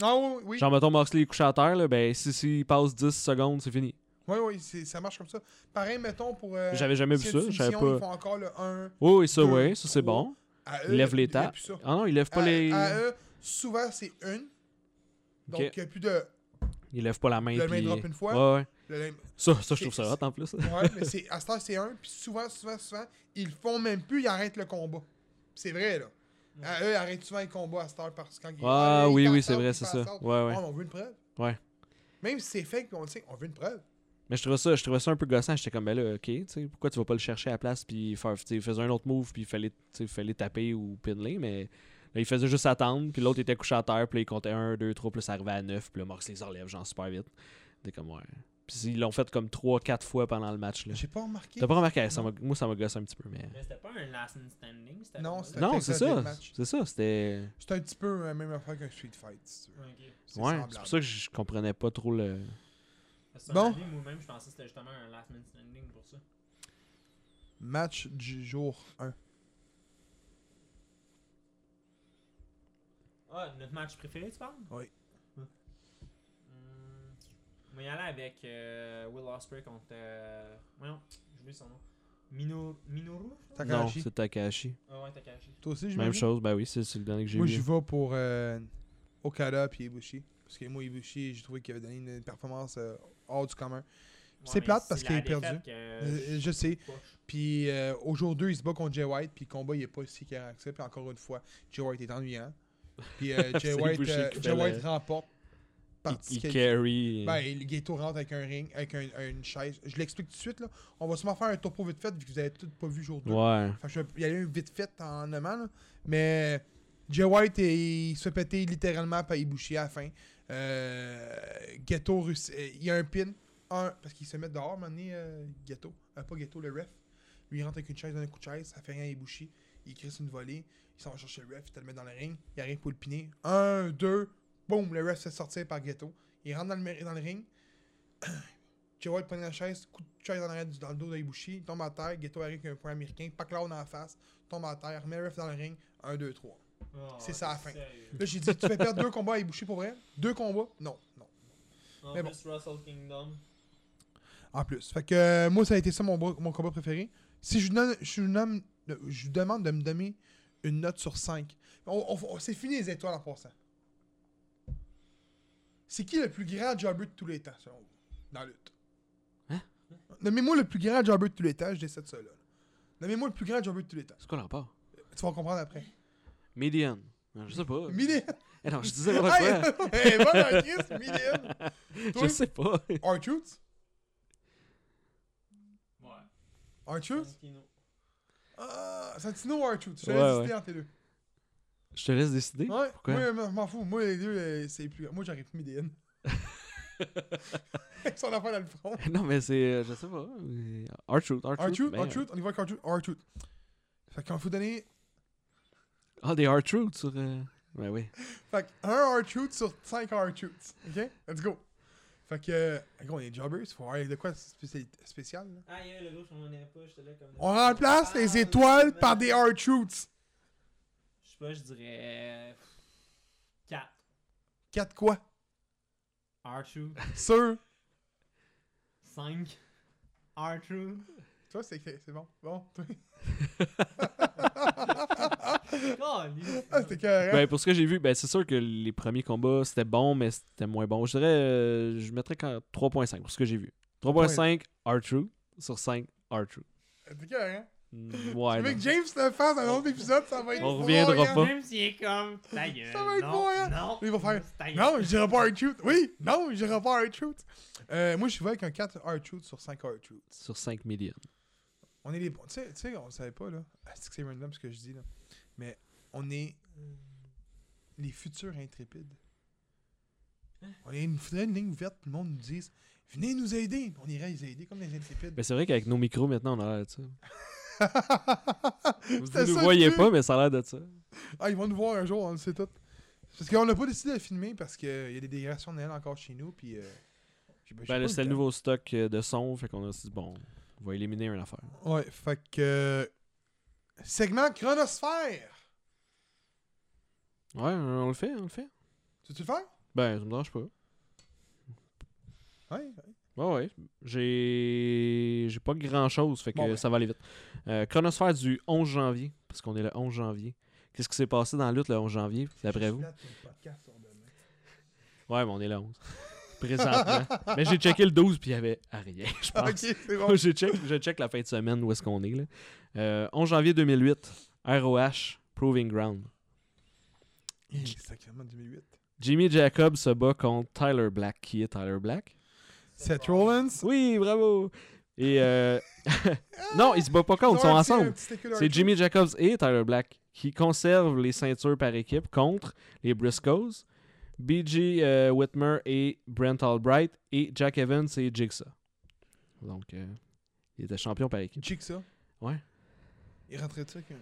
[SPEAKER 2] Ah oui, oui.
[SPEAKER 3] Genre, mettons, Moxley est couché à terre, là. Ben, si, si il passe 10 secondes, c'est fini.
[SPEAKER 2] Oui, oui, c'est- ça marche comme ça. Pareil, mettons, pour. euh,
[SPEAKER 3] J'avais jamais vu
[SPEAKER 2] si
[SPEAKER 3] ça.
[SPEAKER 2] une
[SPEAKER 3] Je savais
[SPEAKER 2] soumission,
[SPEAKER 3] pas.
[SPEAKER 2] Ils font encore le 1
[SPEAKER 3] Oui, oui, ça,
[SPEAKER 2] deux,
[SPEAKER 3] oui, ça, c'est
[SPEAKER 2] trois.
[SPEAKER 3] bon.
[SPEAKER 2] à eux.
[SPEAKER 3] Ils lèvent les
[SPEAKER 2] il y a
[SPEAKER 3] tapes.
[SPEAKER 2] plus ça.
[SPEAKER 3] Ah non, il lève pas
[SPEAKER 2] À,
[SPEAKER 3] les.
[SPEAKER 2] à eux, souvent, c'est une. Donc,
[SPEAKER 3] Ok.
[SPEAKER 2] il n'y a plus de.
[SPEAKER 3] Il lève pas la main.
[SPEAKER 2] Le main
[SPEAKER 3] puis-
[SPEAKER 2] drop une fois.
[SPEAKER 3] Ouais, ouais.
[SPEAKER 2] le même-
[SPEAKER 3] Ça, ça, je trouve
[SPEAKER 2] C'est-
[SPEAKER 3] ça hot en plus.
[SPEAKER 2] Ouais, mais c'est, à cette heure, c'est un. Puis souvent, souvent, souvent, ils le font même plus, ils arrêtent le combat. C'est vrai, là. À eux, ils arrêtent souvent le combat à cette heure parce que quand ils.
[SPEAKER 3] Ah
[SPEAKER 2] là,
[SPEAKER 3] oui,
[SPEAKER 2] ils
[SPEAKER 3] oui,
[SPEAKER 2] passent
[SPEAKER 3] c'est
[SPEAKER 2] out,
[SPEAKER 3] vrai,
[SPEAKER 2] ils
[SPEAKER 3] c'est
[SPEAKER 2] passent
[SPEAKER 3] ça.
[SPEAKER 2] out.
[SPEAKER 3] Ouais,
[SPEAKER 2] Ah,
[SPEAKER 3] ouais.
[SPEAKER 2] mais on veut une preuve.
[SPEAKER 3] Ouais.
[SPEAKER 2] Même si c'est fake, on le sait, on veut une preuve.
[SPEAKER 3] Mais je trouvais ça, je trouvais ça un peu gossant. J'étais comme, ben là, ok, tu sais, pourquoi tu vas pas le chercher à la place, puis faire, tu sais, il faisait un autre move, puis il fallait, tu sais, il fallait taper ou pinler, mais là, il faisait juste attendre, puis l'autre était couché à terre, puis là, il comptait 1, 2, 3, puis ça arrivait à 9, puis là, Moxley s'enlève, genre, super vite. T'es comme, ouais. Puis ils l'ont fait comme 3-4 fois pendant le match, là.
[SPEAKER 2] J'ai pas remarqué.
[SPEAKER 3] T'as pas remarqué, ça m'a- moi, ça m'a gossé un petit peu, mais.
[SPEAKER 4] Mais c'était pas un last man standing, c'était
[SPEAKER 2] Non,
[SPEAKER 4] c'était.
[SPEAKER 2] c'était-
[SPEAKER 3] Non,
[SPEAKER 2] un
[SPEAKER 3] c'est
[SPEAKER 2] Texas
[SPEAKER 3] ça.
[SPEAKER 2] Deathmatch.
[SPEAKER 3] C'est ça, c'était.
[SPEAKER 2] C'est un petit peu la même affaire qu'un Street Fight, si tu veux. C'est
[SPEAKER 3] Ouais,
[SPEAKER 2] semblable.
[SPEAKER 3] c'est pour ça que je comprenais pas trop le.
[SPEAKER 2] Bon.
[SPEAKER 4] Bon. Moi-même, je pensais que c'était justement un last man standing pour ça.
[SPEAKER 2] Match du jour 1.
[SPEAKER 4] Ah, notre match préféré, tu parles
[SPEAKER 2] Oui.
[SPEAKER 4] Hum. On va y aller avec euh, Will Ospreay contre. Euh, voyons, j'ai oublié son nom. Mino, Minoru je pense?
[SPEAKER 3] Non,
[SPEAKER 2] Takahashi.
[SPEAKER 3] c'est Takahashi.
[SPEAKER 4] Ah ouais, Takahashi.
[SPEAKER 2] Toi aussi,
[SPEAKER 3] Même
[SPEAKER 2] j'imagine?
[SPEAKER 3] chose, ben oui, c'est c'est le dernier que j'ai
[SPEAKER 2] Moi, j'y
[SPEAKER 3] vu.
[SPEAKER 2] vais pour euh, Okada puis Ibushi. Parce que moi, Ibushi, j'ai trouvé qu'il avait donné une une performance euh, hors du commun. C'est
[SPEAKER 4] mais
[SPEAKER 2] plate parce
[SPEAKER 4] c'est
[SPEAKER 2] qu'il
[SPEAKER 4] la
[SPEAKER 2] est perdu.
[SPEAKER 4] défaite que
[SPEAKER 2] Euh,
[SPEAKER 4] je
[SPEAKER 2] je sais.
[SPEAKER 4] poche.
[SPEAKER 2] Puis euh, au jour 2, il se bat contre Jay White. Puis le combat, il est pas si carré que ça. Puis encore une fois, Jay White est ennuyant. Puis
[SPEAKER 3] (laughs)
[SPEAKER 2] euh, Jay
[SPEAKER 3] C'est
[SPEAKER 2] White,
[SPEAKER 3] Ibushi
[SPEAKER 2] euh,
[SPEAKER 3] qui fait
[SPEAKER 2] Jay
[SPEAKER 3] le-
[SPEAKER 2] White remporte.
[SPEAKER 3] Il,
[SPEAKER 2] par
[SPEAKER 3] il
[SPEAKER 2] disqualification.
[SPEAKER 3] carry.
[SPEAKER 2] Ben, et le ghetto rentre avec un ring, avec un- une chaise. Je l'explique tout de suite, là. On va sûrement faire un topo vite fait, vu que vous avez tout pas vu jour 2.
[SPEAKER 3] ouais.
[SPEAKER 2] Fait que je vais y aller un vite fait en amant, là. Mais Jay White, il, il se fait péter littéralement par Ibushi à la fin. Euh, ghetto, russe- euh, il y a un pin. Un, parce qu'il se met dehors, à un moment donné, euh, Ghetto. Euh, pas Ghetto, le ref. Lui, il rentre avec une chaise, donne un coup de chaise, ça fait rien à Ibushi. Il crisse une volée, il s'en va chercher le ref, il te le met dans le ring, il arrive pour le piner. Un, deux, boum, le ref se fait sortir par Ghetto. Il rentre dans le, dans le ring. Jay White prend la chaise, coup de chaise en arrière du- dans le dos d'Ibushi, il tombe à terre, Ghetto arrive avec un point américain, pack l'autre dans la face, tombe à terre, met le ref dans le ring, un, deux, trois.
[SPEAKER 4] Ah,
[SPEAKER 2] C'est ça, la fin.
[SPEAKER 4] sérieux.
[SPEAKER 2] Là, j'ai dit, tu fais perdre deux combats à Ibushi pour vrai Deux combats Non, non.
[SPEAKER 4] En
[SPEAKER 2] Mais
[SPEAKER 4] plus, Russell Kingdom.
[SPEAKER 2] En plus. Fait que euh, moi, ça a été ça mon, bro- mon combat préféré. Si je vous, donne- je, vous nomme- je vous demande de me donner une note sur 5, on, on- on- c'est fini les étoiles en passant. C'est qui le plus grand jobber de tous les temps, selon vous, dans la lutte
[SPEAKER 3] Hein?
[SPEAKER 2] Nommez-moi le plus grand jobber de tous les temps, je décède ça là. Nommez-moi le plus grand jobber de tous les temps.
[SPEAKER 3] C'est quoi le rapport?
[SPEAKER 2] Tu vas comprendre après.
[SPEAKER 3] Median. Non, je sais pas.
[SPEAKER 2] Million!
[SPEAKER 3] Eh non, je disais n'importe
[SPEAKER 2] Hey,
[SPEAKER 3] quoi.
[SPEAKER 2] hey, (laughs) bonne artiste, Million!
[SPEAKER 3] Je
[SPEAKER 2] Toi,
[SPEAKER 3] sais pas.
[SPEAKER 2] R-Truth?
[SPEAKER 5] Ouais.
[SPEAKER 2] R-Truth?
[SPEAKER 4] Santino.
[SPEAKER 2] Ah, Santino ou R-Truth? Je te
[SPEAKER 3] Ouais,
[SPEAKER 2] laisse
[SPEAKER 3] ouais.
[SPEAKER 2] hésiter entre les deux.
[SPEAKER 3] Je te laisse décider.
[SPEAKER 2] Ouais,
[SPEAKER 3] Pourquoi?
[SPEAKER 2] moi, moi, je m'en fous. Moi, les deux, euh, c'est plus. Moi, j'aurais pris
[SPEAKER 3] (laughs)
[SPEAKER 2] DN. Son affaire dans le front.
[SPEAKER 3] Non, mais c'est. euh, Je sais pas. R-Truth.
[SPEAKER 2] R-Truth,
[SPEAKER 3] R-Truth.
[SPEAKER 2] R-Truth, on y va avec R-Truth, R-Truth. Fait qu'on faut donner.
[SPEAKER 3] Ah, des R-Truth sur. euh,
[SPEAKER 2] (laughs)
[SPEAKER 3] Ben oui.
[SPEAKER 2] Fait que un R-Truth sur 5 R-Truths. Ok? Let's go. Fait que. euh, gros, on est jobbers. Faut avoir de quoi de spécial. spécial, là.
[SPEAKER 4] Ah, yeah, le gars, je m'en ai pas, j'étais là comme. Ah,
[SPEAKER 2] On remplace les étoiles par des R-Truths.
[SPEAKER 4] Je sais pas, je dirais. 4.
[SPEAKER 2] 4 quoi?
[SPEAKER 4] R2.
[SPEAKER 2] Sur.
[SPEAKER 4] 5.
[SPEAKER 2] (laughs)
[SPEAKER 4] R2.
[SPEAKER 2] Toi, c'est c'est bon. (laughs) Bon, toi. Ah, c'était carré.
[SPEAKER 3] Ben, pour ce que j'ai vu, ben, c'est sûr que les premiers combats, c'était bon, mais c'était moins bon. Je dirais, euh, je mettrais quand- 3.5 pour ce que j'ai vu. 3.5 R-Truth sur 5 R-Truth.
[SPEAKER 2] C'était carré. hein?
[SPEAKER 3] Mm,
[SPEAKER 2] Tu
[SPEAKER 3] Ouais.
[SPEAKER 2] veux
[SPEAKER 3] non.
[SPEAKER 2] que James le fasse dans un autre épisode, ça va être.
[SPEAKER 3] On reviendra
[SPEAKER 2] broyant.
[SPEAKER 3] pas.
[SPEAKER 4] Même s'il est comme. Ta gueule.
[SPEAKER 2] Ça va être
[SPEAKER 4] non,
[SPEAKER 2] bon, hein?
[SPEAKER 4] Non.
[SPEAKER 2] Il va faire,
[SPEAKER 4] c'est ta gueule.
[SPEAKER 2] Non, j'irai pas R-Truth. Oui, non, j'irai pas R-Truth. Euh, moi, je suis avec un 4 R-Truth sur 5 R-Truth.
[SPEAKER 3] Sur 5 millions.
[SPEAKER 2] On est les bons. Tu sais- tu sais, on le savait pas, là. Ah, C'est que c'est random ce que je dis, là. Mais on est les futurs intrépides. On est une, faudrait une ligne ouverte, tout le monde nous dise Venez nous aider. On irait les aider comme les intrépides.
[SPEAKER 3] Mais Ben, c'est vrai qu'avec nos micros, maintenant, on a l'air
[SPEAKER 2] (laughs)
[SPEAKER 3] de ça. Vous
[SPEAKER 2] C'était
[SPEAKER 3] ne
[SPEAKER 2] ça,
[SPEAKER 3] le voyez
[SPEAKER 2] tu-
[SPEAKER 3] pas, mais ça a l'air de ça. Ben,
[SPEAKER 2] Ah, ils vont nous voir un jour, on le sait tout. Parce qu'on n'a pas décidé de filmer parce qu'il y a des dégradations de Noël encore chez nous. Puis. euh, j'ai- j'ai
[SPEAKER 3] Ben,
[SPEAKER 2] pas
[SPEAKER 3] là,
[SPEAKER 2] le
[SPEAKER 3] c'était le
[SPEAKER 2] temps.
[SPEAKER 3] nouveau stock euh, de son, fait qu'on a dit, bon, on va éliminer une affaire.
[SPEAKER 2] Ouais, fait que. euh, Segment chronosphère.
[SPEAKER 3] Ouais, on le fait, on le fait.
[SPEAKER 2] Tu veux le faire?
[SPEAKER 3] Ben, ça me dérange pas.
[SPEAKER 2] Ouais.
[SPEAKER 3] Ouais, ouais. J'ai j'ai pas grand chose, fait que
[SPEAKER 2] Bon, ben.
[SPEAKER 3] ça va aller vite. Euh, chronosphère du 11 janvier, parce qu'on est le 11 janvier. Qu'est-ce qui s'est passé dans la lutte le 11 janvier, d'après vous Ouais, mais on est le 11. Présentement. mais j'ai checké le 12 puis il y avait à rien, je
[SPEAKER 2] (laughs)
[SPEAKER 3] pense.
[SPEAKER 2] Ok,
[SPEAKER 3] (laughs)
[SPEAKER 2] c'est bon.
[SPEAKER 3] je, check, je check la fin de semaine où est-ce qu'on est. Là. Euh, 11 janvier 2008, ROH, Proving Ground.
[SPEAKER 2] Hey, Sacrément 2008.
[SPEAKER 3] Jimmy Jacob se bat contre Tyler Black. Qui est Tyler Black
[SPEAKER 2] Seth Rollins.
[SPEAKER 3] (laughs) Oui, bravo. Et euh, (laughs) non, ils se battent pas contre, ils sont
[SPEAKER 2] Ah, c'est un
[SPEAKER 3] ensemble.
[SPEAKER 2] petit sticker
[SPEAKER 3] C'est
[SPEAKER 2] d'Arthur.
[SPEAKER 3] Jimmy Jacobs et Tyler Black qui conservent les ceintures par équipe contre les Briscoes, BG euh, Whitmer et Brent Albright et Jack Evans et Jigsaw. Donc, euh, il était champion par équipe.
[SPEAKER 2] Chick, ça.
[SPEAKER 3] Ouais.
[SPEAKER 2] Il rentrait dessus avec un-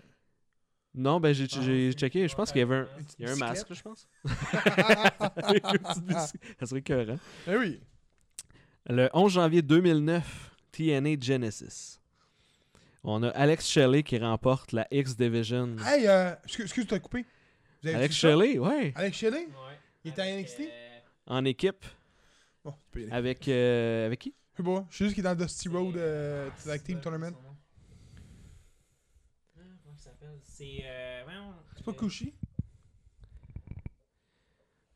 [SPEAKER 3] Non, ben j'ai
[SPEAKER 4] Ah,
[SPEAKER 3] j'ai
[SPEAKER 4] ok.
[SPEAKER 3] checké, je pense qu'il y
[SPEAKER 4] (laughs)
[SPEAKER 3] avait un, (laughs)
[SPEAKER 4] Une petite
[SPEAKER 3] il y a un masque,
[SPEAKER 2] (laughs)
[SPEAKER 3] je pense. (laughs) Avec un petit
[SPEAKER 2] ah
[SPEAKER 3] biscuit. Ça serait écœurant.
[SPEAKER 2] Eh oui.
[SPEAKER 3] Le 11 janvier 2009, TNA Genesis. On a Alex Shelley qui remporte la X Division.
[SPEAKER 2] Hey, euh, excuse, excuse t'as coupé. Vous avez
[SPEAKER 3] Alex
[SPEAKER 2] vu ça?
[SPEAKER 3] Shelley, ouais,
[SPEAKER 2] Alex Shelley?
[SPEAKER 4] Ouais.
[SPEAKER 2] Il était à
[SPEAKER 4] Avec,
[SPEAKER 2] NXT?
[SPEAKER 4] euh,
[SPEAKER 3] en équipe
[SPEAKER 2] Bon, tu peux y aller.
[SPEAKER 3] avec euh, avec qui
[SPEAKER 2] Je sais pas, je sais juste qu'il est dans Dusty Road euh,
[SPEAKER 4] c'est-
[SPEAKER 2] Tag Team
[SPEAKER 4] c'est quoi
[SPEAKER 2] Tournament.
[SPEAKER 4] son nom? Ah, Comment il s'appelle C'est. euh, voyons,
[SPEAKER 2] C'est pas
[SPEAKER 4] euh,
[SPEAKER 2] Kushi?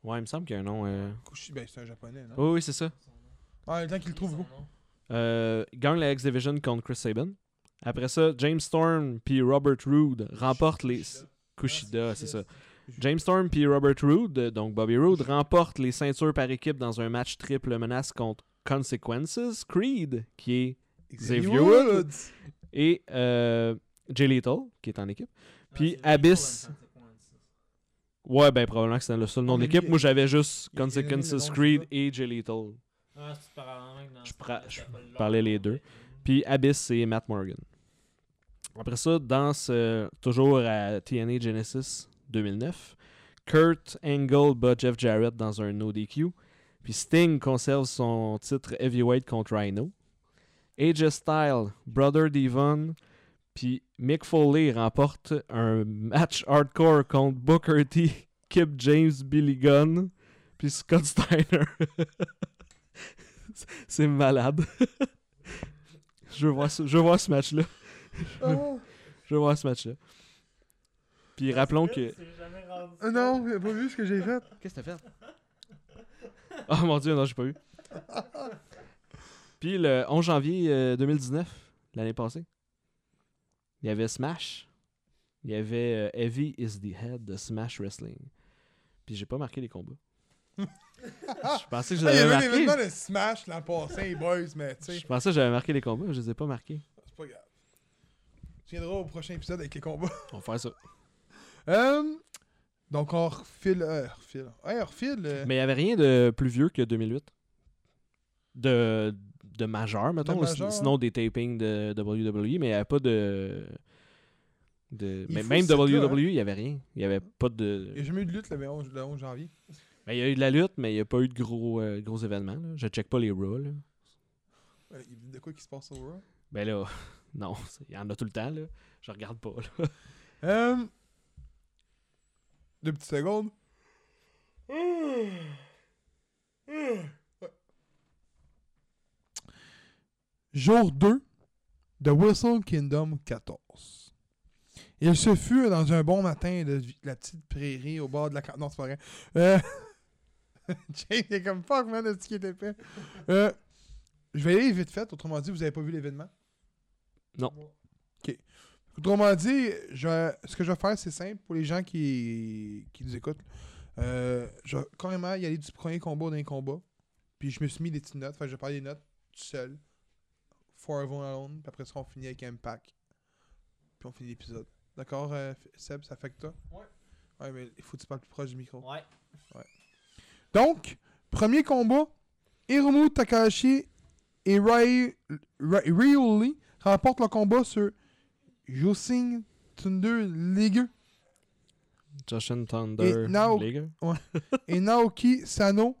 [SPEAKER 3] Ouais, il me semble qu'il y a un nom. euh,
[SPEAKER 2] Kushi, ben c'est un japonais, non?
[SPEAKER 3] Oui, oui, c'est ça.
[SPEAKER 4] son nom.
[SPEAKER 2] Ah, le temps qu'il le trouve,
[SPEAKER 4] Son
[SPEAKER 2] gros.
[SPEAKER 4] nom.
[SPEAKER 3] Euh, gagne la X Division contre Chris Sabin. Après ça, James Storm puis Robert Roode remportent les Kushida, c'est ça. James Storm puis Robert Roode, euh, donc Bobby Roode, remportent les ceintures par équipe dans un match triple menace contre Consequences, Creed, qui est Xavier Woods. et euh, Jay Lethal, qui est en équipe. Puis
[SPEAKER 4] Ah, c'est
[SPEAKER 3] Abyss.
[SPEAKER 4] Lethal and Consequences.
[SPEAKER 3] Ouais, ben probablement que c'est le seul nom
[SPEAKER 2] On a
[SPEAKER 3] d'équipe.
[SPEAKER 2] mis-
[SPEAKER 3] Moi, j'avais juste
[SPEAKER 2] il- il a mis le nom,
[SPEAKER 3] Consequences,
[SPEAKER 2] c'est
[SPEAKER 3] Creed
[SPEAKER 2] ça.
[SPEAKER 3] et Jay Lethal.
[SPEAKER 4] Ah, c'est parallèlement que dans
[SPEAKER 3] Je
[SPEAKER 4] ce
[SPEAKER 3] pra-
[SPEAKER 4] temps-là,
[SPEAKER 3] je
[SPEAKER 4] c'était pas le leur
[SPEAKER 3] parlais les
[SPEAKER 4] nom,
[SPEAKER 3] deux.
[SPEAKER 4] mais-
[SPEAKER 3] Puis Abyss, c'est Matt Morgan. Après ça, dans ce- toujours à TNA Genesis 2009, Kurt Angle bat Jeff Jarrett dans un no DQ. Puis Sting conserve son titre heavyweight contre Rhino. AJ Styles, Brother Devon, puis Mick Foley remporte un match hardcore contre Booker T, (laughs) Kip James, Billy Gunn, puis Scott Steiner. (laughs) C'est malade. Je veux voir ce, je veux voir ce match-là.
[SPEAKER 2] Oh,
[SPEAKER 3] Je veux voir ce match-là. Puis
[SPEAKER 2] (laughs)
[SPEAKER 3] rappelons que.
[SPEAKER 4] C'est jamais rendu ça.
[SPEAKER 2] Ah non, j'ai pas vu ce que j'ai fait.
[SPEAKER 3] Qu'est-ce que t'as fait? Oh mon dieu, non, j'ai pas vu. Puis le 11 janvier euh, 2019, l'année passée, il y avait Smash. Il y avait euh, Heavy is the head de Smash Wrestling. Puis j'ai pas marqué
[SPEAKER 2] (laughs)
[SPEAKER 3] les combats. je pensais que
[SPEAKER 2] Ah, il y
[SPEAKER 3] j'avais
[SPEAKER 2] avait
[SPEAKER 3] marqué.
[SPEAKER 2] l'événement de Smash l'an passé, les boys, mais tu sais,
[SPEAKER 3] Je pensais que j'avais marqué les combats, je les ai pas marqués.
[SPEAKER 2] c'est pas grave. Tu viendras au prochain épisode avec les combats.
[SPEAKER 3] (laughs) On va faire ça. Euh,
[SPEAKER 2] Hum, donc on refile. Euh, refile. Ouais, on refile. euh,
[SPEAKER 3] Mais il n'y avait rien de plus vieux que 2008. De, de majeur, mettons. là, sin-
[SPEAKER 2] majeur,
[SPEAKER 3] Sinon, des tapings de WWE, mais il n'y avait pas de. de
[SPEAKER 2] Il
[SPEAKER 3] mais
[SPEAKER 2] faut hein.
[SPEAKER 3] même
[SPEAKER 2] ce site-là,
[SPEAKER 3] WWE, il n'y avait rien. Il n'y avait pas
[SPEAKER 2] Il n'y
[SPEAKER 3] de.
[SPEAKER 2] a jamais eu de lutte le 11, le 11 janvier.
[SPEAKER 3] Ben, Il y a eu de la lutte, mais il n'y a pas eu de gros, euh, gros événements. là. Je check pas les Raw. là.
[SPEAKER 2] Ouais, Euh, il- De quoi qui se passe au Raw?
[SPEAKER 3] Ben là, (laughs) non, c'est- il y en a tout le temps. Là. Je regarde pas. là.
[SPEAKER 2] Hum, deux petites secondes. Ouais. Jour 2 de Whistle Kingdom 14. Il se fut dans un bon matin de vi- la petite prairie au bord de la... ca- Non, c'est pas vrai. Euh, (laughs) James est comme « Fuck, man, est-ce qu'il était épais? Euh, Je vais y aller vite fait. Autrement dit, vous avez pas vu l'événement?
[SPEAKER 3] Non.
[SPEAKER 2] OK. Autrement dit, je- ce que je vais faire, c'est simple. Pour les gens qui, qui nous écoutent, euh, je vais carrément y aller du premier combat d'un combat. Puis je me suis mis des petites notes. Fait que je vais parler des notes tout seul. Forever Alone. Puis après ça, on finit avec Impact. Puis on finit l'épisode. D'accord, euh, Seb, ça fait que toi?
[SPEAKER 4] Ouais.
[SPEAKER 2] Ouais, mais il faut que tu parles plus proche du micro.
[SPEAKER 4] Ouais.
[SPEAKER 2] Donc, premier combat, Hiromu Takahashi et Rai- Ra- Rioli remportent le combat sur Yosin Thunder Ligue
[SPEAKER 3] Justin Thunder.
[SPEAKER 2] Et now-
[SPEAKER 3] les gars.
[SPEAKER 2] et Naoki Sano,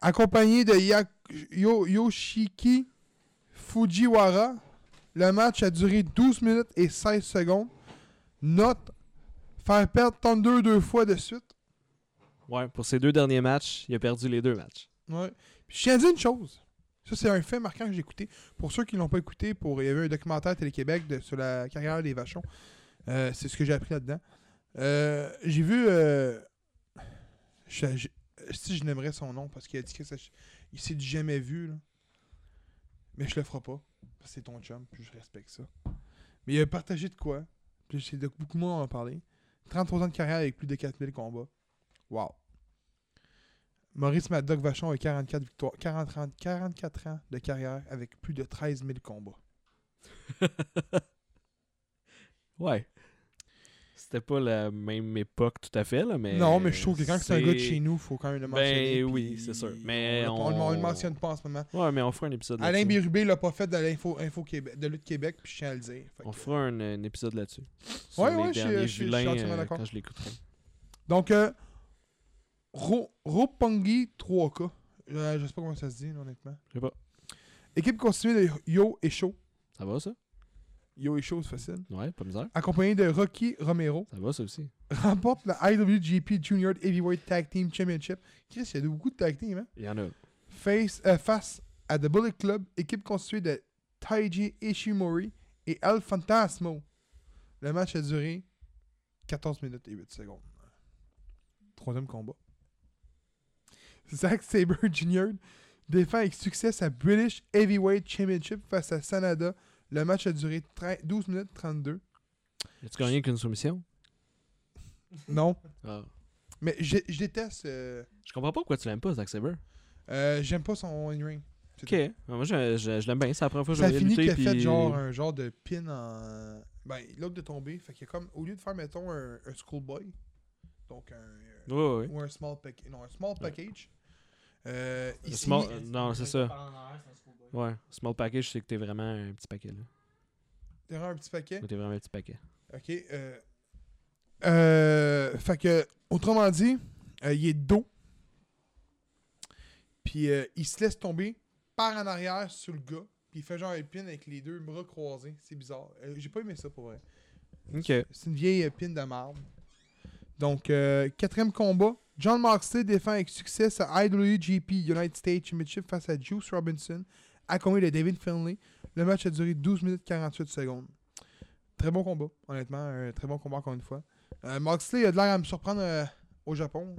[SPEAKER 2] accompagné de Ya- Yo- Yoshiki Fujiwara. Le match a duré 12 minutes et 16 secondes. Note, faire perdre Thunder deux fois de suite.
[SPEAKER 3] Ouais, pour ces deux derniers matchs, il a perdu les deux matchs.
[SPEAKER 2] Ouais. Puis je tiens à dire une chose. Ça, c'est un fait marquant que j'ai écouté. Pour ceux qui ne l'ont pas écouté, pour... il y avait un documentaire à Télé-Québec de- sur la carrière des Vachons. Euh, c'est ce que j'ai appris là-dedans. Euh, j'ai vu. euh, je- je- si je n'aimerais son nom, parce qu'il a dit que ça- il s'est du jamais vu. là. Mais je le ferai pas. Parce que c'est ton chum, puis je respecte ça. Mais il a partagé de quoi Puis c'est de beaucoup moins en parler. 33 ans de carrière avec plus de 4000 combats. Wow. Maurice Madoc Vachon a 44, victoires, 40, 30, 44 ans de carrière avec plus de 13 000 combats.
[SPEAKER 3] ouais. C'était pas la même époque tout à fait, là, mais.
[SPEAKER 2] non, mais je trouve que quand c'est un gars de chez nous, faut quand même le
[SPEAKER 3] Ben
[SPEAKER 2] mentionner.
[SPEAKER 3] oui,
[SPEAKER 2] puis
[SPEAKER 3] c'est sûr. Mais
[SPEAKER 2] on,
[SPEAKER 3] on-
[SPEAKER 2] le- on le mentionne pas en ce moment.
[SPEAKER 3] Ouais, mais on fera un épisode
[SPEAKER 2] Alain
[SPEAKER 3] là-dessus.
[SPEAKER 2] Bérubé l'a pas fait de l'info info Québec, de lutte Québec, puis je tiens à le dire. Fait
[SPEAKER 3] On
[SPEAKER 2] que-
[SPEAKER 3] fera un, un épisode là-dessus. Sur
[SPEAKER 2] Ouais,
[SPEAKER 3] les
[SPEAKER 2] ouais, je suis-
[SPEAKER 3] derniers
[SPEAKER 2] je suis- je suis
[SPEAKER 3] vilains,
[SPEAKER 2] entièrement
[SPEAKER 3] euh,
[SPEAKER 2] d'accord.
[SPEAKER 3] quand je l'écouterai.
[SPEAKER 2] Donc, euh, Ro- Roppongi 3K. Euh, je sais pas comment ça se dit, honnêtement.
[SPEAKER 3] Je sais pas.
[SPEAKER 2] Équipe constituée de Yo et Show.
[SPEAKER 3] Ça va, ça?
[SPEAKER 2] Yo et Show, c'est facile.
[SPEAKER 3] Ouais, pas misère.
[SPEAKER 2] Accompagné de Rocky Romero,
[SPEAKER 3] Ça va, ça aussi.
[SPEAKER 2] remporte la IWGP Junior Heavyweight Tag Team Championship. Chris, il y a beaucoup de tag team, hein?
[SPEAKER 3] Il y en a.
[SPEAKER 2] Face, euh, face à The Bullet Club, équipe constituée de Taiji Ishimori et El Fantasmo. Le match a duré 14 minutes et 8 secondes. Troisième combat. Zack Sabre (laughs) Jr. défend avec succès sa British Heavyweight Championship face à Sanada. Le match a duré 13 12 minutes 32.
[SPEAKER 3] As-tu gagné qu'une soumission?
[SPEAKER 2] Non,
[SPEAKER 3] Ah.
[SPEAKER 2] mais je je déteste. euh,
[SPEAKER 3] Je comprends pas pourquoi tu l'aimes pas, Zack Saber.
[SPEAKER 2] euh, J'aime pas son in-ring.
[SPEAKER 3] Ok. Ah, Moi, je, je- je l'aime bien. C'est la première fois que
[SPEAKER 2] Ça
[SPEAKER 3] je l'ai
[SPEAKER 2] finit
[SPEAKER 3] lutté.
[SPEAKER 2] qu'il a fait
[SPEAKER 3] puis-
[SPEAKER 2] genre un genre de pin en. Ben, l'autre de tomber. Fait qu'il y a comme. Au lieu de faire, mettons, un, un schoolboy, donc un. euh,
[SPEAKER 3] Ouais, ouais, ouais.
[SPEAKER 2] Ou un small package. Non, un small package. Euh, il s'est
[SPEAKER 3] small-
[SPEAKER 2] mis-
[SPEAKER 3] euh, non, c'est ça. Ouais. Small package, c'est que t'es vraiment un petit paquet, là.
[SPEAKER 2] derrière un petit paquet.
[SPEAKER 3] T'es vraiment un petit paquet.
[SPEAKER 2] Ok. Euh, euh, fait que, autrement dit, euh, il est dos. Puis euh, il se laisse tomber par en arrière sur le gars. Puis il fait genre un pin avec les deux bras croisés. C'est bizarre. Euh, J'ai pas aimé ça pour vrai.
[SPEAKER 3] Ok.
[SPEAKER 2] C'est une vieille euh, pin de marbre. Donc, euh, quatrième combat. John Moxley défend avec succès sa IWGP United States Championship face à Juice Robinson, accompagné de David Finlay. Le match a duré 12 minutes 48 secondes. Très bon combat, honnêtement. Un très bon combat, encore une fois. Euh, Moxley a de l'air à me surprendre euh, au Japon.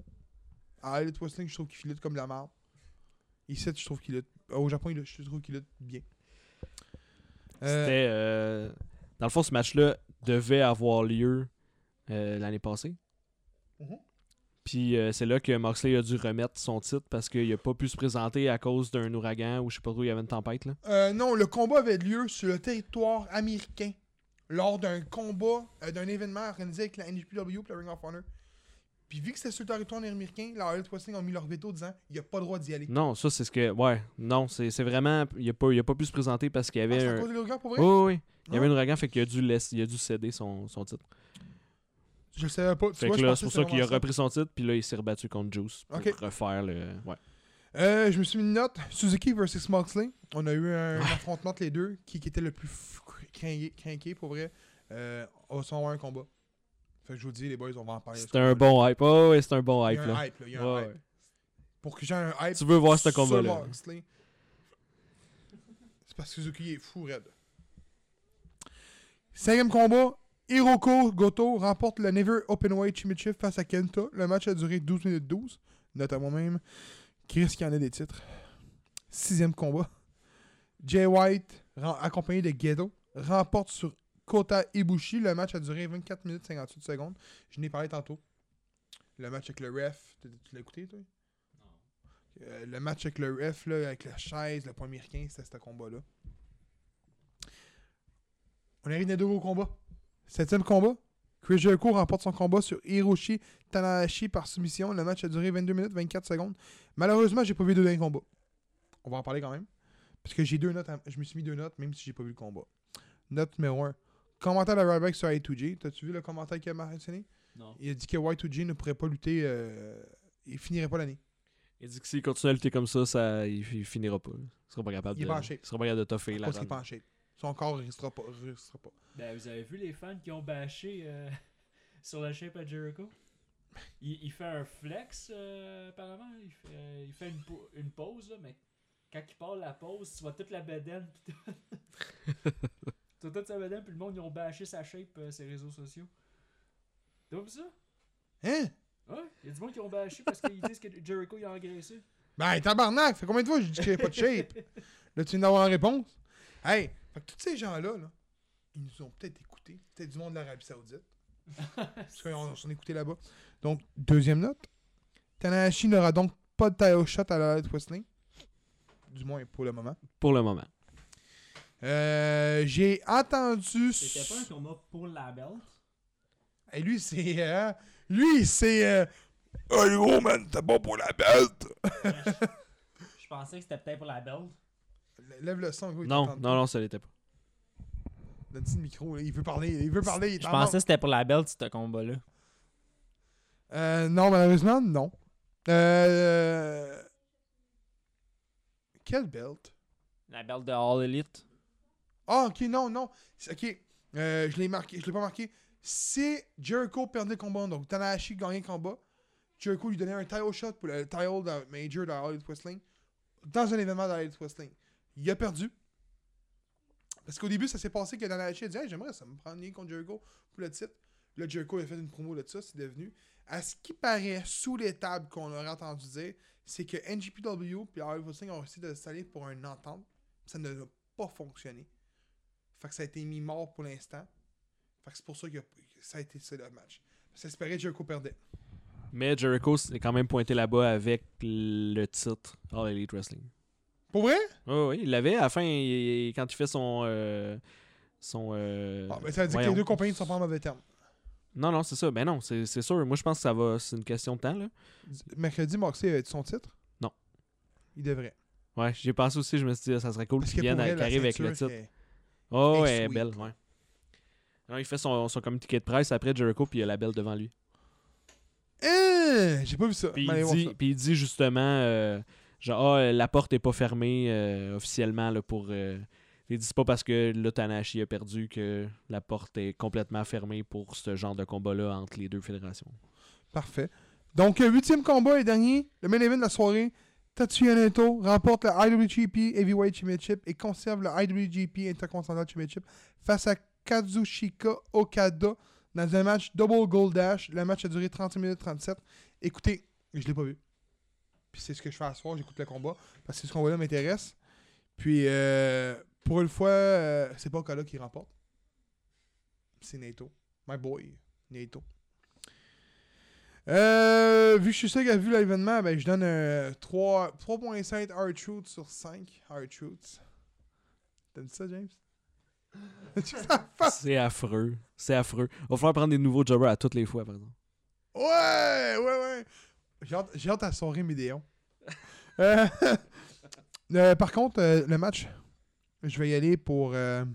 [SPEAKER 2] À Elite Wrestling, je trouve qu'il lutte comme de la marde. Ici, je trouve qu'il lutte. Euh, Au Japon, il lutte- je trouve qu'il lutte bien. Euh,
[SPEAKER 3] C'était. euh, Dans le fond, ce match-là devait avoir lieu euh, l'année passée.
[SPEAKER 2] Mhm.
[SPEAKER 3] Puis euh, c'est là que Moxley a dû remettre son titre parce qu'il a pas pu se présenter à cause d'un ouragan ou je sais pas trop, il y avait une tempête, là.
[SPEAKER 2] Euh, non, le combat avait lieu sur le territoire américain lors d'un combat, euh, d'un événement organisé avec la NJPW et la Ring of Honor. Puis vu que c'était sur le territoire américain, la Elite Wrestling ont mis leur veto en disant il n'y a pas le droit d'y aller.
[SPEAKER 3] Non, ça, c'est ce que. Ouais, non, c'est c'est vraiment. Il a, pas, il a pas pu se présenter parce qu'il y
[SPEAKER 2] Ah,
[SPEAKER 3] avait
[SPEAKER 2] c'est à
[SPEAKER 3] un. Oh.
[SPEAKER 2] cause de l'ouragan, pour vrai?
[SPEAKER 3] Oui, oui, oui. Il y
[SPEAKER 2] Ah.
[SPEAKER 3] avait un ouragan, fait qu'il a dû, laisser, il a dû céder son, son titre.
[SPEAKER 2] Je le savais pas. Tu
[SPEAKER 3] Fait
[SPEAKER 2] vois,
[SPEAKER 3] que
[SPEAKER 2] je
[SPEAKER 3] là,
[SPEAKER 2] pensais
[SPEAKER 3] c'est pour
[SPEAKER 2] que
[SPEAKER 3] ça
[SPEAKER 2] c'était
[SPEAKER 3] qu'il a
[SPEAKER 2] vraiment
[SPEAKER 3] repris son titre, puis là, il s'est rebattu contre Juice pour
[SPEAKER 2] Ok.
[SPEAKER 3] refaire le. Ouais.
[SPEAKER 2] Euh, je me suis mis une note. Suzuki versus Moxley. On a eu un
[SPEAKER 3] Ouais.
[SPEAKER 2] affrontement entre les deux. Qui, qui était le plus f- craigné- craqué pour vrai euh, On va s'en avoir un combat. Fait que je vous dis, les boys, on va en parler.
[SPEAKER 3] C'était un bon hype. Oh, ouais, c'était un bon
[SPEAKER 2] Il
[SPEAKER 3] hype,
[SPEAKER 2] y a un
[SPEAKER 3] là.
[SPEAKER 2] hype, là. Il y a un
[SPEAKER 3] Ouais,
[SPEAKER 2] hype.
[SPEAKER 3] ouais.
[SPEAKER 2] Pour que j'ai un hype.
[SPEAKER 3] Tu veux voir ce
[SPEAKER 2] sur
[SPEAKER 3] combat-là.
[SPEAKER 2] Moxley. C'est parce que Suzuki est fou raide. Cinquième combat, Hiroko Goto remporte le Never Openweight Championship face à Kenta. Le match a duré 12 minutes 12. Note à moi-même, Chris qui en a des titres. Sixième combat, Jay White, ren- accompagné de Gedo, remporte sur Kota Ibushi. Le match a duré 24 minutes 58 secondes. Je n'ai parlé tantôt. Le match avec le ref, tu tu l'as écouté toi? Euh, le match avec le ref, là, avec la chaise, le point américain, c'était ce combat-là. On arrive dans deux gros combats. Septième combat. Chris Jericho remporte son combat sur Hiroshi Tanahashi par soumission. Le match a duré 22 minutes 24 secondes. Malheureusement, j'ai pas vu deux derniers combats. On va en parler quand même. Parce que j'ai deux notes. à- Je me suis mis deux notes, même si j'ai pas vu le combat. Note numéro 1. Commentaire de Ryback sur I2G. T'as-tu vu le commentaire qu'il a mentionné
[SPEAKER 5] Non.
[SPEAKER 2] Il a dit que Y2G ne pourrait pas lutter. euh, il finirait pas l'année.
[SPEAKER 3] Il dit que s'il continue à lutter comme ça, ça il, il finira pas. Il sera pas capable
[SPEAKER 2] Il est
[SPEAKER 3] de.
[SPEAKER 2] pas en shape.
[SPEAKER 3] Il sera pas capable de toffer la
[SPEAKER 2] Parce qu'il est
[SPEAKER 3] run.
[SPEAKER 2] pas en shape. Son corps ne résistera pas. résistera pas.
[SPEAKER 5] Ben, vous avez vu les fans qui ont bâché euh, (laughs) sur la shape à Jericho? Il, il fait un flex, euh, apparemment. Il fait, euh, il fait une, po- une pause, là, mais quand il part la pause, tu vois toute la bedaine. Pis tout. tu vois toute sa bedaine, puis le monde, ils ont bâché sa shape, euh, ses réseaux sociaux. T'as vu ça?
[SPEAKER 2] Hein?
[SPEAKER 5] Ouais, il y a du monde qui ont bâché parce qu'ils disent que Jericho, il a engraissé.
[SPEAKER 2] Ben, tabarnak! Fait combien de fois j'ai dit que j'avais pas de shape? là, tu viens d'avoir en réponse? Hey! Fait que tous ces gens-là, là, ils nous ont peut-être écoutés. Peut-être du monde de l'Arabie
[SPEAKER 4] (laughs)
[SPEAKER 2] Saoudite. Parce qu'on on s'en écoutait là-bas. Donc, deuxième note. Tanahashi n'aura donc pas de title shot à la Wesley. Du moins pour le moment.
[SPEAKER 3] Pour le moment.
[SPEAKER 2] Euh, J'ai entendu.
[SPEAKER 4] C'était pas un combat pour la belt.
[SPEAKER 2] Et lui, c'est. euh, lui, c'est. Euh... Hey, gros, man, t'es bon pour la bête!
[SPEAKER 4] Je pensais que c'était peut-être pour la belt.
[SPEAKER 2] Lève le son, gros. il
[SPEAKER 3] non,
[SPEAKER 2] t'entend
[SPEAKER 3] non, non, ça l'était pas.
[SPEAKER 2] pas. Donne-lui le micro, là, il veut parler, il veut parler, il est
[SPEAKER 4] Je
[SPEAKER 2] en
[SPEAKER 4] pensais que c'était pour la belt, ce combat-là.
[SPEAKER 2] Euh, non, malheureusement, non. Euh... Quelle belt?
[SPEAKER 4] La belt de All Elite.
[SPEAKER 2] Ah, ok, non, non. C'est- Ok, Euh, je l'ai marqué, je l'ai pas marqué. Si Jericho perdait le combat, donc Tanahashi gagnait le combat, Jericho lui donnait un title shot pour le title de Major de Harley Wrestling dans un événement de Harley Wrestling. Il a perdu. Parce qu'au début, ça s'est passé que Tanahashi a dit Hey, J'aimerais ça me prendre lien contre Jericho pour le titre. Là, Jericho a fait une promo de ça, c'est devenu. À ce qui paraît, sous les tables qu'on aurait entendu dire, c'est que NGPW et Harley Wrestling ont essayé de s'aller pour une entente. Ça ne l'a pas fonctionné. Fait que ça a été mis mort pour l'instant. Fait que c'est pour ça que ça a été ça le match. J'espérais que Jericho perdait.
[SPEAKER 3] Mais Jericho s'est quand même pointé là-bas avec le titre All Elite Wrestling.
[SPEAKER 2] Pour vrai?
[SPEAKER 3] Oui, oui, il l'avait. À la fin, il- il- quand il fait son. euh, son euh,
[SPEAKER 2] Ah, ben, ça veut dire que les
[SPEAKER 3] voyons.
[SPEAKER 2] deux compagnies ne sont pas en mauvais terme.
[SPEAKER 3] Non, non, c'est ça. Ben non, c'est c'est sûr. Moi, je pense que ça va. C'est une question de temps, là.
[SPEAKER 2] Mercredi, Moxley avait son titre?
[SPEAKER 3] Non.
[SPEAKER 2] Il devrait.
[SPEAKER 3] Ouais, j'ai pensé aussi, je me suis dit, ah, ça serait cool
[SPEAKER 2] Parce
[SPEAKER 3] qu'il vienne
[SPEAKER 2] pour
[SPEAKER 3] avec-
[SPEAKER 2] elle,
[SPEAKER 3] qu'il
[SPEAKER 2] la
[SPEAKER 3] arrive avec le
[SPEAKER 2] ceinture,
[SPEAKER 3] titre.
[SPEAKER 2] c'est-
[SPEAKER 3] Oh,
[SPEAKER 2] est
[SPEAKER 3] ouais, elle est
[SPEAKER 2] sweet.
[SPEAKER 3] belle, ouais. Alors, il fait son, son communiqué de presse après Jericho, puis il y a la belle devant lui.
[SPEAKER 2] Hein! J'ai pas vu ça.
[SPEAKER 3] Puis
[SPEAKER 2] Mais allez
[SPEAKER 3] il,
[SPEAKER 2] voir
[SPEAKER 3] dit,
[SPEAKER 2] ça.
[SPEAKER 3] puis il dit justement, euh, genre, Ah, euh, la porte est pas fermée euh, officiellement là, pour. euh, ils disent pas parce que le Tanahashi a perdu que la porte est complètement fermée pour ce genre de combat-là entre les deux fédérations.
[SPEAKER 2] Parfait. Donc, euh, huitième combat et dernier, le main event de la soirée. Tatsuya Naito remporte le IWGP Heavyweight Championship et conserve le IWGP Intercontinental Championship face à Kazushika Okada dans un match Double Gold Dash. Le match a duré 30 minutes 37. Écoutez, je l'ai pas vu. Puis c'est ce que je fais à soir, j'écoute le combat parce que ce combat-là m'intéresse. Puis euh, pour une fois, euh, c'est pas Okada qui remporte. C'est Naito. My boy, Naito. Euh, vu que je suis sûr qu'il a vu l'événement, ben, je donne un 3 3.5 Hard Truth sur 5 Hard Truth. T'aimes ça, James? Tu fais la face.
[SPEAKER 3] C'est affreux. C'est affreux. On va falloir prendre des nouveaux jobbers à toutes les fois, par exemple.
[SPEAKER 2] Ouais, ouais, ouais. J'ai hâte, j'ai hâte à son rime idéon. Euh, (laughs) euh, par contre, euh, le match, je vais y aller pour. euh,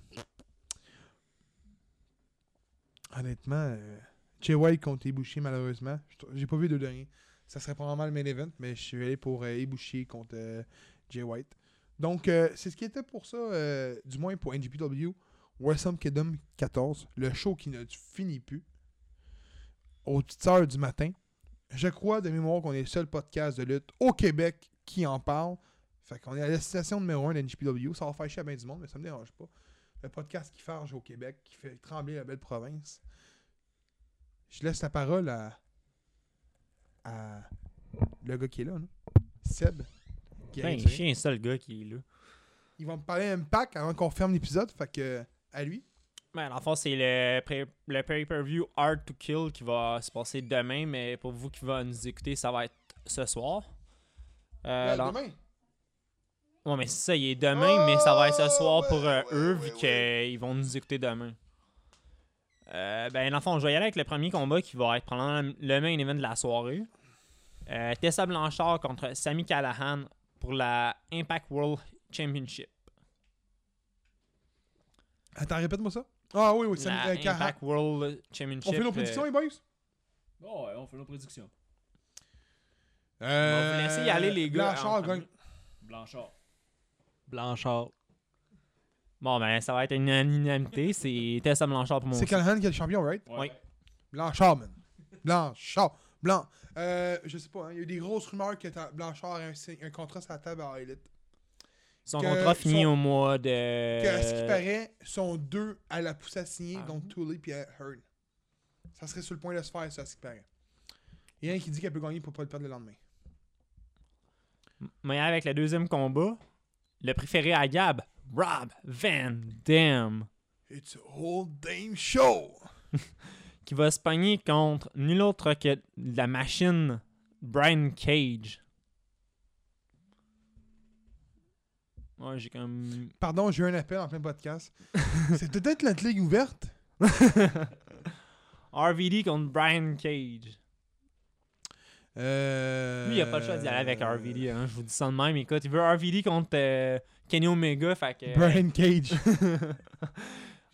[SPEAKER 2] Honnêtement, euh, Jay White contre Ibushi, malheureusement. Je trou- J'ai pas vu les deux derniers. Ça serait probablement le main event, mais je vais aller pour euh, Ibushi contre euh, Jay White. Donc, euh, c'est ce qui était pour ça, euh, du moins pour NGPW, Wrestle Kingdom 14, le show qui ne finit plus aux petites heures du matin. Je crois de mémoire qu'on est le seul podcast de lutte au Québec qui en parle. Fait qu'on est à la station numéro 1 de NJPW. Ça va faire chier à bien du monde, mais ça me dérange pas. Le podcast qui farge au Québec, qui fait trembler la belle province. Je laisse la parole à, à le gars qui est là, là. Seb.
[SPEAKER 4] Putain,
[SPEAKER 2] Guérin-Durin.
[SPEAKER 4] Ben, chien, ça le gars qui est là.
[SPEAKER 2] Il va me parler Impact avant qu'on ferme l'épisode. Fait que à lui.
[SPEAKER 4] Ben, en fait, c'est le, pré- le pay-per-view Hard to Kill qui va se passer demain, mais pour vous qui va nous écouter, ça va être ce soir. Euh,
[SPEAKER 2] Là,
[SPEAKER 4] dans-
[SPEAKER 2] Ben, demain.
[SPEAKER 4] Ouais, mais c'est ça, il est demain, mais ça va être ce soir
[SPEAKER 2] ouais,
[SPEAKER 4] pour euh,
[SPEAKER 2] Oh, ouais,
[SPEAKER 4] eux,
[SPEAKER 2] ouais,
[SPEAKER 4] vu qu'ils vont nous écouter demain. Euh, ben, dans le fond, je vais y aller avec le premier combat qui va être pendant le main event de la soirée. Euh, Tessa Blanchard contre Sami Callahan pour la Impact World Championship.
[SPEAKER 2] Attends, répète-moi ça. Ah oui, oui, c'est
[SPEAKER 4] la
[SPEAKER 2] euh, Cahan.
[SPEAKER 4] Impact World
[SPEAKER 2] On
[SPEAKER 4] Championship.
[SPEAKER 2] fait nos
[SPEAKER 4] euh,
[SPEAKER 2] prédictions, les boys?
[SPEAKER 5] Bon, ouais, on fait nos prédictions.
[SPEAKER 2] Euh,
[SPEAKER 4] vous laisser y aller, les gars, en
[SPEAKER 2] Blanchard
[SPEAKER 4] premier.
[SPEAKER 2] gagne.
[SPEAKER 5] Blanchard.
[SPEAKER 3] Blanchard.
[SPEAKER 4] Bon, ben, ça va être une unanimité. C'est Tessa Blanchard pour mon.
[SPEAKER 2] C'est Callahan qui est le champion, right?
[SPEAKER 5] Ouais.
[SPEAKER 4] Oui.
[SPEAKER 2] Blanchard, man. Blanchard. Blanc. Euh, je sais pas, hein, il y a eu des grosses rumeurs que ta- Blanchard a un, signe- un contrat sur la table à Elite.
[SPEAKER 4] Son
[SPEAKER 2] que
[SPEAKER 4] contrat finit
[SPEAKER 2] son-
[SPEAKER 4] au mois de.
[SPEAKER 2] Que, à ce qui paraît, sont deux à la pousse à signer,
[SPEAKER 4] Euh. Ah.
[SPEAKER 2] donc Tully et Hearn. Ça serait sur le point de se faire, ça, à ce qui paraît. Il y en a un qui dit qu'elle peut gagner pour pas le perdre le lendemain.
[SPEAKER 4] Mais avec le deuxième combat, le préféré à Gab, Rob Van Dam,
[SPEAKER 2] It's a whole damn show!
[SPEAKER 4] qui va se pogner contre nul autre que la machine Brian Cage. Ouais,
[SPEAKER 2] (laughs)
[SPEAKER 4] j'ai comme.
[SPEAKER 2] Pardon, j'ai eu un appel en plein podcast. c'est peut-être notre ligue ouverte.
[SPEAKER 4] RVD contre Brian Cage.
[SPEAKER 2] Euh...
[SPEAKER 4] Lui, il a pas le choix d'y aller avec RVD. Hein. Je vous dis ça de même. Écoute, il veut RVD contre euh, Kenny Omega. Fait que. euh,
[SPEAKER 2] Brian
[SPEAKER 4] (laughs)
[SPEAKER 2] Cage.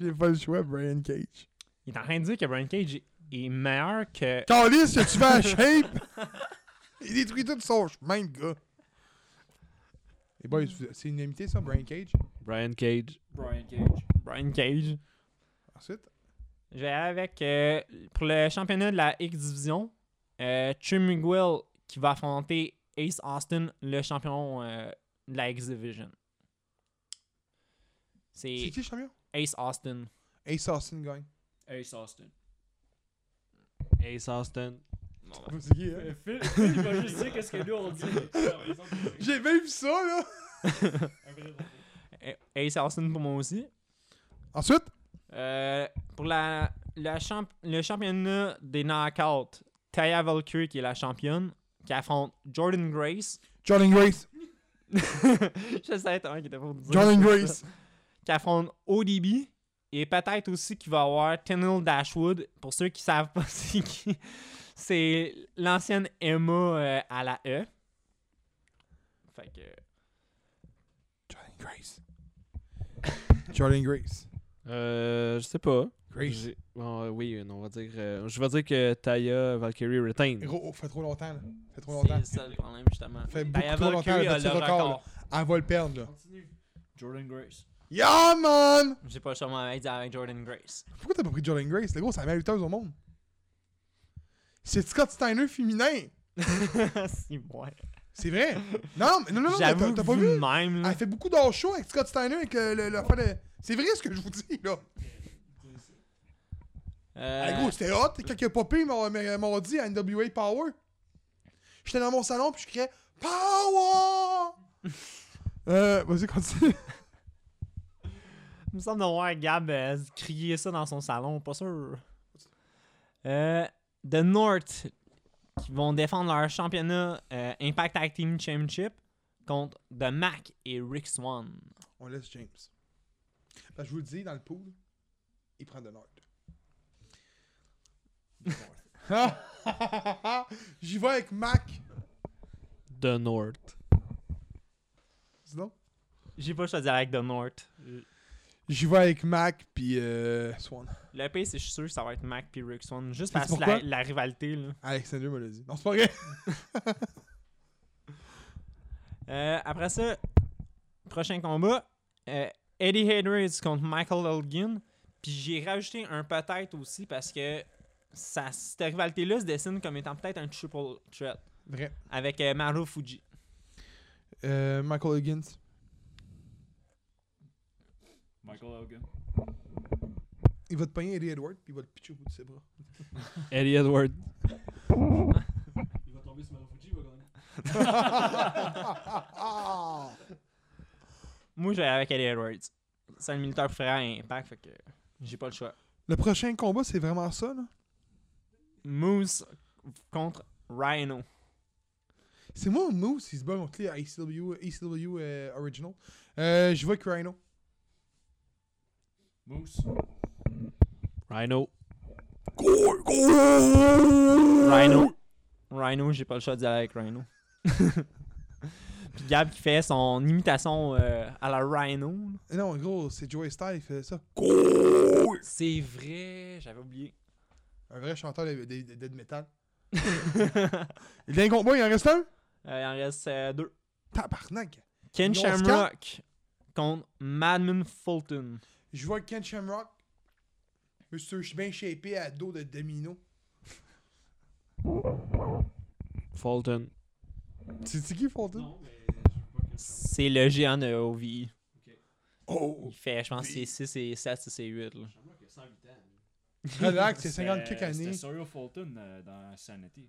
[SPEAKER 2] J'ai pas le choix, Brian Cage.
[SPEAKER 4] Il est en train de dire que Brian Cage est meilleur que.
[SPEAKER 2] Carlis, que tu vas
[SPEAKER 4] (laughs)
[SPEAKER 2] à shape? Il détruit tout son chemin, le gars. Les boys, vous- c'est une unanimité, ça, Brian Cage.
[SPEAKER 3] Brian Cage.
[SPEAKER 5] Brian Cage.
[SPEAKER 4] Brian Cage.
[SPEAKER 2] Ensuite,
[SPEAKER 4] Je vais aller avec. euh, pour le championnat de la X Division, euh, Trey Miguel qui va affronter Ace Austin, le champion euh, de la X Division.
[SPEAKER 2] c'est
[SPEAKER 4] C'est
[SPEAKER 2] qui le champion?
[SPEAKER 4] Ace Austin.
[SPEAKER 2] Ace Austin gagne.
[SPEAKER 5] Ace Austin.
[SPEAKER 3] Ace Austin.
[SPEAKER 2] C'est qui, hein?
[SPEAKER 5] Euh, Phil, Phil, il va juste dire qu'est-ce que nous on dit.
[SPEAKER 2] J'ai même vu ça, là!
[SPEAKER 4] A- Euh, Ace Austin pour moi aussi.
[SPEAKER 2] Ensuite,
[SPEAKER 4] Euh, pour la, la champ- le championnat des knockouts, Taya Valkyrie qui est la championne, qui affronte Jordan Grace. (laughs)
[SPEAKER 2] Jordan Grace.
[SPEAKER 4] Je sais pas qui était pour dire
[SPEAKER 2] Jordan
[SPEAKER 4] ça. (laughs)
[SPEAKER 2] Grace.
[SPEAKER 4] Qui affronte ODB. Et peut-être aussi qu'il va y avoir Tennille Dashwood. Pour ceux qui savent pas (laughs) c'est qui, c'est l'ancienne Emma euh, à la E. Fait que.
[SPEAKER 2] Jordan Grace. Jordan Grace.
[SPEAKER 3] Euh, je sais pas.
[SPEAKER 2] Grace.
[SPEAKER 3] J'ai- bon, euh, oui, on va dire. euh, je vais dire que Taya Valkyrie retain.
[SPEAKER 2] Gros, oh, fait trop longtemps, là. Fait trop longtemps.
[SPEAKER 4] C'est ça le problème, justement.
[SPEAKER 2] Fait
[SPEAKER 4] Taya
[SPEAKER 2] beaucoup trop longtemps, elle
[SPEAKER 4] Valkyrie
[SPEAKER 2] a
[SPEAKER 4] a
[SPEAKER 2] battu
[SPEAKER 4] le
[SPEAKER 2] le record,
[SPEAKER 4] record.
[SPEAKER 2] Elle va le perdre, là.
[SPEAKER 5] Continue. Jordan Grace.
[SPEAKER 2] Yeah, man!
[SPEAKER 4] J'ai pas le choix moi, avec avec Jordan Grace.
[SPEAKER 2] Pourquoi t'as pas pris Jordan Grace? Le gros, c'est la meilleure lutteuse au monde. C'est Scott Steiner féminin.
[SPEAKER 4] (laughs) si, ouais.
[SPEAKER 2] C'est
[SPEAKER 4] (laughs)
[SPEAKER 2] vrai. Non, mais non, non, non, t'as-
[SPEAKER 4] J'avoue
[SPEAKER 2] t'as
[SPEAKER 4] que
[SPEAKER 2] pas
[SPEAKER 4] vu
[SPEAKER 2] vu?
[SPEAKER 4] de même, là,
[SPEAKER 2] Elle fait beaucoup d'or show avec Scott Steiner avec le, le- le- le- C'est vrai ce que je vous dis, là.
[SPEAKER 4] euh,
[SPEAKER 2] Hey, Ah, gros, c'était hot. Quand il a popé, ils m'ont- m'ont m'ont dit à NWA Power. J'étais dans mon salon, puis je criais Power! euh, vas-y, continue.
[SPEAKER 4] il me semble d'avoir Gab euh, crier ça dans son salon, pas sûr. Euh, The North, qui vont défendre leur championnat euh, Impact Tag Team Championship contre The Mac et Rick Swan.
[SPEAKER 2] On laisse James. Parce que je vous le dis, dans le pool, il prend (laughs) de l'ordre. J'y vais avec Mac.
[SPEAKER 3] The North.
[SPEAKER 2] Sinon?
[SPEAKER 4] J'ai pas choisi avec The North.
[SPEAKER 2] J'y vais avec Mac, puis euh, Swan.
[SPEAKER 4] Le P, c'est je suis sûr que ça va être Mac puis Rick Swan, juste
[SPEAKER 2] Sais-tu
[SPEAKER 4] parce que
[SPEAKER 2] pourquoi?
[SPEAKER 4] la, la rivalité. Là.
[SPEAKER 2] Alexander me l'a dit. Non, c'est pas vrai.
[SPEAKER 4] Euh, après ça, prochain combat, euh, Eddie Hayward contre Michael Elgin. Puis j'ai rajouté un peut-être aussi parce que ça, cette rivalité-là se dessine comme étant peut-être un triple threat
[SPEAKER 2] Vrai.
[SPEAKER 4] avec euh, Maru Fuji.
[SPEAKER 2] Euh, Michael Higgins.
[SPEAKER 5] Michael Hogan.
[SPEAKER 2] Il va te pogner Eddie Edward, puis il va le pitcher au bout de ses (laughs) bras.
[SPEAKER 3] Eddie Edward.
[SPEAKER 5] Il va tomber sur Marufuji, il va gagner.
[SPEAKER 4] Moi, je vais avec Eddie Edwards. C'est un militaire frère à Impact, fait que j'ai pas le choix.
[SPEAKER 2] Le prochain combat, c'est vraiment ça, là.
[SPEAKER 4] Moose contre Rhino.
[SPEAKER 2] C'est moi ou Moose, il se bat contre les ACW, ACW euh, Original. Euh, je vais avec Rhino.
[SPEAKER 5] Moose.
[SPEAKER 3] Rhino.
[SPEAKER 4] Rhino. Rhino, j'ai pas le choix de dire avec Rhino. (laughs) Puis Gab qui fait son imitation euh, à la Rhino. là.
[SPEAKER 2] Non, en gros, c'est Joey Styles qui fait ça.
[SPEAKER 4] C'est vrai, j'avais oublié.
[SPEAKER 2] Un vrai chanteur de, de- de- de metal. Le dernier combat, il en reste un?
[SPEAKER 4] Euh, il en reste euh, deux.
[SPEAKER 2] Tabarnak.
[SPEAKER 4] Ken
[SPEAKER 2] Ils ont ce
[SPEAKER 4] Shamrock contre Madman Fulton.
[SPEAKER 2] Je vois Ken Shamrock. Monsieur, je suis bien shapé à dos de domino.
[SPEAKER 3] Fulton.
[SPEAKER 2] C'est c'est qui Fulton?
[SPEAKER 5] Non, mais je veux pas que ça.
[SPEAKER 4] C'est le géant de OVI.
[SPEAKER 2] Oh!
[SPEAKER 4] Il fait, je pense, c'est 6 et 7, c'est 8. Là.
[SPEAKER 5] J'aimerais que 108 ans.
[SPEAKER 2] Relax, c'est 50
[SPEAKER 5] C'était-
[SPEAKER 2] kicks année.
[SPEAKER 5] Euh, C'était Sawyer Fulton euh, dans Sanity.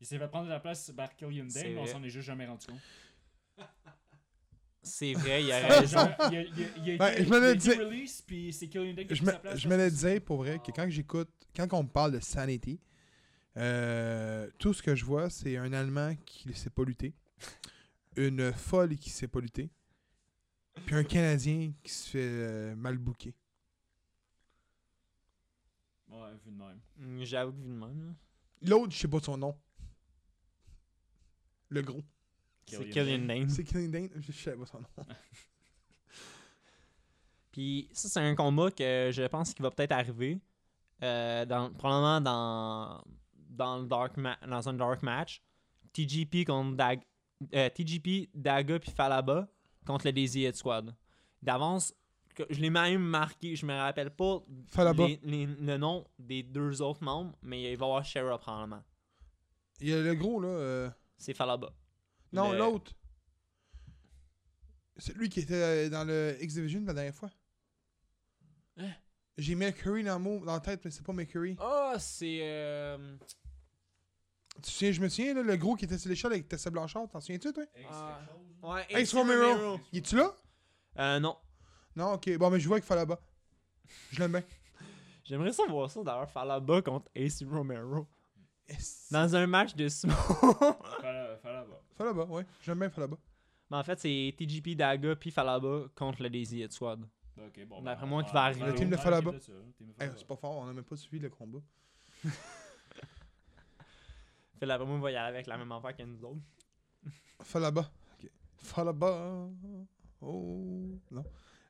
[SPEAKER 5] Il s'est fait prendre la place par Killian
[SPEAKER 4] C'est
[SPEAKER 5] Dane, mais on
[SPEAKER 4] vrai.
[SPEAKER 5] s'en est juste jamais rendu compte.
[SPEAKER 4] C'est vrai, il y
[SPEAKER 5] (laughs)
[SPEAKER 4] a (laughs)
[SPEAKER 5] Euh,
[SPEAKER 4] raison.
[SPEAKER 5] genre, il a, il a- il a
[SPEAKER 2] Ben,
[SPEAKER 5] été,
[SPEAKER 2] je me l'ai
[SPEAKER 5] il a été
[SPEAKER 2] dit-
[SPEAKER 5] release, puis c'est Killian Dane qui a
[SPEAKER 2] Je
[SPEAKER 5] pris
[SPEAKER 2] me,
[SPEAKER 5] sa place.
[SPEAKER 2] je me le disais pour vrai que quand j'écoute, quand on me parle de sanity, euh, tout ce que je vois, c'est un Allemand qui ne sait pas lutter. une folle qui s'est pas lutter, puis un Canadien qui se fait euh, mal bouquer.
[SPEAKER 5] Ouais, vu de même.
[SPEAKER 4] Mm, J'avoue que vu de même. là.
[SPEAKER 2] L'autre, je sais pas son nom. Le gros.
[SPEAKER 4] C'est Killian
[SPEAKER 5] Mm.
[SPEAKER 4] Dane.
[SPEAKER 2] C'est Killing Dane, je sais pas son nom.
[SPEAKER 4] Puis ça, c'est un combat que je pense qu'il va peut-être arriver. euh, dans, probablement dans, dans, le dark ma- dans un dark match. TGP contre Dag euh, TGP, Daga puis Falaba contre le Daisy Head Squad. D'avance, que- je l'ai même marqué, je me rappelle pas
[SPEAKER 2] Falaba.
[SPEAKER 4] les- les- le nom des deux autres membres, mais il va y avoir Shera probablement.
[SPEAKER 2] Il y a le gros, là. euh,
[SPEAKER 4] C'est Falaba.
[SPEAKER 2] Non,
[SPEAKER 4] Le-
[SPEAKER 2] l'autre. C'est lui qui était euh, dans le X-Division la dernière fois.
[SPEAKER 6] Hein?
[SPEAKER 2] J'ai Mercury dans, le mot, dans la tête, mais c'est pas Mercury.
[SPEAKER 6] Ah, c'est. euh,
[SPEAKER 2] Tu te souviens, je me souviens, là, le gros qui était sur l'échelle avec Tessa Blanchard, t'en souviens-tu, toi?
[SPEAKER 6] ah, ouais,
[SPEAKER 2] Ace Romero. Il est-tu là?
[SPEAKER 4] Euh, non.
[SPEAKER 2] Non, ok. Bon, mais je vois qu'il fallait là-bas. Je l'aime
[SPEAKER 6] (laughs)
[SPEAKER 2] bien.
[SPEAKER 4] J'aimerais ça voir ça d'ailleurs, Falaba contre Ace Romero.
[SPEAKER 2] Yes.
[SPEAKER 4] Dans un match
[SPEAKER 2] (laughs)
[SPEAKER 4] de sumo.
[SPEAKER 5] Fallait là-bas.
[SPEAKER 2] Fallait là-bas, ouais. Je l'aime bien, fallait là-bas.
[SPEAKER 4] Mais en fait, c'est TGP Daga puis Falaba contre le Daisy Head Squad.
[SPEAKER 5] Ok, bon. ben,
[SPEAKER 4] D'après moi, qui va arriver.
[SPEAKER 2] Le team de Falaba. Eh, c'est
[SPEAKER 5] C'est
[SPEAKER 2] pas fort, on a même pas suivi le combat.
[SPEAKER 4] Fait là, moi, il va y aller avec la même affaire que nous autres.
[SPEAKER 2] Fallait là-bas. Ok. Fallait là-bas. Oh. Non.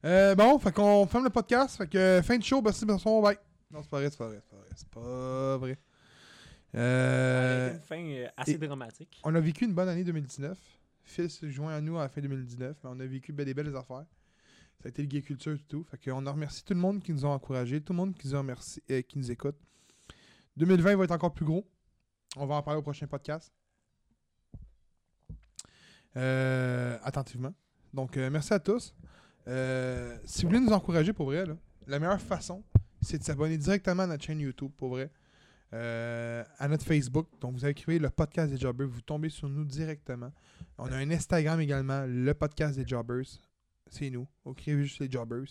[SPEAKER 2] Euh, bon, fait qu'on ferme le podcast. Fait que fin de show, merci, bonsoir, bye. Non, c'est pas vrai, c'est pas vrai, c'est pas vrai. C'est pas vrai. Euh.
[SPEAKER 4] Avec une fin euh, assez
[SPEAKER 2] et-
[SPEAKER 4] dramatique.
[SPEAKER 2] On a vécu une bonne année 2019. Phil se joint à nous à la fin 2019, mais on a vécu bel et belles affaires. Ça a été le gay culture et tout. Fait qu'on en remercie tout le monde qui nous a encouragés, tout le monde qui nous, a remerci- euh, qui nous écoute. 2020 va être encore plus gros. On va en parler au prochain podcast. Euh, attentivement. Donc, euh, merci à tous. Euh, si vous voulez nous encourager pour vrai, là, la meilleure façon, c'est de s'abonner directement à notre chaîne YouTube pour vrai. Euh, à notre Facebook. Donc, vous écrivez le podcast des Jobbers, vous tombez sur nous directement. On a un Instagram également, le podcast des Jobbers. C'est nous. Vous écrivez juste les Jobbers.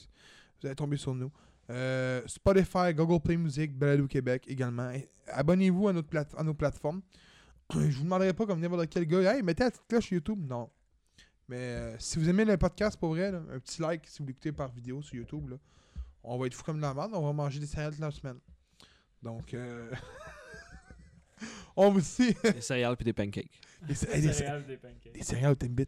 [SPEAKER 2] Vous allez tomber sur nous. Euh, Spotify, Google Play Music, Balado Québec également. Et Abonnez-vous à, notre plate- à nos plateformes. (clears throat) Je vous demanderai pas comme n'importe quel gars, hey, mettez la petite cloche YouTube. Non. Mais euh, si vous aimez le podcast pour vrai, là, un petit like si vous l'écoutez par vidéo sur YouTube. là. On va être fou comme de la merde, on va manger des céréales toute la semaine. Donc, euh, on vous dit.
[SPEAKER 3] Des céréales puis des pancakes.
[SPEAKER 2] (laughs) Des, cé- des cé-
[SPEAKER 5] des pancakes.
[SPEAKER 2] des céréales au Timbits.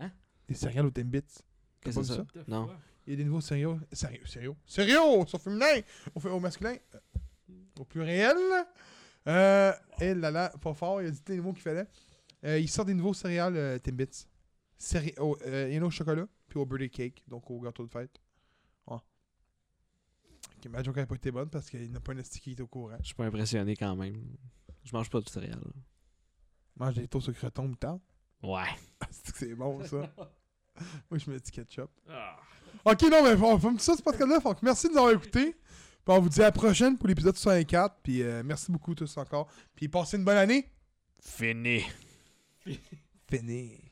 [SPEAKER 3] Hein?
[SPEAKER 2] Des céréales au Timbits. T'as
[SPEAKER 3] Qu'est-ce
[SPEAKER 2] pas
[SPEAKER 3] que
[SPEAKER 2] vu
[SPEAKER 3] c'est ça? Non.
[SPEAKER 2] Il y a des nouveaux céréaux. Sérieux, sérieux. Sérieux, sur féminin, au, fé- au masculin, euh, au pluriel. Euh, et là là, pas fort, il a dit tous les mots qu'il fallait. Euh, il sort des nouveaux céréales euh, Timbits. Céré- au- euh, il y en a au chocolat, puis au birthday cake, donc au gâteau de fête. Ouais. Ok, ma joke n'a pas été bonne parce qu'il n'a pas un esti qui est au courant.
[SPEAKER 3] Je suis pas impressionné quand même. Je mange pas de céréales.
[SPEAKER 2] Mange des toasts au creton moutarde.
[SPEAKER 3] Ouais.
[SPEAKER 2] Ah, c'est que (laughs) c'est bon ça. Moi je mets du ketchup.
[SPEAKER 5] Ah.
[SPEAKER 2] Ok, non, mais on fait ça ce podcast-là. Fait que merci de nous avoir écoutés. Puis on vous dit à la prochaine pour l'épisode 64. Puis euh, merci beaucoup tous encore. Puis passez une bonne année.
[SPEAKER 3] Fini.
[SPEAKER 2] Fini.